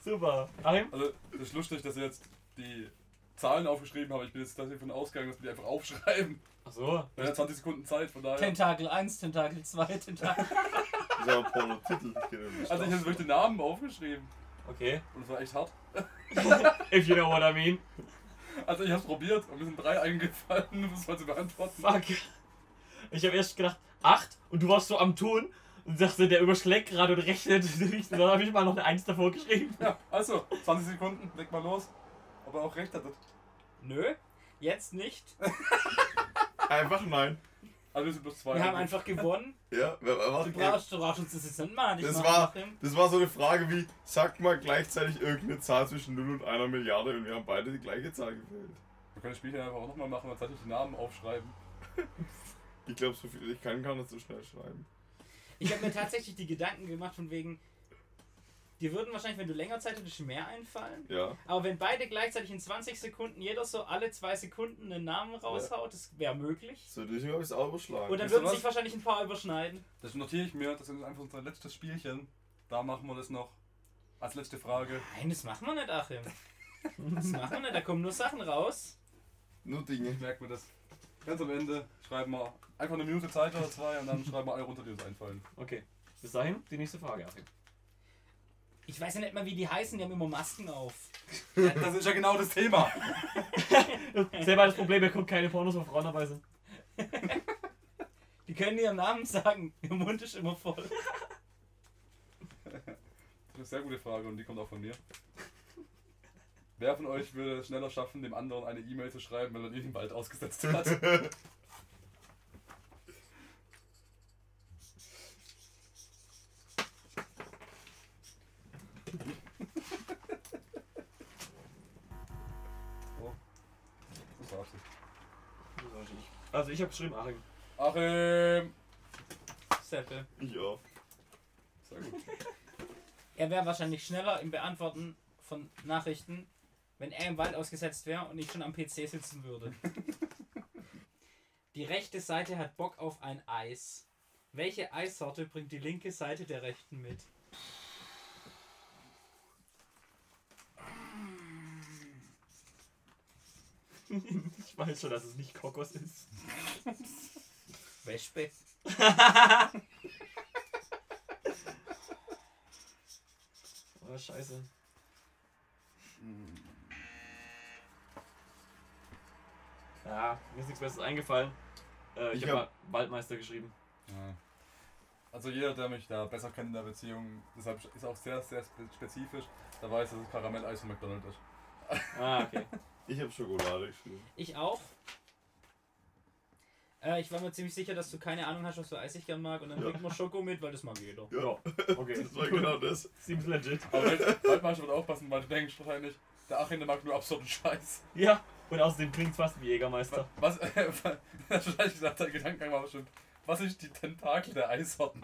Speaker 5: Super. Achim?
Speaker 4: Also, das ist lustig, dass ich jetzt die Zahlen aufgeschrieben habe. Ich bin jetzt davon ausgegangen, dass wir die einfach aufschreiben.
Speaker 5: Achso.
Speaker 4: Wir haben ja 20 Sekunden Zeit, von daher.
Speaker 6: Tentakel 1, Tentakel 2, Tentakel.
Speaker 1: Das ist aber Porno-Titel. Ich kenne nicht
Speaker 4: Also, ich habe wirklich den Namen aufgeschrieben.
Speaker 5: Okay.
Speaker 4: Und das war echt hart.
Speaker 5: If you know what I mean.
Speaker 4: Also, ich habe es probiert und mir sind drei eingefallen, um es mal zu beantworten.
Speaker 5: Fuck. Ich habe erst gedacht, 8 und du warst so am Ton und dachte, der überschlägt gerade und rechnet [laughs] nicht. Und Dann habe ich mal noch eine 1 davor geschrieben.
Speaker 4: Ja, also, 20 Sekunden, leg mal los. Ob er auch recht hatte.
Speaker 6: [laughs] Nö, jetzt nicht.
Speaker 1: Einfach nein.
Speaker 4: Also, wir sind bloß zwei.
Speaker 6: Wir haben einfach gewonnen.
Speaker 1: Ja, wer
Speaker 6: Du
Speaker 1: erwartet
Speaker 6: brauchst, du brauchst uns das jetzt nicht machen. Ich
Speaker 1: Das
Speaker 6: mach
Speaker 1: war,
Speaker 6: nachdem.
Speaker 1: das war so eine Frage wie, sagt mal gleichzeitig irgendeine Zahl zwischen 0 und 1 Milliarde und wir haben beide die gleiche Zahl gewählt.
Speaker 4: Wir können das Spiel hier einfach auch nochmal machen, dann tatsächlich die Namen aufschreiben.
Speaker 1: Ich glaube, so viel ich kann, kann das so schnell schreiben.
Speaker 6: Ich habe mir tatsächlich die Gedanken gemacht von wegen, dir würden wahrscheinlich, wenn du länger Zeit hättest, mehr einfallen.
Speaker 1: Ja.
Speaker 6: Aber wenn beide gleichzeitig in 20 Sekunden jeder so alle zwei Sekunden einen Namen raushaut, das wäre möglich.
Speaker 1: So, deswegen habe ich es auch überschlagen.
Speaker 6: Und dann
Speaker 4: Wisst ihr
Speaker 6: würden
Speaker 4: was?
Speaker 6: sich wahrscheinlich ein paar überschneiden.
Speaker 4: Das notiere ich mir, das ist einfach unser letztes Spielchen. Da machen wir das noch. Als letzte Frage.
Speaker 6: Nein, das machen wir nicht, Achim. Das machen wir nicht, da kommen nur Sachen raus.
Speaker 1: Nur Dinge.
Speaker 4: Ich merke mir das. Ganz am Ende schreiben wir einfach eine Minute Zeit oder zwei und dann schreiben wir alle runter, die uns einfallen.
Speaker 5: Okay. Bis dahin, die nächste Frage, Achim.
Speaker 6: Ich weiß ja nicht mal, wie die heißen, die haben immer Masken auf.
Speaker 4: Das ist ja genau das Thema.
Speaker 5: Selber das Problem, er guckt keine Pornos, wo Frauen dabei sind.
Speaker 6: Die können ihren Namen sagen. [laughs] Ihr Mund ist immer voll.
Speaker 4: Das ist eine sehr gute Frage und die kommt auch von mir. Wer von euch würde es schneller schaffen, dem anderen eine E-Mail zu schreiben, wenn er ihn bald ausgesetzt [laughs] hat? So. Das war's.
Speaker 5: Also ich habe geschrieben, Achim. [laughs]
Speaker 4: Achim!
Speaker 6: Seppel.
Speaker 1: Ich auch.
Speaker 4: Sehr gut.
Speaker 6: Er wäre wahrscheinlich schneller im Beantworten von Nachrichten, wenn er im Wald ausgesetzt wäre und ich schon am PC sitzen würde. die rechte Seite hat Bock auf ein Eis. Welche Eissorte bringt die linke Seite der rechten mit?
Speaker 5: Ich weiß schon, dass es nicht Kokos ist.
Speaker 6: Wespe.
Speaker 5: Oh, scheiße. Ja, mir ist nichts Besseres eingefallen. Äh, ich
Speaker 1: Ich
Speaker 5: habe
Speaker 1: hab-
Speaker 5: mal Waldmeister geschrieben.
Speaker 4: Ja. Also jeder, der mich da besser kennt in der Beziehung, deshalb ist auch sehr, sehr spe- spezifisch, da weiß, dass es Karamelleis von McDonald's ist.
Speaker 5: Ah, okay.
Speaker 1: Ich habe Schokolade geschrieben.
Speaker 6: Ich auch. Äh, ich war mir ziemlich sicher, dass du keine Ahnung hast, was für Eis ich gern mag. Und dann
Speaker 1: Ja.
Speaker 6: bringt man Schoko mit, weil das mag jeder.
Speaker 1: [laughs] Ja,
Speaker 5: Okay,
Speaker 1: das war genau das.
Speaker 5: seems legit.
Speaker 4: Aber jetzt, bald mal schon aufpassen, weil du denkst wahrscheinlich, der Achim der mag nur absurden Scheiß.
Speaker 5: Ja, und außerdem klingt's fast wie Jägermeister.
Speaker 4: Was, [laughs] das ist wahrscheinlich nach deinem Gedankengang war bestimmt, was ist die Tentakel der Eissorten?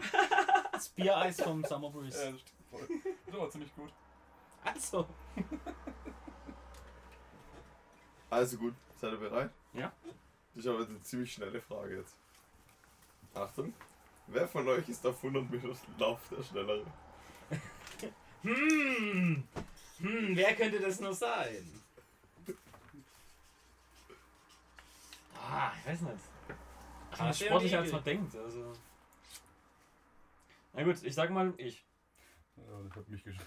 Speaker 6: Das Biereis vom Summer
Speaker 4: Äh,
Speaker 6: Breeze.
Speaker 4: das stimmt voll. Das war ziemlich gut.
Speaker 6: Also,
Speaker 1: Also gut, seid ihr bereit?
Speaker 5: Ja.
Speaker 1: Ich habe jetzt eine ziemlich schnelle Frage jetzt. Achtung. Wer von euch ist auf 100 Meter Lauf der Schnellere?
Speaker 6: hm, hm, wer könnte das nur sein?
Speaker 5: Ah, ich weiß nicht.
Speaker 6: Ach,
Speaker 5: Das
Speaker 6: hast
Speaker 5: ist
Speaker 6: du ja
Speaker 5: sportlicher
Speaker 6: eine
Speaker 5: als man
Speaker 6: Idee.
Speaker 5: denkt. Also. Na gut, ich sag mal ich.
Speaker 4: Ja, das hat mich geschrieben.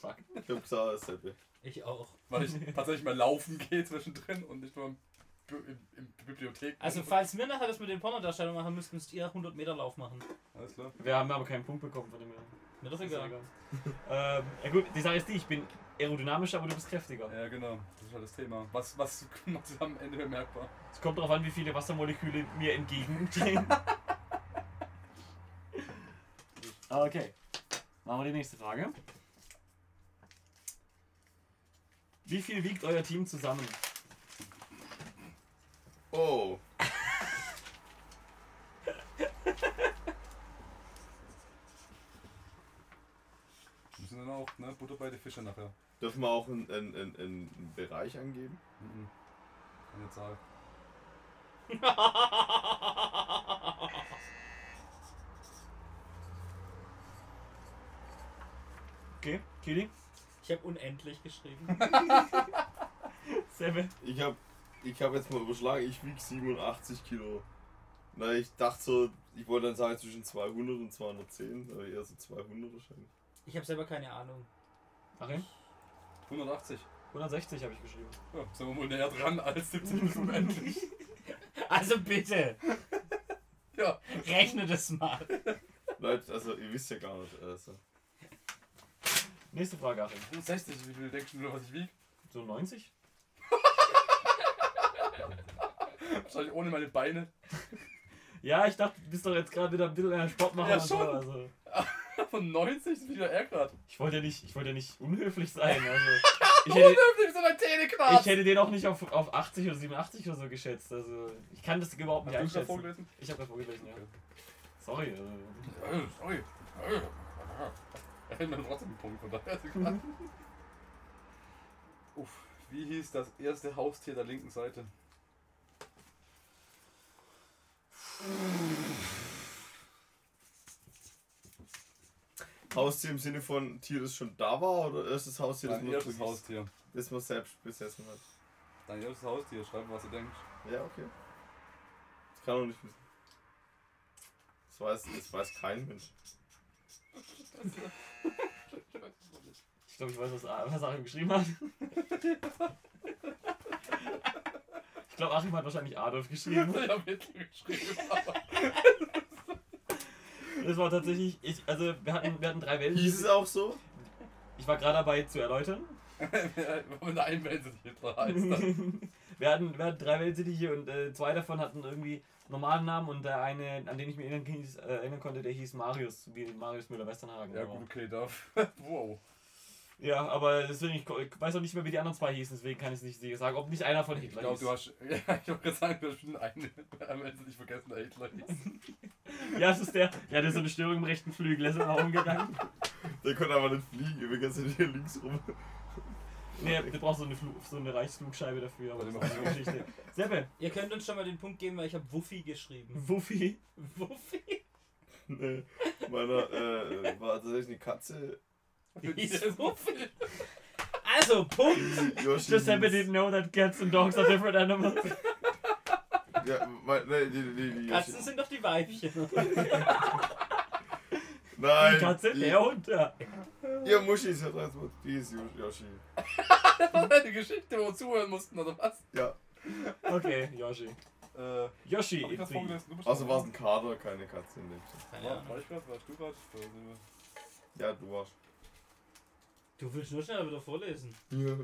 Speaker 5: Fuck.
Speaker 1: Ich habe gesagt, Seppi.
Speaker 6: Ich auch.
Speaker 4: Weil ich tatsächlich mal laufen gehe zwischendrin und nicht nur im, Bi- im, im Bibliothek.
Speaker 6: Also, falls wir nachher das mit den Pornodarstellern machen müsst, müsst ihr 100 Meter Lauf machen.
Speaker 4: Alles klar.
Speaker 5: Wir haben aber keinen Punkt bekommen von dem.
Speaker 6: Mir das egal.
Speaker 5: ähm, ja gut, die Sache ist die, ich bin aerodynamischer, aber du bist kräftiger.
Speaker 4: Ja, genau. Das ist halt das Thema. Was, was macht es am Ende bemerkbar?
Speaker 5: Es kommt darauf an, wie viele Wassermoleküle mir [laughs] entgegenstehen. Ah, okay. Machen wir die nächste Frage. Wie viel wiegt euer Team zusammen?
Speaker 1: Oh.
Speaker 4: Müssen dann auch, ne? Butter bei den Fische nachher.
Speaker 1: Dürfen wir auch einen, einen, einen, einen Bereich angeben?
Speaker 4: Mhm. Eine Zahl.
Speaker 5: Okay, Kili?
Speaker 6: [laughs] Ich habe unendlich geschrieben.
Speaker 5: Sebbe?
Speaker 1: Ich habe ich hab jetzt mal überschlagen, ich wiege 87 Kilo. Na, ich dachte so, ich wollte dann sagen zwischen 200 und 210, aber eher so 200 wahrscheinlich. [laughs]
Speaker 6: Ich habe selber keine Ahnung.
Speaker 5: Achim?
Speaker 4: 180.
Speaker 5: 160 habe ich geschrieben.
Speaker 4: Ja, sind wir wohl näher dran als 70 bis [laughs] unendlich.
Speaker 6: Also [laughs] bitte,
Speaker 4: Ja.
Speaker 6: rechne das mal.
Speaker 1: Leute, also ihr wisst ja gar nicht. Also.
Speaker 5: Nächste Frage, Achim.
Speaker 4: 60, wie viel denkst du nur, was ich wiege?
Speaker 5: So 90?
Speaker 4: Wahrscheinlich ohne meine Beine.
Speaker 5: Ja, ich dachte, du bist doch jetzt gerade wieder ein bisschen ein Sportmacher.
Speaker 4: Ja,
Speaker 5: und so,
Speaker 4: schon.
Speaker 5: also.
Speaker 4: Von 90 ist wieder er gerade.
Speaker 5: Ich wollte ja nicht, ich wollte ja nicht unhöflich
Speaker 4: [laughs]
Speaker 5: sein. Also. Ich hätte,
Speaker 4: Unhöflich, so ein Teleknast!
Speaker 5: ich hätte den auch nicht auf, auf 80 oder 87 oder so geschätzt. Also ich kann das überhaupt nicht
Speaker 4: Hast du gerade
Speaker 5: einschätzen.
Speaker 4: vorgelesen?
Speaker 5: Ich habe das vorgelesen, ja.
Speaker 4: Okay.
Speaker 5: Sorry. Also.
Speaker 4: Äh, Sorry. Äh, Er hält mir trotzdem einen Punkt, von daher ist egal. [laughs] Uff, wie hieß das erste Haustier der linken Seite?
Speaker 1: Haustier im Sinne von Tier, das schon da war oder erstes Haustier, das
Speaker 4: Dein
Speaker 1: man,
Speaker 4: erstes
Speaker 1: wirklich-
Speaker 4: Haustier.
Speaker 1: das man selbst besessen hat?
Speaker 4: Dein erstes Haustier, schreib mal, was du denkst.
Speaker 1: Ja, okay. Das kann doch nicht wissen. Das weiß, das weiß kein Mensch.
Speaker 5: Ich glaube, ich weiß, was, A- was Achim geschrieben
Speaker 4: [laughs]
Speaker 5: hat. Ich glaube, Achim hat wahrscheinlich Adolf geschrieben.
Speaker 4: [laughs] Ich hab jetzt geschrieben.
Speaker 5: Das war tatsächlich. Ich, also wir hatten, wir hatten drei Wellen.
Speaker 1: Hieß es auch so?
Speaker 5: Ich war gerade dabei zu erläutern.
Speaker 4: [laughs] Wenn der Einwände hier dran heißt, dann.
Speaker 5: wir, hatten, wir hatten drei Weltsittiche und äh, zwei davon hatten irgendwie normalen Namen und der eine, an den ich mich erinnern, hieß, äh, erinnern konnte, der hieß Marius, wie Marius Müller-Westernhagen.
Speaker 4: [laughs] Ja,
Speaker 5: Aber-
Speaker 4: gut, okay, da. [laughs] Wow.
Speaker 5: ja, aber deswegen, ich, ko- ich weiß auch nicht mehr, wie die anderen zwei hießen, deswegen kann ich es nicht sicher sagen, ob nicht einer von
Speaker 4: Ich
Speaker 5: Hitler
Speaker 4: glaube, du
Speaker 5: hieß.
Speaker 4: hast. [laughs] Ja, ich wollte gerade sagen, du hast schon einen. [laughs] Am Ende nicht vergessen, der Hitler [laughs] hieß.
Speaker 5: Ja, das ist der, ja, der ist so eine Störung im rechten Flügel, der ist immer
Speaker 4: [laughs]
Speaker 5: umgegangen.
Speaker 1: Der konnte aber nicht fliegen, wir ganzen hier links rum. [laughs]
Speaker 5: Nee, du brauchst so eine, Flu so eine Reichsflugscheibe dafür, aber das ist eine andere Geschichte. Seppe,
Speaker 6: Ihr könnt uns schon mal den Punkt geben, weil ich habe Wuffi geschrieben.
Speaker 5: Wuffi,
Speaker 6: Wuffi?
Speaker 1: Nee, meiner äh, war tatsächlich eine Katze.
Speaker 4: [laughs]
Speaker 6: Hieß Wuffi. Also, Punkt.
Speaker 1: die [laughs] Yoshi
Speaker 5: just Seppe
Speaker 1: hieß.
Speaker 5: didn't know that cats and dogs are different animals.
Speaker 1: Ja, mein, nee, die, die, die Yoshi.
Speaker 6: Katzen sind doch die [laughs] Weibchen.
Speaker 1: Nein.
Speaker 5: Die Katze, der Hund, ja. oh.
Speaker 1: Ihr Muschi ist ja dran, die ist Yoshi.
Speaker 4: Das war eine Geschichte, wo wir zuhören mussten, oder was?
Speaker 1: Ja.
Speaker 5: Okay, Yoshi.
Speaker 4: Äh, Also
Speaker 5: Yoshi,
Speaker 4: hab ich das
Speaker 5: it's me.
Speaker 4: vorgelesen? Du bist
Speaker 1: Außer
Speaker 4: dran.
Speaker 1: war es Also ein Kader, keine Katze in dem Sinne.
Speaker 6: Keine
Speaker 4: War,
Speaker 6: Ahnung.
Speaker 4: war ich gerade? Warst du gerade? Da sind wir.
Speaker 1: Ja, du warst.
Speaker 6: Du willst nur schnell wieder vorlesen.
Speaker 1: Ja.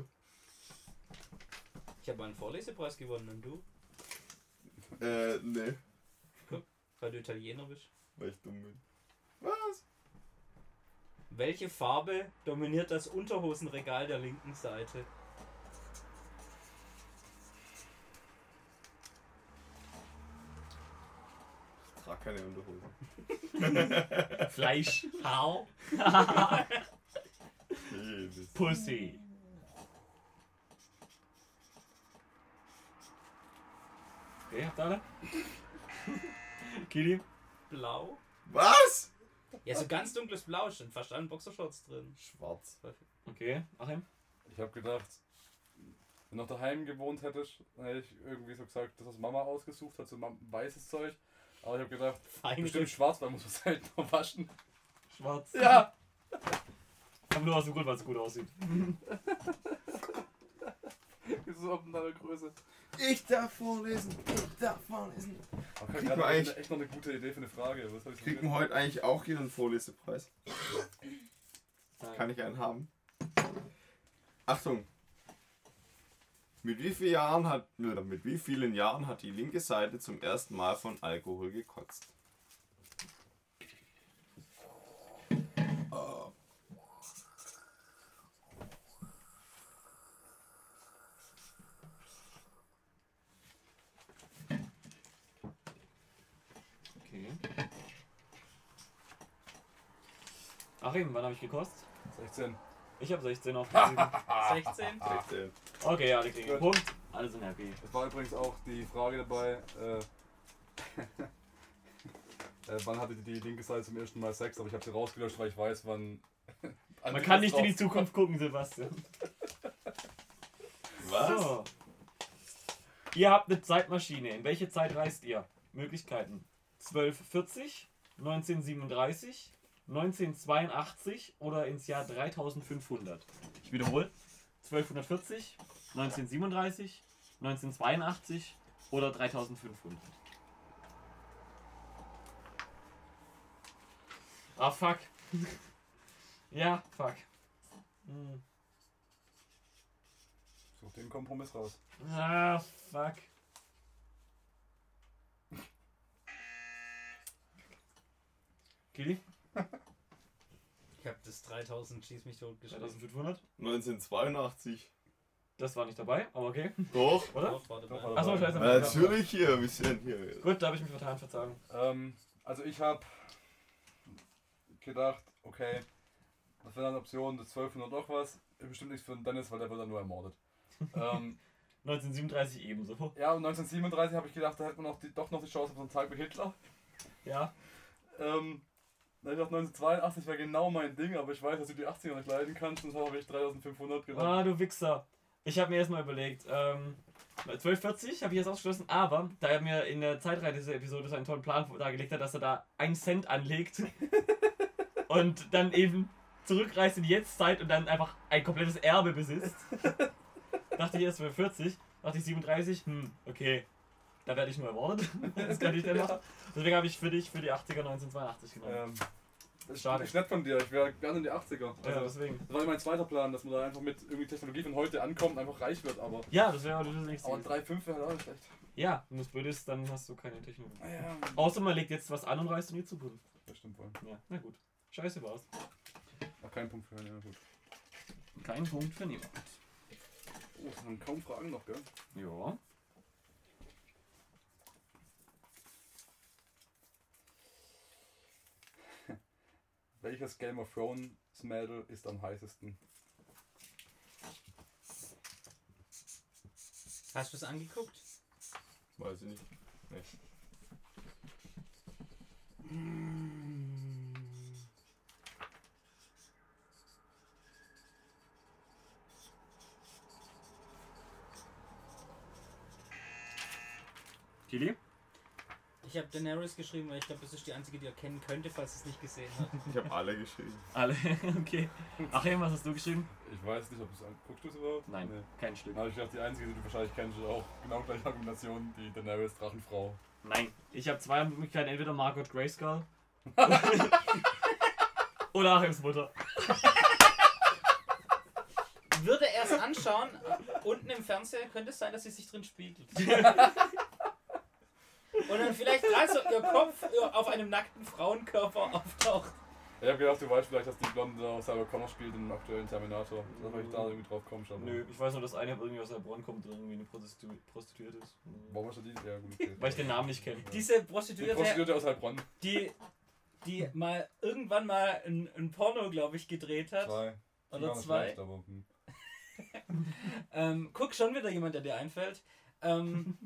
Speaker 6: Ich habe einen Vorlesepreis gewonnen und du?
Speaker 1: Äh, nee,
Speaker 6: Weil du Italiener bist.
Speaker 1: weil ich dumm bin. Was?
Speaker 6: Welche Farbe dominiert das Unterhosenregal der linken Seite?
Speaker 1: Ich trage keine Unterhose.
Speaker 5: Fleisch.
Speaker 6: Haar.
Speaker 1: Jesus.
Speaker 5: Pussy. Okay, habt ihr alle? [laughs] Kili?
Speaker 6: Blau.
Speaker 1: Was?
Speaker 6: Ja, so ganz dunkles Blau, schon fast allen Boxershorts drin.
Speaker 1: Schwarz.
Speaker 5: Okay, Achim?
Speaker 4: Ich habe gedacht, wenn du noch daheim gewohnt hättest, dann hätte ich irgendwie so gesagt, das was Mama ausgesucht hat, so mam- weißes Zeug. Aber ich habe gedacht,
Speaker 6: Feine
Speaker 4: bestimmt schwarz, weil muss man es halt noch waschen. [laughs]
Speaker 5: Schwarz.
Speaker 4: Ja!
Speaker 5: Aber nur aus dem Grund, weil es gut aussieht.
Speaker 4: Das ist auf einer Größe.
Speaker 1: Ich darf vorlesen. Ich darf vorlesen.
Speaker 4: Aber
Speaker 1: Kriegt
Speaker 4: ich
Speaker 1: man
Speaker 4: habe
Speaker 1: eigentlich-
Speaker 4: echt noch eine gute Idee für eine Frage. Was habe ich
Speaker 1: Kriegt man heute eigentlich auch hier einen Vorlesepreis? Kann ich einen haben? Achtung. Mit wie vielen Jahren hat oder mit wie vielen Jahren hat die linke Seite zum ersten Mal von Alkohol gekotzt?
Speaker 5: Okay. Achim, wann habe ich gekostet?
Speaker 4: 16.
Speaker 5: Ich habe 16 aufgeschrieben.
Speaker 6: 16.
Speaker 1: Bitte.
Speaker 5: Okay, alle kriegen einen
Speaker 4: Gut.
Speaker 5: Punkt. Alle sind happy.
Speaker 4: Es war übrigens auch die Frage dabei, äh, [laughs] äh, wann hatte die linke Seite zum ersten Mal Sex, aber ich habe sie rausgelöscht, weil ich weiß, wann.
Speaker 5: Man kann nicht in die Zukunft gucken, Sebastian.
Speaker 1: Was?
Speaker 5: So. Ihr habt eine Zeitmaschine. In welche Zeit reist ihr? Möglichkeiten: 1240, 1937, 1982 oder ins Jahr 3500. Ich wiederhole: 1240, 1937, 1982 oder 3500. Ah, fuck. ja, fuck. Hm.
Speaker 4: Such den Kompromiss raus.
Speaker 5: Ah, fuck. Kili?
Speaker 6: Ich habe das 3000 Schieß mich tot geschrieben.
Speaker 5: 3500?
Speaker 1: 1982.
Speaker 5: Das war nicht dabei, aber okay.
Speaker 1: Doch.
Speaker 5: Oder?
Speaker 6: Doch, warte
Speaker 4: Doch,
Speaker 6: mal.
Speaker 4: warte
Speaker 5: Achso,
Speaker 4: mal.
Speaker 5: scheiße.
Speaker 1: Natürlich hier, wir sind hier.
Speaker 5: Gut, da habe ich mich vertan, verzagen.
Speaker 4: Ähm, also ich habe gedacht, okay, das wäre eine Option, das 1200 noch was. Bestimmt nichts für den Dennis, weil der wird dann nur
Speaker 5: [laughs]
Speaker 4: ermordet. ähm,
Speaker 5: 1937 ebenso.
Speaker 4: ja, und 1937 habe ich gedacht, da hätte man noch die, doch noch die Chance auf so einen Tag mit Hitler.
Speaker 5: Ja.
Speaker 4: Ähm, dann hab ich auch 1982 war genau mein Ding, aber ich weiß, dass du die 80er nicht leiden kannst und deshalb habe ich 3500 genommen.
Speaker 5: Ah, du Wichser. Ich habe mir erstmal überlegt, ähm, 1240 habe ich jetzt ausgeschlossen, aber da er mir in der Zeitreihe dieser Episode seinen tollen Plan dargelegt hat, dass er da einen Cent anlegt und dann eben zurückreist in die Jetztzeit und dann einfach ein komplettes Erbe besitzt, dachte ich erst 1240, dachte ich 37, hm, okay, da werde ich nur ermordet. Das kann ich dann machen. Deswegen habe ich für dich für die 80er 1982 genommen.
Speaker 4: Ähm, das ist
Speaker 5: Ah. Schade.
Speaker 4: Schade. nett von dir, ich wäre gerne in die 80er.
Speaker 5: ja,
Speaker 4: Also,
Speaker 5: deswegen.
Speaker 4: das war mein zweiter Plan, dass man da einfach mit irgendwie Technologie von heute ankommt und einfach reich wird, aber.
Speaker 5: Ja, das wäre aber das nächste.
Speaker 4: Aber
Speaker 5: gewesen.
Speaker 4: 3,5 wäre halt auch nicht schlecht. Ah,
Speaker 5: Ja, wenn du es blödest, dann hast du keine Technologie.
Speaker 4: Ja,
Speaker 5: Außer man legt jetzt was an und reist in die Zukunft.
Speaker 4: das stimmt wohl.
Speaker 5: Ja, na gut. Scheiße war's.
Speaker 4: Auch keinen Punkt für ja, gut.
Speaker 5: Kein Punkt für niemand.
Speaker 4: Oh, es haben kaum Fragen noch, gell?
Speaker 5: Ja.
Speaker 4: Welches Game of Thrones Mädel ist am heißesten?
Speaker 6: Hast du es angeguckt?
Speaker 1: Weiß ich nicht.
Speaker 5: Kili?
Speaker 6: Ich habe Daenerys geschrieben, weil ich glaube, das ist die einzige, die er kennen könnte, falls er es nicht gesehen hat.
Speaker 1: Ich habe alle geschrieben.
Speaker 5: Alle. [laughs] Okay. Achim, was hast du geschrieben?
Speaker 4: Ich weiß nicht, ob du es an- Guckst du es überhaupt?
Speaker 5: Nein,
Speaker 4: Nee.
Speaker 5: kein Stück.
Speaker 4: Aber ich glaube, die einzige, die du wahrscheinlich kennst, ist auch genau gleiche Argumentation, die Daenerys Drachenfrau.
Speaker 5: Nein. Ich habe zwei Möglichkeiten. Entweder Margot [laughs] Grayskull. oder Achims Mutter.
Speaker 6: Würde er es anschauen, äh, unten im Fernseher könnte es sein, dass sie sich drin spiegelt. Und dann vielleicht gerade so ihr Kopf auf einem nackten Frauenkörper auftaucht.
Speaker 4: Ich hab gedacht, du weißt vielleicht, dass die Blonde aus Sarah Connor spielt im aktuellen Terminator. Dass ich da irgendwie drauf komme schon.
Speaker 5: Nö, ich weiß nur, dass einer irgendwie aus der Bronn kommt und irgendwie eine Prostitu Prostituierte ist.
Speaker 4: Warum ist das die? Ja, gut. Okay.
Speaker 5: Weil ich
Speaker 6: genau?
Speaker 5: den Namen nicht kenne.
Speaker 6: Diese
Speaker 4: Die
Speaker 6: Prostituierte,
Speaker 4: Prostituierte aus Heilbronn.
Speaker 6: die, die mal irgendwann mal ein, ein Porno, glaube ich, gedreht hat.
Speaker 4: Zwei.
Speaker 6: Oder
Speaker 4: Die waren
Speaker 6: zwei?
Speaker 4: schlecht, aber, hm.
Speaker 6: Ähm, guck, schon wieder jemand, der dir einfällt. Ähm,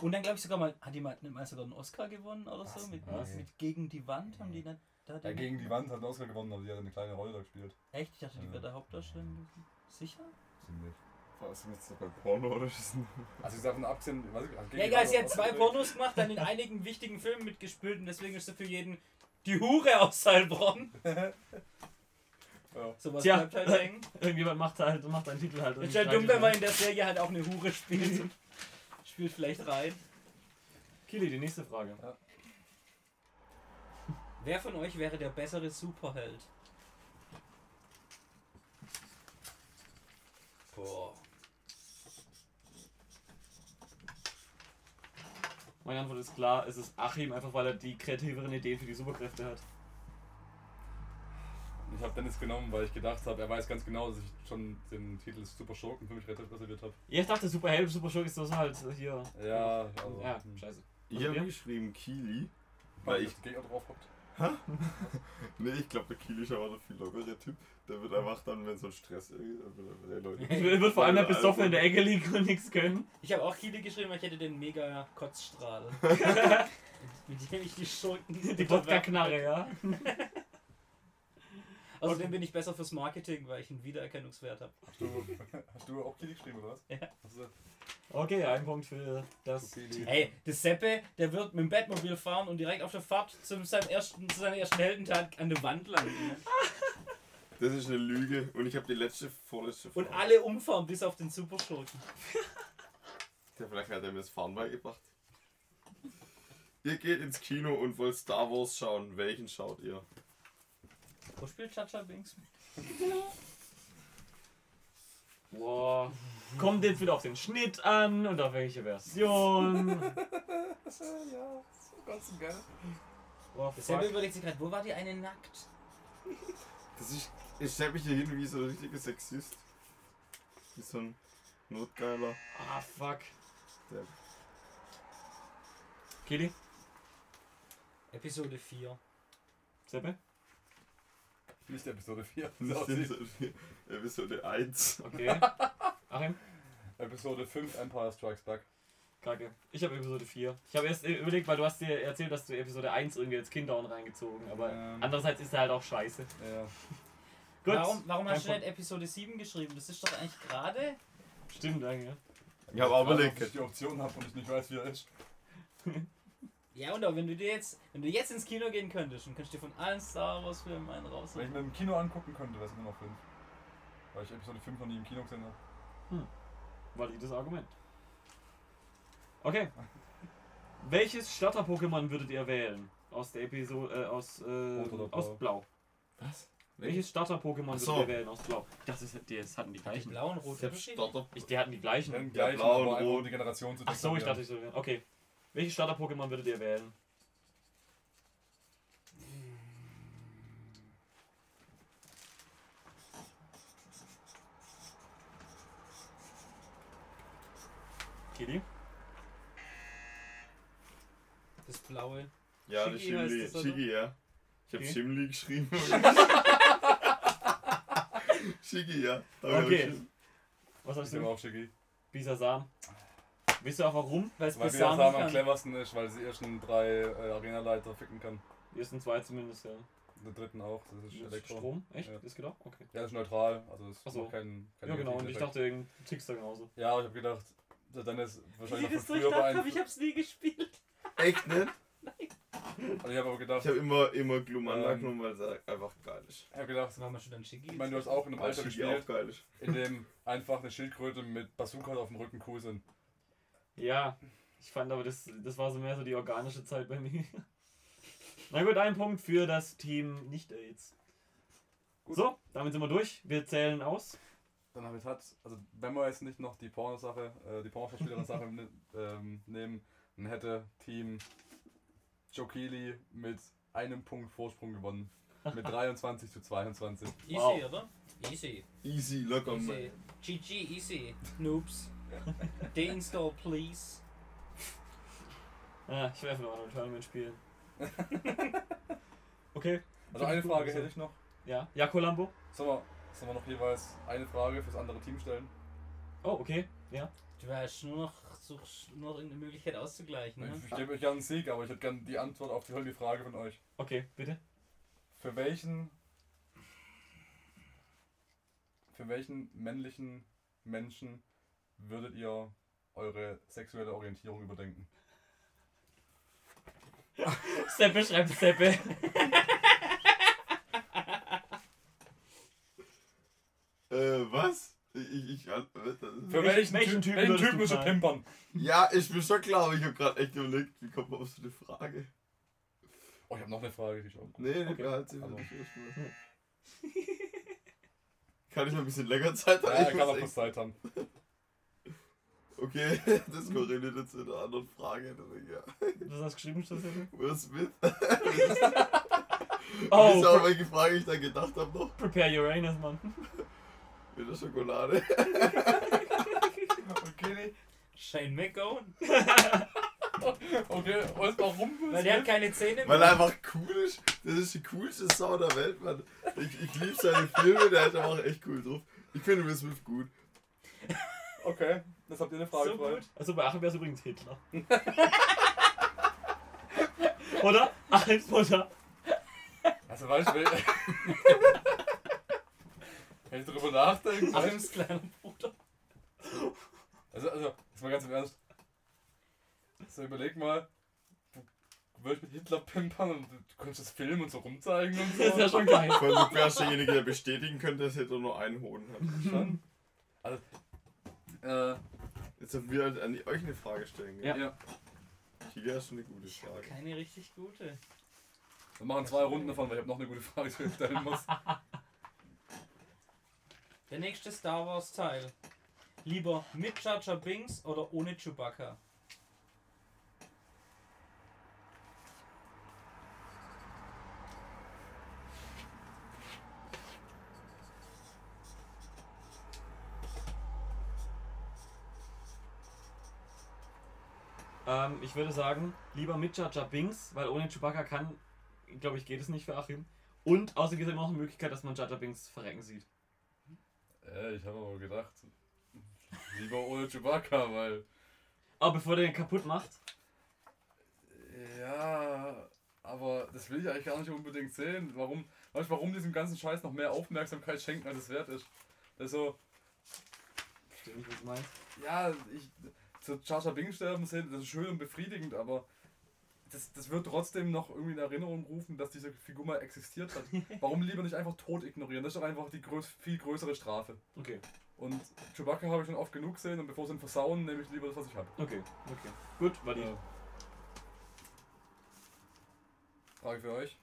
Speaker 6: und dann glaube ich sogar mal, hat die mal, mal sogar einen Oscar gewonnen oder so? Mit,
Speaker 4: Was?
Speaker 6: mit Gegen die Wand haben die nicht. Da
Speaker 4: Ja,
Speaker 6: die-
Speaker 4: gegen die Wand hat einen Oscar gewonnen, aber die hat eine kleine Rolle da gespielt.
Speaker 6: Echt? Ich dachte, die
Speaker 4: Ja.
Speaker 6: wäre der Hauptdarsteller gewesen. Sicher?
Speaker 4: Ziemlich.
Speaker 1: Was ist jetzt bei Porno oder ist das
Speaker 4: Also ich sag von abgesehen, weiß ich, also gegen die
Speaker 6: Ja, egal,
Speaker 4: Wand
Speaker 6: sie
Speaker 4: hat
Speaker 6: hat
Speaker 4: Oscar
Speaker 6: zwei
Speaker 4: gekriegt.
Speaker 6: Pornos gemacht, [laughs] dann in einigen wichtigen Filmen mitgespielt und deswegen ist sie für jeden die Hure aus Heilbronn.
Speaker 4: Ja.
Speaker 6: Sowas
Speaker 5: Tja.
Speaker 6: bleibt halt [laughs] hängen.
Speaker 5: Irgendjemand macht halt macht einen Titel halt.
Speaker 6: Ist ja dumm, wenn man in der Serie halt auch eine Hure spielt. [laughs] spielt vielleicht rein.
Speaker 5: Kili, die nächste Frage.
Speaker 6: Wer von euch wäre der bessere Superheld? Boah.
Speaker 5: Meine Antwort ist klar, es ist Achim, einfach weil er die kreativeren Ideen für die Superkräfte hat.
Speaker 4: Ich habe Dennis genommen, weil ich gedacht habe, er weiß ganz genau, dass ich schon den Titel Super Schurken für mich relativ reserviert habe.
Speaker 5: Ja, ich dachte, Superheld, Superschurk ist das halt hier.
Speaker 4: Ja, also.
Speaker 5: Ja,
Speaker 4: hm.
Speaker 5: scheiße.
Speaker 1: Ich habe geschrieben Kili.
Speaker 4: Weil
Speaker 1: Weil
Speaker 4: ich
Speaker 1: ich-
Speaker 4: den Gegner drauf habt.
Speaker 1: Nee, ich glaube, der Kili ist aber der viel lockere Typ. Der wird einfach dann, wenn so ein Stress ist, dann wird einfach der Leute.
Speaker 5: [laughs] Ich wird vor allem der besoffen in der Ecke liegen und nichts können.
Speaker 6: Ich habe auch Kili geschrieben, weil ich hätte den mega [laughs] Kotzstrahl. mit dem ich die Schurken.
Speaker 5: Die Wodka-Knarre, ja.
Speaker 6: Außerdem Also bin ich besser fürs Marketing, weil ich einen Wiedererkennungswert habe.
Speaker 4: Hast du, [laughs] hast du auch Kili geschrieben, oder was?
Speaker 6: Ja.
Speaker 4: Hast du-
Speaker 5: Okay, ein Punkt für das.
Speaker 4: Okay,
Speaker 5: Team.
Speaker 6: Hey, der Seppe, der wird mit dem Batmobil fahren und direkt auf der Fahrt zu, seinem ersten, zu seiner ersten Heldentat an der Wand landen. ne?
Speaker 1: Das ist eine Lüge und ich habe die letzte, vorletzte
Speaker 6: Und
Speaker 1: Frage.
Speaker 6: alle umfahren, bis auf den Superschurken.
Speaker 1: Ja, vielleicht hat er mir das Fahren beigebracht. Ihr geht ins Kino und wollt Star Wars schauen. Welchen schaut ihr?
Speaker 6: Wo spielt Chacha Binks? mit?
Speaker 5: Boah. Kommt jetzt wieder auf den Schnitt an und auf welche Version.
Speaker 4: Ja, so ganz und gerne.
Speaker 5: Boah,
Speaker 6: Der Seppe
Speaker 5: Oh, fuck.
Speaker 6: überlegt sich gerade, wo war die eine nackt?
Speaker 1: Das ist. Ich stell mich hier hin wie so ein richtiger Sexist. Wie so ein Notgeiler.
Speaker 5: Ah, fuck.
Speaker 1: Der-
Speaker 5: Kili,
Speaker 6: Episode 4.
Speaker 5: Seppe?
Speaker 4: Nicht Episode 4.
Speaker 1: Das ist
Speaker 4: Nicht
Speaker 1: so die Episode 1.
Speaker 5: Okay. Achim?
Speaker 4: Episode 5 Empire Strikes Back.
Speaker 5: Kacke. Ich habe Episode 4. Ich habe erst überlegt, weil du hast dir erzählt, dass du Episode 1 irgendwie als Kinderhorn reingezogen, aber
Speaker 4: Ähm.
Speaker 5: andererseits ist er halt auch scheiße.
Speaker 4: Ja.
Speaker 5: Gut.
Speaker 6: Warum, warum hast du
Speaker 5: Kein
Speaker 6: nicht Episode 7 geschrieben? Das ist doch eigentlich gerade.
Speaker 5: Stimmt, danke. ja.
Speaker 1: Ich habe auch
Speaker 4: Ob ich
Speaker 1: überlegt.
Speaker 4: die Option habe und ich nicht weiß, wie er ist.
Speaker 6: Ja, und auch wenn du dir jetzt, wenn du jetzt ins Kino gehen könntest und könntest dir von allen Star Wars Filmen einen
Speaker 4: Wenn ich
Speaker 6: rausholen.
Speaker 4: mir im Kino angucken könnte, wäre es immer noch 5. Weil ich Episode 5 noch nie im Kino gesehen habe.
Speaker 5: Valides Argument. Okay. Welches Starter-Pokémon würdet ihr wählen? Aus der Episode, äh, aus, äh,
Speaker 4: Rot oder blau?
Speaker 5: aus Blau.
Speaker 1: Was?
Speaker 5: Welches Starter-Pokémon
Speaker 1: Ach so.
Speaker 5: würdet ihr wählen aus Blau? Ich dachte, das, hätt- die- das hatten die
Speaker 6: Die
Speaker 5: gleichen.
Speaker 6: blauen,
Speaker 1: Ich
Speaker 6: roten
Speaker 1: hab
Speaker 6: Unterschiede.
Speaker 1: Starter.
Speaker 5: Ich, die hatten die gleichen.
Speaker 4: Dann gleich,
Speaker 1: blau und
Speaker 4: aber einfach, um
Speaker 1: rot.
Speaker 4: die Generation zu
Speaker 5: Ach so, ich dachte,
Speaker 4: differenzieren.
Speaker 5: ich so wählen. Okay. Welches Starter-Pokémon würdet ihr wählen? Kili?
Speaker 6: Das blaue.
Speaker 1: Ja, das
Speaker 6: Shiggy heißt
Speaker 1: Shimli.
Speaker 6: das, oder?
Speaker 1: Shiggy, ja. Ich habe
Speaker 5: Okay.
Speaker 1: Shimli geschrieben. Shiggy, ja. Da hab ich
Speaker 5: Okay.
Speaker 1: geschrieben.
Speaker 5: Was
Speaker 4: Ich
Speaker 5: hast
Speaker 4: nehme
Speaker 5: du?
Speaker 4: auch Shiggy.
Speaker 5: Bisasam. Wisst ihr auch warum?
Speaker 6: Weil es
Speaker 4: Weil
Speaker 6: bis
Speaker 4: sie das am
Speaker 6: kann.
Speaker 4: cleversten ist, weil sie erst einen drei äh, Arenaleiter ficken kann.
Speaker 5: Hier sind zwei zumindest, ja.
Speaker 4: Den dritten auch. Das ist
Speaker 5: Mit
Speaker 4: Elektro.
Speaker 5: Strom? Echt?
Speaker 4: Ja.
Speaker 5: Ist genau? Okay.
Speaker 4: Ja, das ist neutral. Also es
Speaker 5: Ach so.
Speaker 4: macht keinen, keinen
Speaker 5: Ja, genau.
Speaker 4: negativen
Speaker 5: Und ich
Speaker 4: Effekt.
Speaker 5: dachte, irgendein tickst da genauso.
Speaker 4: Ja, aber ich habe gedacht, dann ist wahrscheinlich
Speaker 6: Wie
Speaker 4: noch
Speaker 6: das
Speaker 4: von früher
Speaker 6: durchdacht habe,
Speaker 4: beeinflusst.
Speaker 6: ich hab's nie gespielt.
Speaker 1: Echt ne? nicht?
Speaker 4: Und Also ich habe aber gedacht,
Speaker 1: Ich habe immer, immer Glumanda
Speaker 4: Ähm.
Speaker 1: genommen, weil es halt einfach geil ist.
Speaker 4: ich habe gedacht,
Speaker 6: Das war mal schon ein Schicki.
Speaker 4: ich meine, du hast auch in einem
Speaker 1: Weil
Speaker 4: Alter
Speaker 1: Shiggy auch
Speaker 4: gespielt,
Speaker 1: geil ist.
Speaker 4: in dem einfach eine Schildkröte mit Bazookas auf dem Rücken cool sind.
Speaker 5: Ja. Ich fand aber, das, das war so mehr so die organische Zeit bei mir. [laughs] Na gut, ein Punkt für das Team Nicht-Aids. So, damit sind wir durch. Wir zählen aus.
Speaker 4: Dann halt, damit [laughs] hat, also wenn wir jetzt nicht noch die Pornosache, äh, die Pornoschauspielerin-Sache ne, ähm, nehmen, dann hätte Team Jokili mit einem Punkt Vorsprung gewonnen. [laughs] Mit 23 zu 22.
Speaker 6: Easy,
Speaker 1: Wow.
Speaker 6: oder? Easy.
Speaker 1: Easy, locker,
Speaker 6: Easy.
Speaker 1: man.
Speaker 6: GG, easy. Noobs. Deinstall, please.
Speaker 5: Ah, ich werfe noch ein Tournament spielen. okay,
Speaker 4: Also eine Frage hätte ich noch.
Speaker 5: ja. Ja, Columbo?
Speaker 4: Sollen wir, sollen wir noch jeweils eine Frage fürs andere Team stellen?
Speaker 5: Oh, okay. Ja.
Speaker 6: Du hast nur noch, suchst nur noch irgendeine Möglichkeit auszugleichen, ne?
Speaker 4: Ich gebe euch gerne einen Sieg, aber ich hätte gerne die Antwort auf die heutige Frage von euch.
Speaker 5: Okay, bitte.
Speaker 4: Für welchen. Für welchen männlichen Menschen würdet ihr eure sexuelle Orientierung überdenken?
Speaker 5: Seppe schreibt Seppe.
Speaker 1: Äh, was? Ich, ich, ich, äh,
Speaker 4: Für
Speaker 5: Welchen-
Speaker 4: welchen,
Speaker 5: welchen
Speaker 4: Typ, welchen
Speaker 5: Typen würdest
Speaker 4: Typen
Speaker 5: du
Speaker 4: müsst ihr
Speaker 5: fragen?
Speaker 4: pimpern?
Speaker 1: ja, ich bin schon klar, aber ich habe gerade echt überlegt, wie kommt man auf so eine Frage?
Speaker 4: Oh, ich habe noch eine Frage, die ich auch.
Speaker 1: Nee, nee,
Speaker 5: Okay.
Speaker 1: behalt sie für
Speaker 4: Aber-
Speaker 1: dich erstmal. Kann ich noch ein bisschen länger Zeit haben?
Speaker 4: Ja,
Speaker 1: Ich
Speaker 4: ich kann
Speaker 1: muss
Speaker 4: auch
Speaker 1: echt-
Speaker 4: kurz Zeit haben.
Speaker 1: Okay, [laughs] das korreliert jetzt mit einer anderen Frage. Deswegen, ja.
Speaker 5: Was hast du geschrieben, Seppe?
Speaker 1: Will Smith? [laughs] Das
Speaker 5: Oh,
Speaker 1: ist auch,
Speaker 5: pre
Speaker 1: welche Frage ich da gedacht habe noch.
Speaker 5: prepare Uranus, Mann. [laughs]
Speaker 1: Mit der Schokolade.
Speaker 4: Okay,
Speaker 6: Shane McGowan.
Speaker 4: okay, und warum?
Speaker 6: Weil der hat keine Zähne
Speaker 1: Weil
Speaker 6: mehr.
Speaker 1: er einfach cool ist. Das ist die coolste Sau der Welt, Mann. Ich, ich liebe seine Filme, der ist einfach echt cool drauf. Ich finde Will Smith gut.
Speaker 4: Okay, das habt ihr eine Frage
Speaker 6: So
Speaker 4: frei.
Speaker 6: gut.
Speaker 5: Also bei Achim wäre es übrigens Hitler. [laughs] Oder? Achims Mutter.
Speaker 4: Also, weißt du, wenn [laughs] wenn ich drüber nachdenke, weißt
Speaker 6: Achims kleiner Bruder.
Speaker 4: du, also, also, jetzt mal ganz im Ernst. So, überleg mal, du würdest mit Hitler pimpern und du könntest das filmen und so rumzeigen
Speaker 6: [laughs]
Speaker 4: und
Speaker 5: Das ist ja
Speaker 4: so.
Speaker 5: schon geil.
Speaker 1: Weil du wärst derjenige, der bestätigen könnte, dass Hitler nur einen Hoden hat.
Speaker 5: Mhm.
Speaker 4: Schon. Also, äh,
Speaker 1: Jetzt haben wir halt an die- euch eine Frage stellen. gell?
Speaker 5: Ja.
Speaker 4: ja.
Speaker 1: Hier wäre schon eine gute
Speaker 6: Ich habe
Speaker 1: Frage.
Speaker 6: keine richtig gute.
Speaker 4: Wir machen zwei Runden davon, weil ich habe noch eine gute Frage, die ich stellen muss.
Speaker 6: Der nächste Star Wars Teil. Lieber mit Jar Jar Binks oder ohne Chewbacca?
Speaker 5: Ähm, ich würde sagen, lieber mit Jar Jar Binks, weil ohne Chewbacca kann, glaube ich, geht es nicht für Achim. Und außerdem gibt es immer noch eine Möglichkeit, dass man Jar Jar Binks verrecken sieht.
Speaker 4: Äh, ich habe aber gedacht, lieber ohne Chewbacca, weil.
Speaker 5: Aber bevor der ihn kaputt macht,
Speaker 4: Ja, aber das will ich eigentlich gar nicht unbedingt sehen. Warum, weißt, du, warum diesem ganzen Scheiß noch mehr Aufmerksamkeit schenken, als es wert ist? Also,
Speaker 5: verstehe nicht, was du meinst.
Speaker 4: ja, ich. Zu Jar Jar Bing sterben sehen, das ist schön und befriedigend, aber das, das wird trotzdem noch irgendwie in Erinnerung rufen, dass diese Figur mal existiert hat. Warum lieber nicht einfach tot ignorieren? Das ist doch einfach die größ viel größere Strafe.
Speaker 5: Okay,
Speaker 4: Und Chewbacca habe ich schon oft genug gesehen und bevor sie ihn versauen, nehme ich lieber das, was ich habe.
Speaker 5: okay, okay. Gut, war die.
Speaker 4: Ja. Frage für euch.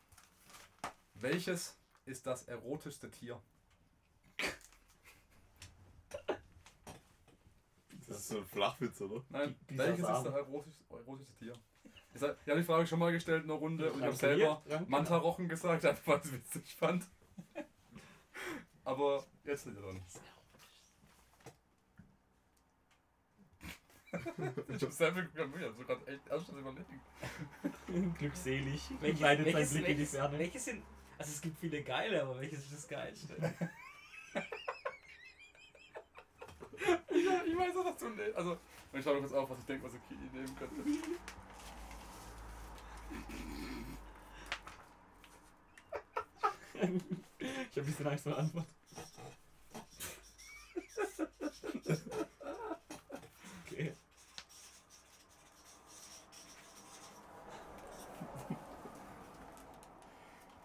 Speaker 4: Welches ist das erotischste Tier?
Speaker 1: Das ist so ein Flachwitz, oder?
Speaker 4: Nein,
Speaker 5: Die- die
Speaker 4: welches ist das
Speaker 5: Sasamen.
Speaker 4: erotischste, erotischste Tier? Ich habe die Frage schon mal gestellt in der Runde und ich habe
Speaker 5: Hast du
Speaker 4: selber
Speaker 5: hier dran?
Speaker 4: Mantarochen gesagt, einfach weil ich es witzig fand. Aber jetzt nicht dran. ich habe selber geguckt, ich habe so gerade echt ernsthaft überlegt.
Speaker 5: [laughs] Glückselig. Leidet sein Blick in die Ferne.
Speaker 6: welches sind. Also es gibt viele geile, aber welches ist das geilste?
Speaker 4: Ich weiß auch, was du nimmst. Also, und ich schau mal kurz auf, was ich denke, was ich nehmen könnte.
Speaker 5: ich habe ein bisschen Angst vor der Antwort. okay.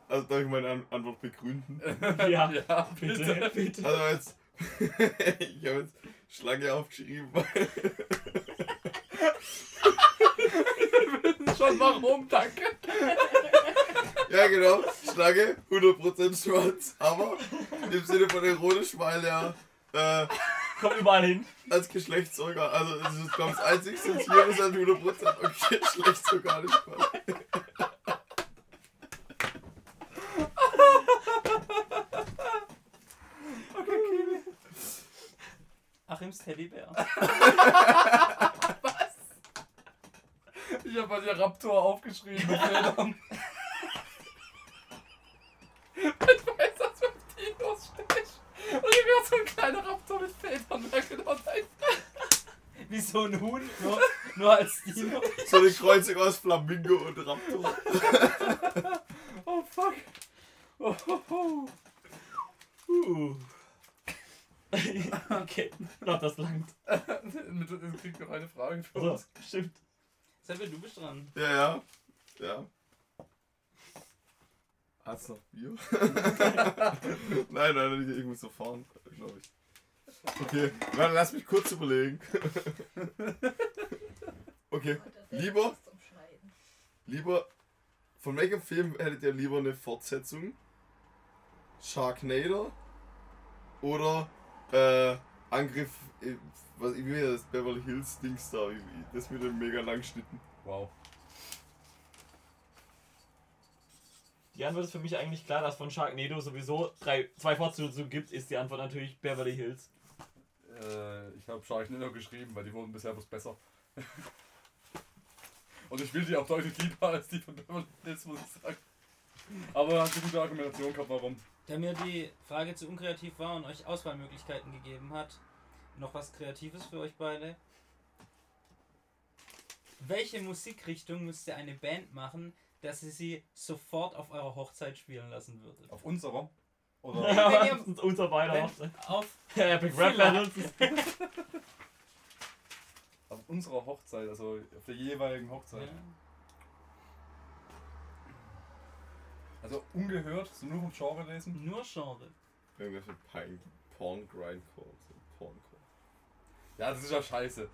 Speaker 1: Also darf ich meine An Antwort begründen?
Speaker 5: Ja,
Speaker 4: Ja,
Speaker 5: bitte,
Speaker 4: bitte.
Speaker 6: [laughs]
Speaker 5: bitte.
Speaker 1: Also jetzt. [laughs] ich habe jetzt Schlange aufgeschrieben, weil
Speaker 4: Schon warum, danke.
Speaker 1: Ja, genau. Schlange, 100% schwarz. Aber im Sinne von erotisch, weil er äh,
Speaker 5: Komm überall hin.
Speaker 1: als Geschlechtsorgan. Also das ist glaub ich, das einzigste Tier, das an 100% und Geschlechtsorgan nicht passt.
Speaker 6: Achims Teddybär.
Speaker 7: Ich habe bei dir Raptor aufgeschrieben. mit Bildern. ich weiß, dass du mit Dinos sprichst. Und ich wäre so ein kleiner Raptor mit Federn. Wäre genau dein.
Speaker 6: [laughs] Wie so ein Huhn, nur, nur als Dino.
Speaker 1: So eine Kreuzung aus Flamingo und Raptor.
Speaker 7: Oh fuck. Oh, oh, oh.
Speaker 5: [laughs]
Speaker 6: Okay.
Speaker 5: Laut das langt.
Speaker 7: Mit- Es kriegt noch eine Frage für
Speaker 5: So,
Speaker 7: uns.
Speaker 5: stimmt.
Speaker 6: Seppel, du bist dran.
Speaker 1: Ja, ja. Ja. Hat's noch Bier? nein, nein, ich, ich muss noch fahren, glaube ich. Okay, dann lass mich kurz überlegen.
Speaker 4: Äh,
Speaker 1: okay, Lieber? lieber. Von welchem Film hättet ihr lieber eine Fortsetzung? Sharknado? Oder äh, Angriff. Äh, was, wie heißt das Beverly Hills Dings da? wie- wie- Das mit den mega langen Schnitten.
Speaker 4: Wow.
Speaker 5: Die Antwort ist für mich eigentlich klar, dass von Sharknado sowieso drei, zwei Fortsetzungen gibt, ist die Antwort natürlich Beverly Hills.
Speaker 4: Äh, ich habe Sharknado geschrieben, weil die wurden bisher bloß besser. [laughs] Und ich will die auch deutlich lieber als die von Beverly Hills, muss ich sagen. Aber hast du gute Argumentation gehabt, warum?
Speaker 6: Da mir die Frage zu unkreativ war und euch Auswahlmöglichkeiten gegeben hat, noch was Kreatives für euch beide. Welche Musikrichtung müsste eine Band machen, dass sie sie sofort auf eurer Hochzeit spielen lassen würde?
Speaker 4: Auf unserer? [laughs] Oder?
Speaker 6: ihr-
Speaker 5: [laughs] das ist unser beider.
Speaker 6: Wenn- Auf
Speaker 5: Epic Rap Battles.
Speaker 4: auf unserer Hochzeit, also auf der jeweiligen Hochzeit. Also ungehört, so nur vom Genre lesen.
Speaker 6: nur Genre.
Speaker 1: Irgendwelche Pine, Porn Grindcore. So Porncore.
Speaker 4: Ja, das ist ja scheiße.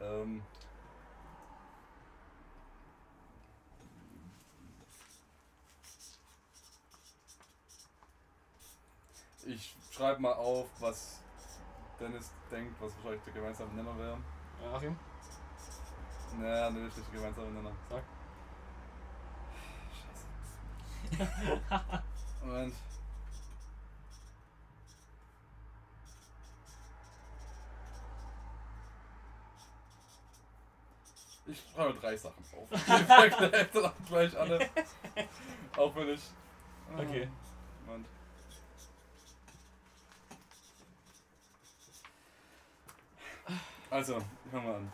Speaker 4: ähm. Ich schreibe mal auf, was Dennis denkt, was wahrscheinlich der gemeinsame Nenner wäre.
Speaker 5: Achim?
Speaker 4: Naja, ne, richtig gemeinsame Nenner.
Speaker 5: Sag.
Speaker 4: Scheiße. Moment. Ich schreibe drei Sachen auf. Die Effekte dann gleich alle. Auch wenn ich.
Speaker 5: Okay.
Speaker 4: Moment. Also, fangen wir an.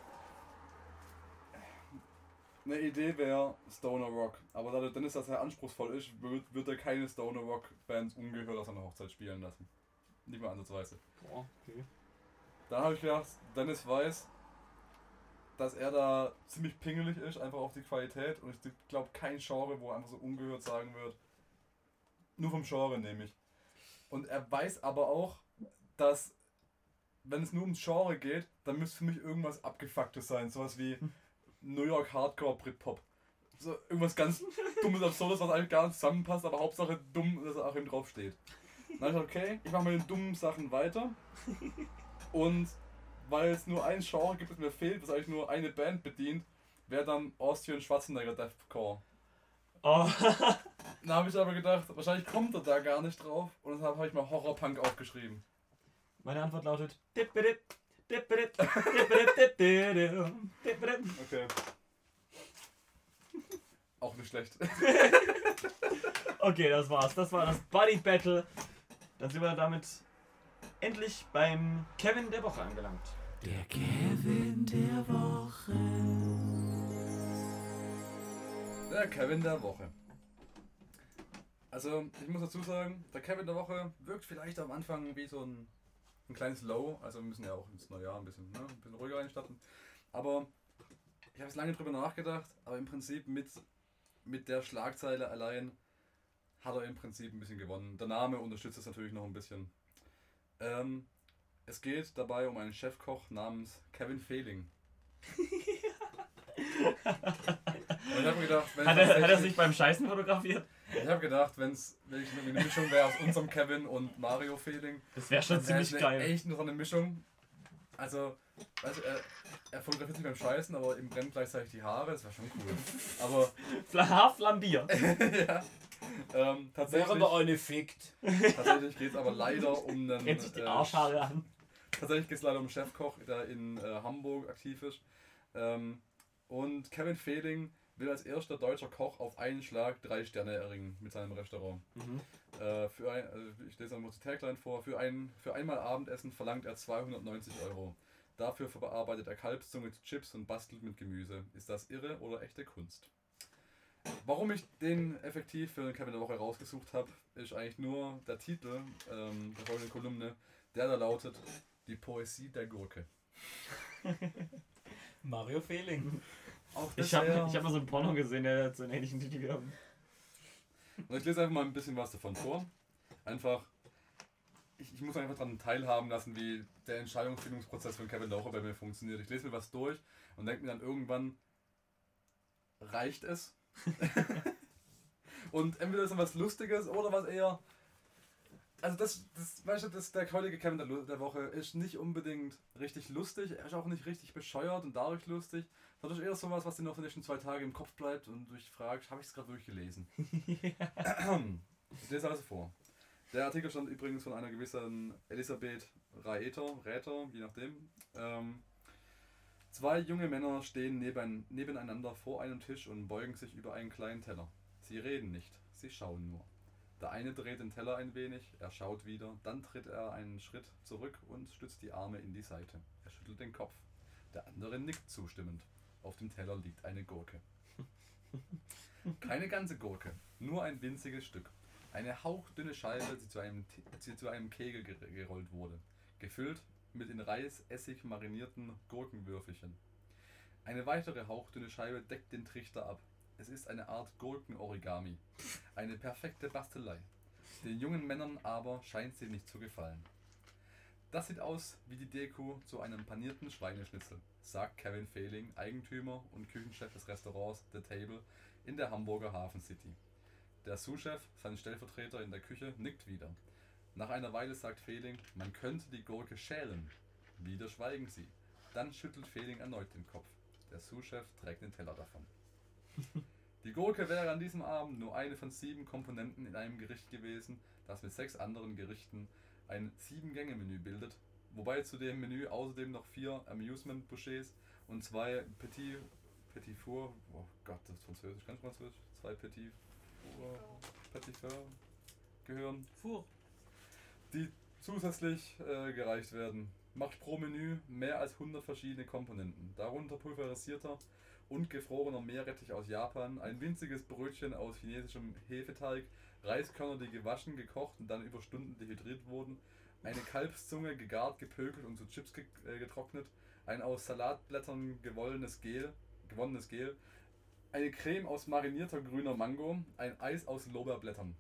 Speaker 4: Eine Idee wäre Stoner Rock, aber da der Dennis das sehr anspruchsvoll ist, wird, wird er keine Stoner Rock Bands ungehört aus seiner Hochzeit spielen lassen. Nicht mal ansatzweise.
Speaker 5: Boah, okay.
Speaker 4: Dann habe ich gedacht, Dennis weiß, dass er da ziemlich pingelig ist, einfach auf die Qualität und ich glaube kein Genre, wo er einfach so ungehört sagen wird. Nur vom Genre nehme ich. Und er weiß aber auch, dass wenn es nur ums Genre geht, dann müsste für mich irgendwas abgefucktes sein. Sowas wie New York Hardcore Britpop. So irgendwas ganz dummes, absurdes, was eigentlich gar nicht zusammenpasst, aber Hauptsache dumm, dass er auch eben draufsteht. Dann habe ich gedacht, okay, ich mache mit den dummen Sachen weiter. Und weil es nur ein Genre gibt, das mir fehlt, das eigentlich nur eine Band bedient, wäre dann Austrian Schwarzenegger Deathcore.
Speaker 5: Oh,
Speaker 4: Da habe ich aber gedacht, wahrscheinlich kommt er da gar nicht drauf und deshalb habe ich mal Horrorpunk aufgeschrieben.
Speaker 5: meine Antwort lautet. Dippidip, dippidip, dippidip, dippidip, dippidip.
Speaker 4: Okay. Auch nicht schlecht. [laughs]
Speaker 5: Okay, das war's. Das war das Buddy Battle. Dann sind wir damit endlich beim Kevin der Woche angelangt.
Speaker 4: Der Kevin der Woche. Also, ich muss dazu sagen, der Kevin der Woche wirkt vielleicht am Anfang wie so ein, ein kleines Low. Also, wir müssen ja auch ins neue Jahr ein bisschen, ne, ein bisschen ruhiger einstarten. Aber ich habe es lange drüber nachgedacht, aber im Prinzip mit, mit der Schlagzeile allein hat er im Prinzip ein bisschen gewonnen. Der Name unterstützt es natürlich noch ein bisschen. Ähm, es geht dabei um einen Chefkoch namens Kevin Fehling. Und ich habe mir gedacht, wenn es
Speaker 5: Hat er, hat er
Speaker 4: tatsächlich-
Speaker 5: sich beim Scheißen fotografiert?
Speaker 4: Ich habe gedacht, wenn es wirklich irgendwie eine Mischung wäre aus unserem Kevin und Mario Feeling,
Speaker 5: Das wäre schon
Speaker 4: dann wäre
Speaker 5: ziemlich
Speaker 4: es
Speaker 5: geil.
Speaker 4: eine- echt nur so eine Mischung. Also, weißt du, er, er fotografiert sich beim Scheißen, aber ihm brennt gleichzeitig die Haare, das wäre schon cool.
Speaker 5: [laughs]
Speaker 4: Aber [laughs]
Speaker 5: Fla- Haarflambier.
Speaker 4: ja, ähm,
Speaker 6: Während
Speaker 4: tatsächlich,
Speaker 6: der eine fickt.
Speaker 4: tatsächlich geht es aber leider um einen.
Speaker 5: Brennt sich die
Speaker 4: äh,
Speaker 5: Arschhaare an.
Speaker 4: Tatsächlich geht es leider um einen Chefkoch, der in äh, Hamburg aktiv ist. Ähm, und Kevin Fehling will als erster deutscher Koch auf einen Schlag drei Sterne erringen mit seinem Restaurant.
Speaker 5: Mhm.
Speaker 4: Äh, für ein, also ich lese einmal die Tagline vor. Für, ein, für einmal Abendessen verlangt er 290 Euro. Dafür verarbeitet er Kalbszunge zu Chips und bastelt mit Gemüse. Ist das irre oder echte Kunst? Warum ich den effektiv für den Kevin der Woche rausgesucht habe, ist eigentlich nur der Titel ähm, der folgenden Kolumne, der da lautet Die Poesie der Gurke.
Speaker 6: Mario Fehling.
Speaker 4: Auch
Speaker 5: Ich
Speaker 4: das
Speaker 5: habe
Speaker 4: wäre-
Speaker 5: ich hab mal so einen Porno gesehen, der hat so einen ähnlichen Titel gehabt.
Speaker 4: Und ich lese einfach mal ein bisschen was davon vor. Einfach, ich, ich muss einfach daran teilhaben lassen, wie der Entscheidungsfindungsprozess von Kevin Laucher bei mir funktioniert. Ich lese mir was durch und denke mir dann irgendwann, reicht es? [laughs] und entweder ist dann was Lustiges oder was eher. Also das, das, weißt du, das, der heutige Kevin der, Lu- der Woche ist nicht unbedingt richtig lustig, er ist auch nicht richtig bescheuert und dadurch lustig, sondern ist eher sowas, was dir noch die nächsten zwei Tage im Kopf bleibt und du dich fragst, habe ich es gerade durchgelesen? Ich lese alles vor. Der Artikel stand übrigens von einer gewissen Elisabeth Raeter, Räter, je nachdem. Ähm, zwei junge Männer stehen neben, nebeneinander vor einem Tisch und beugen sich über einen kleinen Teller. Sie reden nicht, sie schauen nur. Der eine dreht den Teller ein wenig, er schaut wieder, dann tritt er einen Schritt zurück und stützt die Arme in die Seite. Er schüttelt den Kopf. Der andere nickt zustimmend. Auf dem Teller liegt eine Gurke. Keine ganze Gurke, nur ein winziges Stück. Eine hauchdünne Scheibe, die zu einem, T- die zu einem Kegel ger- gerollt wurde. Gefüllt mit in Reis, Essig marinierten Gurkenwürfelchen. Eine weitere hauchdünne Scheibe deckt den Trichter ab. Es ist eine Art Gurken-Origami. Eine perfekte Bastelei. Den jungen Männern aber scheint sie nicht zu gefallen. Das sieht aus wie die Deko zu einem panierten Schweineschnitzel, sagt Kevin Fehling, Eigentümer und Küchenchef des Restaurants The Table in der Hamburger Hafen City. Der Sous-Chef, sein Stellvertreter in der Küche, nickt wieder. Nach einer Weile sagt Fehling, man könnte die Gurke schälen. Wieder schweigen sie. Dann schüttelt Fehling erneut den Kopf. Der Sous-Chef trägt den Teller davon. Die Gurke wäre an diesem Abend nur eine von sieben Komponenten in einem Gericht gewesen, das mit sechs anderen Gerichten ein Sieben-Gänge-Menü bildet, wobei zu dem Menü außerdem noch vier Amusement-Bouchets und zwei Petit, Petit Four, oh Gott, das ist Französisch, ganz Französisch, zwei Petit Four, Petit Four gehören,
Speaker 6: Fuhr.
Speaker 4: die zusätzlich äh, gereicht werden. Macht pro Menü mehr als 100 verschiedene Komponenten, darunter pulverisierter und gefrorener Meerrettich aus Japan, ein winziges Brötchen aus chinesischem Hefeteig, Reiskörner, die gewaschen, gekocht und dann über Stunden dehydriert wurden, eine Kalbszunge, gegart, gepökelt und zu Chips ge äh, getrocknet, ein aus Salatblättern gewollenes Gel, gewonnenes Gel, eine Creme aus marinierter grüner Mango, ein Eis aus Lorbeerblättern.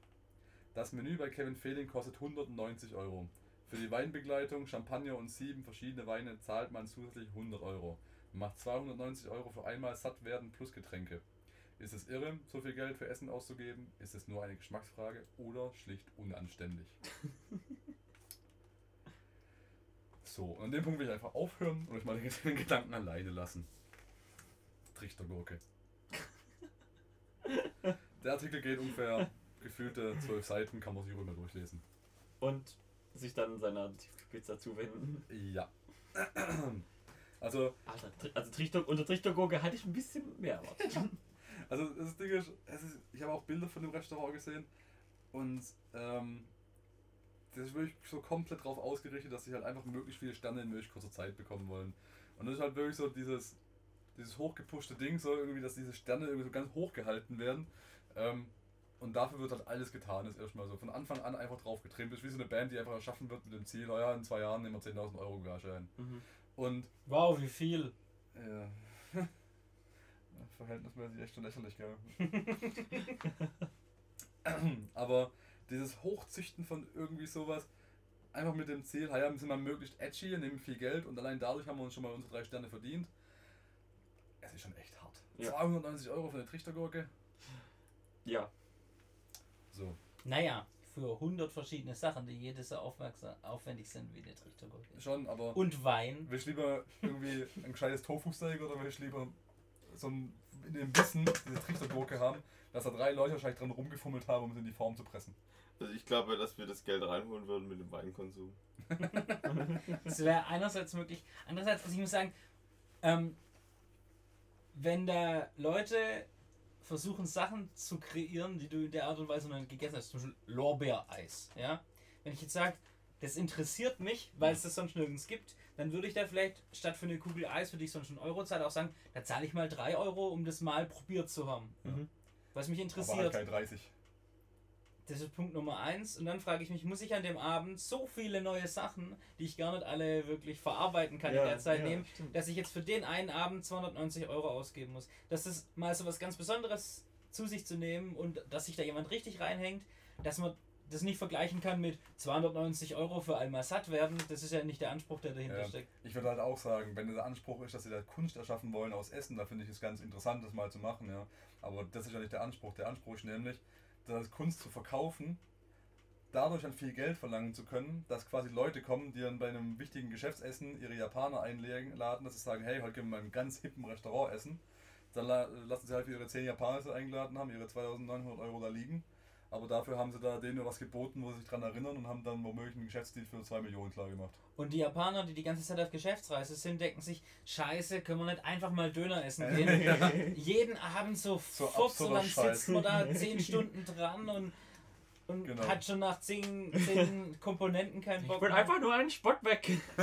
Speaker 4: Das Menü bei Kevin Fehling kostet 190 Euro. Für die Weinbegleitung, Champagner und sieben verschiedene Weine zahlt man zusätzlich 100 Euro. Macht 290 Euro für einmal satt werden plus Getränke. Ist es irre, so viel Geld für Essen auszugeben? Ist es nur eine Geschmacksfrage oder schlicht unanständig? so, und an dem Punkt will ich einfach aufhören und euch mal den [laughs] Gedanken alleine lassen. Trichtergurke. Der Artikel geht ungefähr gefühlte zwölf Seiten, kann man sich ruhig mal durchlesen.
Speaker 5: Und sich dann seiner Tiefkühlpizza zuwenden.
Speaker 4: Ja. [clears throat] Also,
Speaker 5: Alter, Tri- also Trichter, unter Trichtergurke hatte ich ein bisschen
Speaker 3: [laughs]
Speaker 5: mehr erwartet.
Speaker 4: Also das Ding ist, es ist ich habe auch Bilder von dem Restaurant gesehen und ähm, das ist wirklich so komplett darauf ausgerichtet, dass sie halt einfach möglichst viele Sterne in möglichst kurzer Zeit bekommen wollen. Und das ist halt wirklich so dieses, dieses hochgepushte Ding, so irgendwie, dass diese Sterne irgendwie so ganz hoch gehalten werden. Ähm, und dafür wird halt alles getan, ist erstmal so. Von Anfang an einfach drauf getrimmt. Das ist wie so eine Band, die einfach erschaffen wird mit dem Ziel, oh ja, in zwei Jahren nehmen wir 10.000 Euro Gage ein.
Speaker 5: Mhm.
Speaker 4: Und
Speaker 6: Wow, wie viel.
Speaker 4: ja. [laughs] Verhältnismäßig echt schon lächerlich, gell? [laughs] Aber dieses Hochzüchten von irgendwie sowas, einfach mit dem Ziel, ja, wir sind mal möglichst edgy, nehmen viel Geld und allein dadurch haben wir uns schon mal unsere drei Sterne verdient. Es ist schon echt hart.
Speaker 5: Ja.
Speaker 4: 290 Euro für eine Trichtergurke.
Speaker 5: Ja.
Speaker 4: So.
Speaker 6: Naja, für 100 verschiedene Sachen, die jedes so aufmerksam, aufwendig sind wie der Trichter Gold.
Speaker 4: Schon, aber.
Speaker 6: Und Wein.
Speaker 4: Willst du lieber irgendwie ein gescheites Tofu-Steak oder willst du lieber so ein, in dem Wissen diese Trichtergurke haben, dass da drei Leute wahrscheinlich dran rumgefummelt haben, um es in die Form zu pressen?
Speaker 1: Also ich glaube, dass wir das Geld reinholen würden mit dem Weinkonsum.
Speaker 6: Das wäre einerseits möglich. Andererseits, also ich muss sagen, ähm, wenn da Leute versuchen, Sachen zu kreieren, die du in der Art und Weise noch nicht gegessen hast, zum Beispiel Lorbeereis, ja? Wenn ich jetzt sage, das interessiert mich, weil es das sonst nirgends gibt, dann würde ich da vielleicht statt für eine Kugel Eis, für die ich sonst einen Euro zahle, auch sagen, da zahle ich mal 3 Euro, um das mal probiert zu haben.
Speaker 5: Mhm.
Speaker 6: Was mich
Speaker 4: Aber halt
Speaker 6: interessiert.
Speaker 4: kein 30.
Speaker 6: Das ist Punkt Nummer eins. Und dann frage ich mich, muss ich an dem Abend so viele neue Sachen, die ich gar nicht alle wirklich verarbeiten kann in der
Speaker 3: halt
Speaker 6: Zeit nehmen,
Speaker 5: stimmt.
Speaker 6: dass ich jetzt für den einen Abend 290 Euro ausgeben muss. Das ist mal so was ganz Besonderes zu sich zu nehmen und dass sich da jemand richtig reinhängt, dass man das nicht vergleichen kann mit 290 Euro für einmal satt werden. Das ist ja nicht der Anspruch, der dahinter
Speaker 4: Ja.
Speaker 6: steckt.
Speaker 4: Ich würde halt auch sagen, wenn der Anspruch ist, dass sie da Kunst erschaffen wollen aus Essen, da finde ich es ganz interessant, das mal zu machen, ja. Aber das ist ja nicht der Anspruch. Der Anspruch ist nämlich, das Kunst zu verkaufen, dadurch dann viel Geld verlangen zu können, dass quasi Leute kommen, die dann bei einem wichtigen Geschäftsessen ihre Japaner einladen, dass sie sagen, hey, heute gehen wir mal in einem ganz hippen Restaurant essen. Dann la- lassen sie halt ihre 10 Japaner die sie eingeladen haben, ihre 2900 Euro da liegen. Aber dafür haben sie da denen nur was geboten, wo sie sich dran erinnern und haben dann womöglich einen Geschäftsdeal für 2 Millionen klar gemacht.
Speaker 6: Und die Japaner, die die ganze Zeit auf Geschäftsreise sind, denken sich, scheiße, können wir nicht einfach mal Döner essen
Speaker 4: [laughs]
Speaker 6: gehen. Jeden Abend so
Speaker 4: So
Speaker 6: futz
Speaker 4: absurder
Speaker 6: und dann sitzt
Speaker 4: Scheiß.
Speaker 6: man
Speaker 4: [laughs]
Speaker 6: da zehn Stunden dran und, und
Speaker 4: Genau.
Speaker 6: hat schon nach zehn,
Speaker 4: [laughs]
Speaker 6: zehn Komponenten keinen Bock
Speaker 5: Ich will
Speaker 6: mehr.
Speaker 5: einfach nur einen Spott weg. [laughs]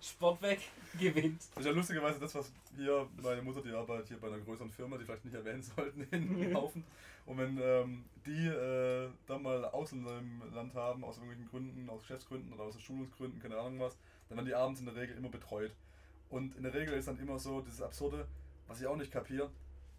Speaker 6: Sport weg, [laughs] gewinnt.
Speaker 4: Das ist ja lustigerweise das, was hier meine Mutter, die arbeitet hier bei einer größeren Firma, die vielleicht nicht erwähnen sollten, [laughs] hinlaufen. Und wenn ähm, die äh, dann mal Ausländer im Land haben, aus irgendwelchen Gründen, aus Geschäftsgründen oder aus Schulungsgründen, keine Ahnung was, dann werden die abends in der Regel immer betreut. Und in der Regel ist dann immer so dieses Absurde, was ich auch nicht kapiere,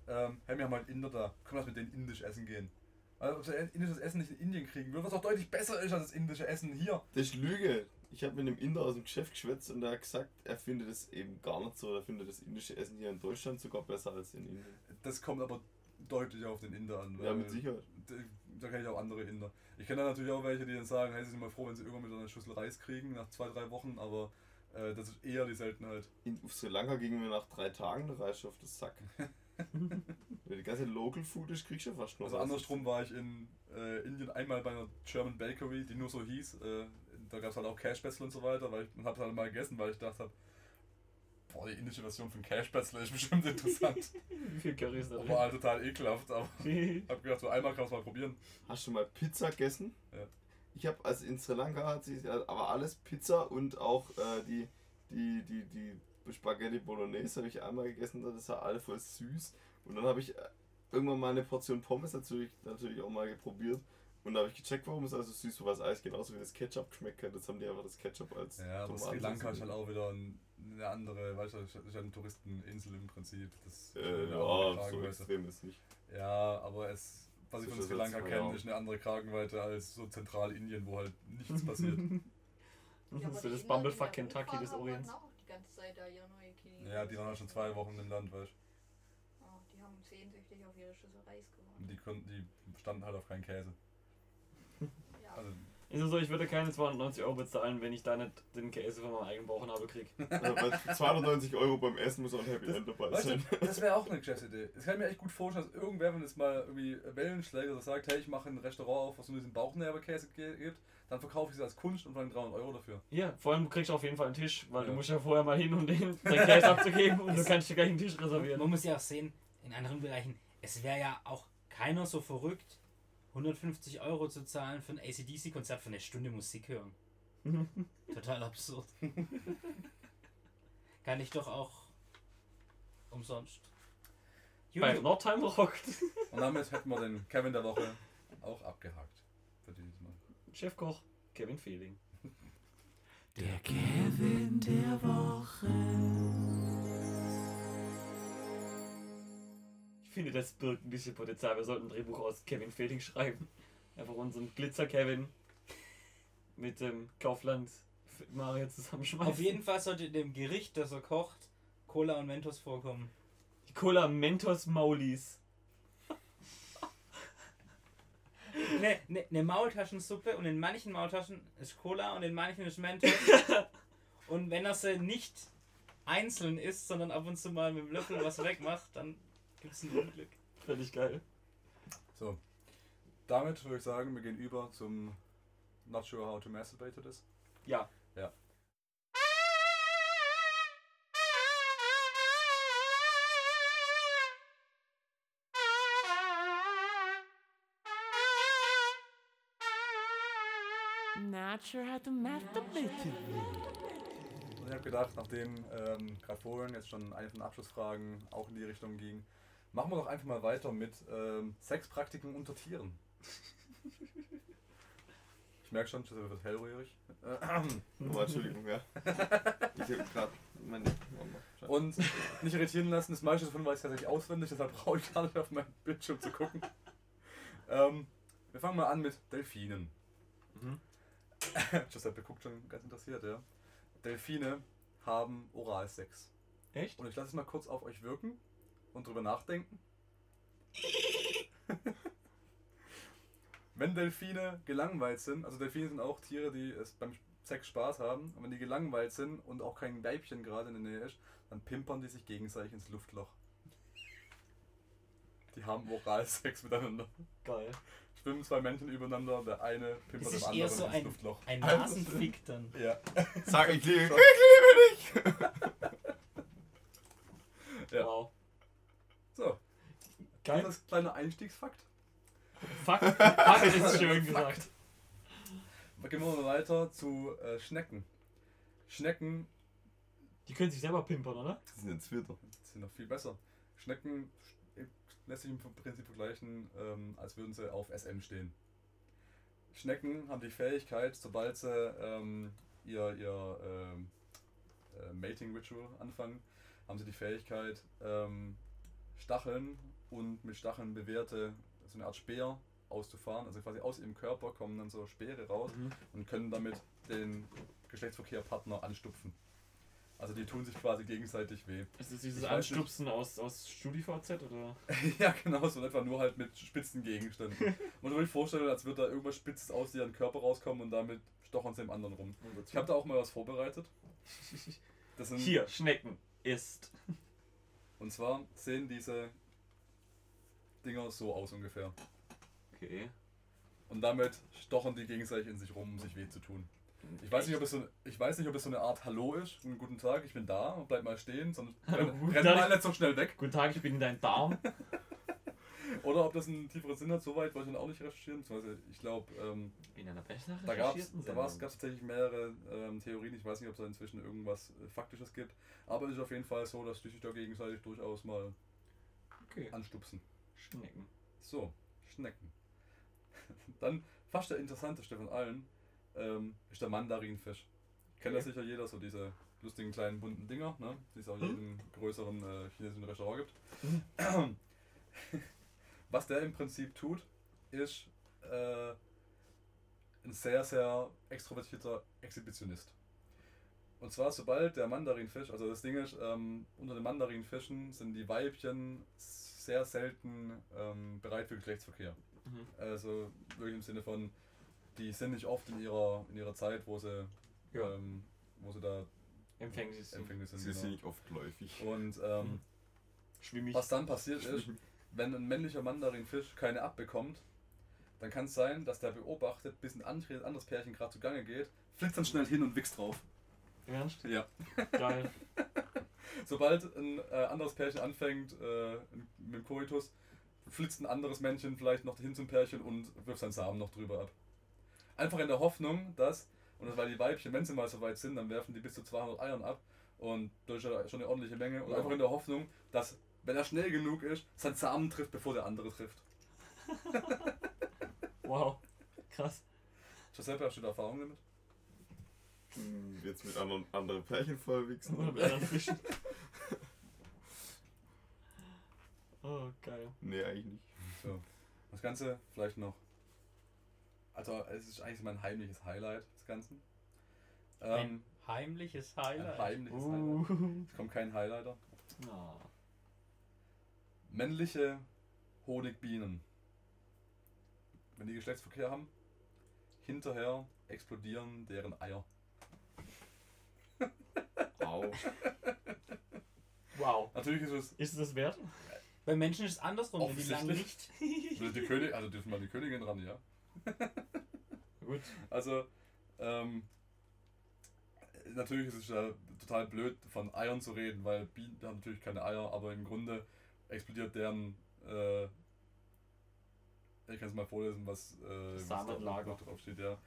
Speaker 4: ähm, hey, wir haben halt Inder da, können wir das mit denen indisch essen gehen? Also, ob sie indisches Essen nicht in Indien kriegen würden, was auch deutlich besser ist als das indische Essen hier.
Speaker 1: Das ist Lüge. Ich habe mit einem Inder aus dem Geschäft geschwätzt und er hat gesagt, er findet es eben gar nicht so. Er findet das indische Essen hier in Deutschland sogar besser als in Indien.
Speaker 4: Das kommt aber deutlich auf den Inder an.
Speaker 1: Ja, mit
Speaker 4: weil-
Speaker 1: Sicherheit.
Speaker 4: da kenne ich auch andere Inder. Ich kenne da natürlich auch welche, die dann sagen, hey, sie sind mal froh, wenn sie irgendwann wieder eine Schüssel Reis kriegen nach zwei, drei Wochen, aber äh, das ist eher die Seltenheit.
Speaker 1: In, auf Sri Lanka gingen wir nach drei Tagen der Reise auf
Speaker 4: [laughs]
Speaker 1: den Sack. Wenn die ganze Local Food ist, kriegst du ja fast noch
Speaker 4: Also
Speaker 1: was.
Speaker 4: andersrum war ich in äh, Indien einmal bei einer German Bakery, die nur so hieß. Äh, da gab es halt auch Cashbätzle und so weiter, weil ich und hab's halt mal gegessen, weil ich dachte hab, boah, die indische Version von Cashbätzle ist [laughs] bestimmt
Speaker 1: [laughs]
Speaker 4: interessant.
Speaker 5: Wie viel Curry ist da
Speaker 4: war
Speaker 5: [laughs]
Speaker 4: halt total ekelhaft, aber
Speaker 5: drin?
Speaker 4: hab gedacht, so einmal kann man mal probieren.
Speaker 1: Hast du mal Pizza gegessen?
Speaker 4: Ja.
Speaker 1: Ich habe, also in Sri Lanka hat sie aber alles Pizza und auch äh, die, die, die, die Spaghetti Bolognese habe ich einmal gegessen, das war alle voll süß. Und dann habe ich äh, irgendwann mal eine Portion Pommes natürlich, natürlich auch mal probiert. Und da habe ich gecheckt, warum es also süß war, weil das Eis genauso wie das Ketchup geschmeckt hat. Jetzt haben die einfach das Ketchup als
Speaker 4: Ja, aber Sri
Speaker 1: Tomatensauce.
Speaker 4: Lanka ist halt auch wieder ein, eine andere, weißt du, ist halt eine Touristeninsel im Prinzip. Das ist
Speaker 1: äh,
Speaker 4: eine andere
Speaker 1: ja, so
Speaker 4: Kragenweite.
Speaker 1: extrem ist nicht.
Speaker 4: Ja, aber es, was ich
Speaker 1: Das
Speaker 4: von
Speaker 1: ist
Speaker 4: Sri
Speaker 1: jetzt
Speaker 4: Lanka
Speaker 1: zwei
Speaker 4: kenne,
Speaker 1: Jahre.
Speaker 4: ist eine andere Kragenweite als so Zentralindien, wo halt
Speaker 1: [laughs]
Speaker 4: nichts passiert.
Speaker 3: Ja, aber
Speaker 5: So
Speaker 3: die
Speaker 5: das
Speaker 3: Inder, die da
Speaker 5: Bumblefuck Kentucky
Speaker 3: hochfahren,
Speaker 5: des
Speaker 3: haben ne?
Speaker 5: Orients.
Speaker 3: auch die ganze Zeit da ihre neue Kiwi.
Speaker 4: ja, die waren halt schon zwei Wochen im Land, weißt du.
Speaker 3: Oh, die haben sehnsüchtig auf ihre Schüssel Reis
Speaker 4: Und
Speaker 3: gewartet.
Speaker 4: Die, konnten, die standen halt auf keinen Käse.
Speaker 3: Ja,
Speaker 4: Also,
Speaker 5: Ist es so, ich würde keine 290 Euro bezahlen, wenn ich da nicht den Käse von meinem eigenen Bauchnabel kriege.
Speaker 1: Also bei 290 Euro beim Essen muss auch ein Happy
Speaker 4: Das-
Speaker 1: End dabei
Speaker 4: weißt du,
Speaker 1: sein.
Speaker 4: das wäre auch eine Geschäftsidee. Das kann ich mir echt gut vorstellen, dass irgendwer, wenn es mal irgendwie Wellen schlägt oder sagt, hey, ich mache ein Restaurant auf, was nur diesen Bauchnäberkäse ge- gibt, dann verkaufe ich es als Kunst und verlange 300 Euro dafür.
Speaker 5: Ja, vor allem kriegst du auf jeden Fall einen Tisch, weil du
Speaker 4: Ja.
Speaker 5: musst ja vorher mal hin, um den den Käse abzugeben und du kannst dir gleich einen Tisch
Speaker 3: [laughs]
Speaker 5: reservieren.
Speaker 6: Man muss ja auch sehen, in anderen Bereichen, es wäre ja auch keiner so verrückt, 150 Euro zu zahlen für ein ACDC-Konzert für eine Stunde Musik hören. Total absurd. Kann ich doch auch umsonst.
Speaker 5: Bei
Speaker 6: Gut,
Speaker 5: Nordheim rockt.
Speaker 4: Und damit hätten wir den Kevin der Woche auch abgehakt. Für dieses Mal.
Speaker 5: Chefkoch Kevin Fehling.
Speaker 2: Der Kevin der Woche.
Speaker 5: Ich finde, das birgt ein bisschen Potenzial. Wir sollten ein Drehbuch aus Kevin Fehling schreiben. Einfach unseren Glitzer-Kevin mit dem Kaufland Mario zusammenschmeißen.
Speaker 6: auf jeden Fall sollte in dem Gericht, das er kocht, Cola und Mentos vorkommen.
Speaker 5: Die Cola Mentos Maulis.
Speaker 6: Eine ne, ne Maultaschensuppe und in manchen Maultaschen ist Cola und in manchen
Speaker 4: [laughs]
Speaker 6: ist Mentos. und wenn das äh, nicht einzeln ist, sondern ab und zu mal mit dem Löffel was wegmacht, dann gibt's ein Unglück.
Speaker 5: Finde ich geil.
Speaker 4: So. Damit würde ich sagen, wir gehen über zum Not sure how to masturbate to this.
Speaker 5: Ja.
Speaker 4: Ja.
Speaker 8: Not sure how to masturbate.
Speaker 4: Und ich habe gedacht, nachdem ähm, gerade vorhin jetzt schon eine von den Abschlussfragen auch in die Richtung ging, machen wir doch einfach mal weiter mit ähm, Sexpraktiken unter Tieren. ich merke schon, Giuseppe wird [clears throat] hellrührig.
Speaker 1: Aber Oh, Entschuldigung,
Speaker 5: [laughs]
Speaker 1: ja. Ich hab grad meine. Oh,
Speaker 4: [laughs]
Speaker 1: Mann.
Speaker 4: Und nicht irritieren lassen, das meiste davon weiß ich tatsächlich auswendig, deshalb brauche ich gar nicht auf meinen Bildschirm zu gucken. ähm, wir fangen mal an mit Delfinen. [laughs]
Speaker 5: Mhm.
Speaker 4: Giuseppe guckt schon ganz interessiert, ja. Delfine haben Oralsex.
Speaker 5: Echt?
Speaker 4: Und ich lasse es mal kurz auf euch wirken und drüber nachdenken. wenn Delfine gelangweilt sind, also Delfine sind auch Tiere, die es beim Sex Spaß haben, und wenn die gelangweilt sind und auch kein Weibchen gerade in der Nähe ist, dann pimpern die sich gegenseitig ins Luftloch. Die haben Oralsex miteinander.
Speaker 5: Geil.
Speaker 4: Schwimmen zwei Männchen übereinander und der eine pimpert dem
Speaker 6: Das ist eher
Speaker 4: anderen
Speaker 6: so
Speaker 4: ins
Speaker 6: ein,
Speaker 4: Luftloch.
Speaker 6: ein Nasenfick dann.
Speaker 4: Ja.
Speaker 1: Sag ich liebe.
Speaker 4: Ja.
Speaker 5: Wow.
Speaker 4: So, das
Speaker 5: Geil.
Speaker 4: ist ein kleiner Einstiegsfakt.
Speaker 5: [laughs] Fuck, fuck ist schön gesagt.
Speaker 4: Gehen wir mal weiter zu äh, Schnecken. Schnecken
Speaker 5: Die können sich selber pimpern, oder?
Speaker 1: Das sind jetzt Twitter.
Speaker 4: sind noch viel besser. Schnecken sch- lässt sich im Prinzip vergleichen, ähm, als würden sie auf SM stehen. Schnecken haben die Fähigkeit, sobald sie ähm, ihr, ihr ähm, äh, Mating-Ritual anfangen, haben sie die Fähigkeit, ähm, Stacheln und mit Stacheln bewährte, so eine Art Speer auszufahren. Also quasi aus ihrem Körper kommen dann so Speere raus
Speaker 5: Mhm.
Speaker 4: und können damit den Geschlechtsverkehrpartner anstupfen. Also die tun sich quasi gegenseitig weh.
Speaker 5: Ist das dieses
Speaker 4: Ich weiß nicht.
Speaker 5: Anstupsen aus, aus StudiVZ oder?
Speaker 4: [laughs] Ja, genau, so in etwa nur halt mit spitzen
Speaker 5: [laughs]
Speaker 4: Gegenständen. Man kann sich vorstellen, als würde da irgendwas Spitzes aus ihrem Körper rauskommen und damit stochern sie dem anderen rum. Ich habe da auch mal was
Speaker 5: [laughs]
Speaker 4: vorbereitet. Das sind,
Speaker 5: Hier, Schnecken. Ist.
Speaker 4: Und zwar sehen diese Dinger so aus ungefähr.
Speaker 5: Okay.
Speaker 4: Und damit stochern die gegenseitig in sich rum, um sich weh zu tun. Ich weiß, nicht, ob es so, ich weiß nicht, ob es so eine Art Hallo ist, einen guten Tag, ich bin da, bleib mal stehen, sondern
Speaker 5: Hallo,
Speaker 4: renn,
Speaker 5: guten
Speaker 4: renn
Speaker 5: Tag.
Speaker 4: mal nicht so schnell weg.
Speaker 5: Guten Tag, ich bin in deinem Darm.
Speaker 4: Oder ob das einen tieferen Sinn hat, soweit wollte ich dann auch nicht recherchieren. Beziehungsweise, Ich glaube, ähm,
Speaker 5: In einer besser
Speaker 4: Da gab es
Speaker 5: recherchierten
Speaker 4: da
Speaker 5: Sendung.
Speaker 4: war's- gab's tatsächlich mehrere ähm, Theorien. Ich weiß nicht, ob es da inzwischen irgendwas äh, Faktisches gibt. Aber es ist auf jeden Fall so, dass die sich da gegenseitig durchaus mal
Speaker 5: Okay.
Speaker 4: anstupsen.
Speaker 5: Schnecken.
Speaker 4: So, Schnecken. [laughs] Dann fast der interessanteste von allen ähm, ist der Mandarinfisch. Kennt das sicher jeder, so diese lustigen kleinen bunten Dinger, ne? die es auch in jedem größeren äh, chinesischen Restaurant gibt. [clears throat] Was der im Prinzip tut, ist äh, ein sehr, sehr extrovertierter Exhibitionist. Und zwar, sobald der Mandarinfisch, also das Ding ist, ähm, unter den Mandarinfischen sind die Weibchen sehr selten ähm, bereit für Geschlechtsverkehr.
Speaker 5: Mhm.
Speaker 4: Also wirklich im Sinne von, die sind nicht oft in ihrer, in ihrer Zeit, wo sie,
Speaker 5: Ja.
Speaker 4: ähm, wo sie da
Speaker 5: Empfängnis.
Speaker 4: empfänglich sind.
Speaker 1: Sie sind
Speaker 4: Genau.
Speaker 1: nicht oft läufig.
Speaker 4: Und
Speaker 5: Mhm.
Speaker 4: ähm,
Speaker 5: Schwimmig.
Speaker 4: was dann passiert
Speaker 1: [laughs]
Speaker 4: ist, wenn ein männlicher Mandarinfisch keine abbekommt, dann kann es sein, dass der beobachtet, bis ein andere- anderes Pärchen gerade zu Gange geht, flitzt dann schnell hin und wichst
Speaker 5: [laughs]
Speaker 4: drauf.
Speaker 5: Im Ernst?
Speaker 4: Ja.
Speaker 5: Geil.
Speaker 4: Sobald ein äh, anderes Pärchen anfängt äh, mit dem Koitus, flitzt ein anderes Männchen vielleicht noch hin zum Pärchen und wirft seinen Samen noch drüber ab. Einfach in der Hoffnung, dass, und das, weil die Weibchen, wenn sie mal so weit sind, dann werfen die bis zu 200 Eiern ab und das ist ja schon eine ordentliche Menge. Und einfach in der Hoffnung, dass, wenn er schnell genug ist, sein Samen trifft, bevor der andere trifft.
Speaker 5: Wow. Krass.
Speaker 4: Giuseppe, hast du da Erfahrung damit?
Speaker 5: Mhm.
Speaker 1: Hm, Jetzt mit anderen andere Pärchen vollwichsen.
Speaker 5: [laughs] Oder mit anderen Fischen. Oh, geil.
Speaker 1: Nee, eigentlich nicht.
Speaker 4: So. Das Ganze vielleicht noch. Also, es ist eigentlich mein heimliches Highlight des Ganzen. Ähm,
Speaker 6: Ein heimliches
Speaker 4: ein,
Speaker 6: Highlight.
Speaker 4: heimliches Highlight.
Speaker 5: Uh.
Speaker 4: Es kommt kein Highlighter.
Speaker 5: Na.
Speaker 4: Männliche Honigbienen. wenn die Geschlechtsverkehr haben, hinterher explodieren deren Eier.
Speaker 1: Au.
Speaker 6: Wow.
Speaker 4: Natürlich ist
Speaker 5: [laughs]
Speaker 4: es,
Speaker 5: Ist es das wert?
Speaker 6: Bei Menschen ist es andersrum, wenn die lange nicht.
Speaker 4: Offensichtlich. die König, also dürfen mal die Königin ran, ja.
Speaker 5: Gut.
Speaker 4: Also, ähm, natürlich ist es ja total blöd, von Eiern zu reden, weil Bienen haben natürlich keine Eier, aber im Grunde explodiert deren, äh, ich kann es mal vorlesen, was, äh, was da
Speaker 5: Samenlager.
Speaker 4: noch draufsteht, ja.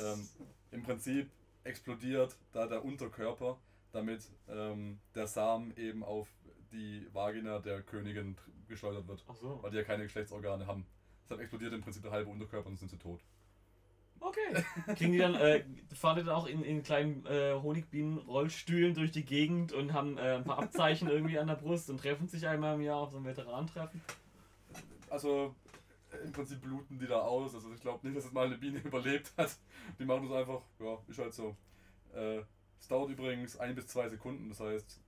Speaker 4: Ähm, Im Prinzip explodiert da der Unterkörper, damit ähm, der Samen eben auf die Vagina der Königin tr- geschleudert wird,
Speaker 5: Ach so.
Speaker 4: weil die ja keine Geschlechtsorgane haben. Deshalb explodiert im Prinzip der halbe Unterkörper und sind sie tot.
Speaker 5: Okay. Kriegen die dann, äh, fahren die dann auch in, in kleinen äh, Honigbienenrollstühlen durch die Gegend und haben äh, ein paar Abzeichen irgendwie an der Brust und treffen sich einmal im Jahr auf so einem Veteranentreffen?
Speaker 4: Also äh, im Prinzip bluten die da aus. Also ich glaube nicht, dass es mal eine Biene [laughs] überlebt hat. Die machen das einfach, ja, ist halt so. Äh, es dauert übrigens ein bis zwei Sekunden, das heißt,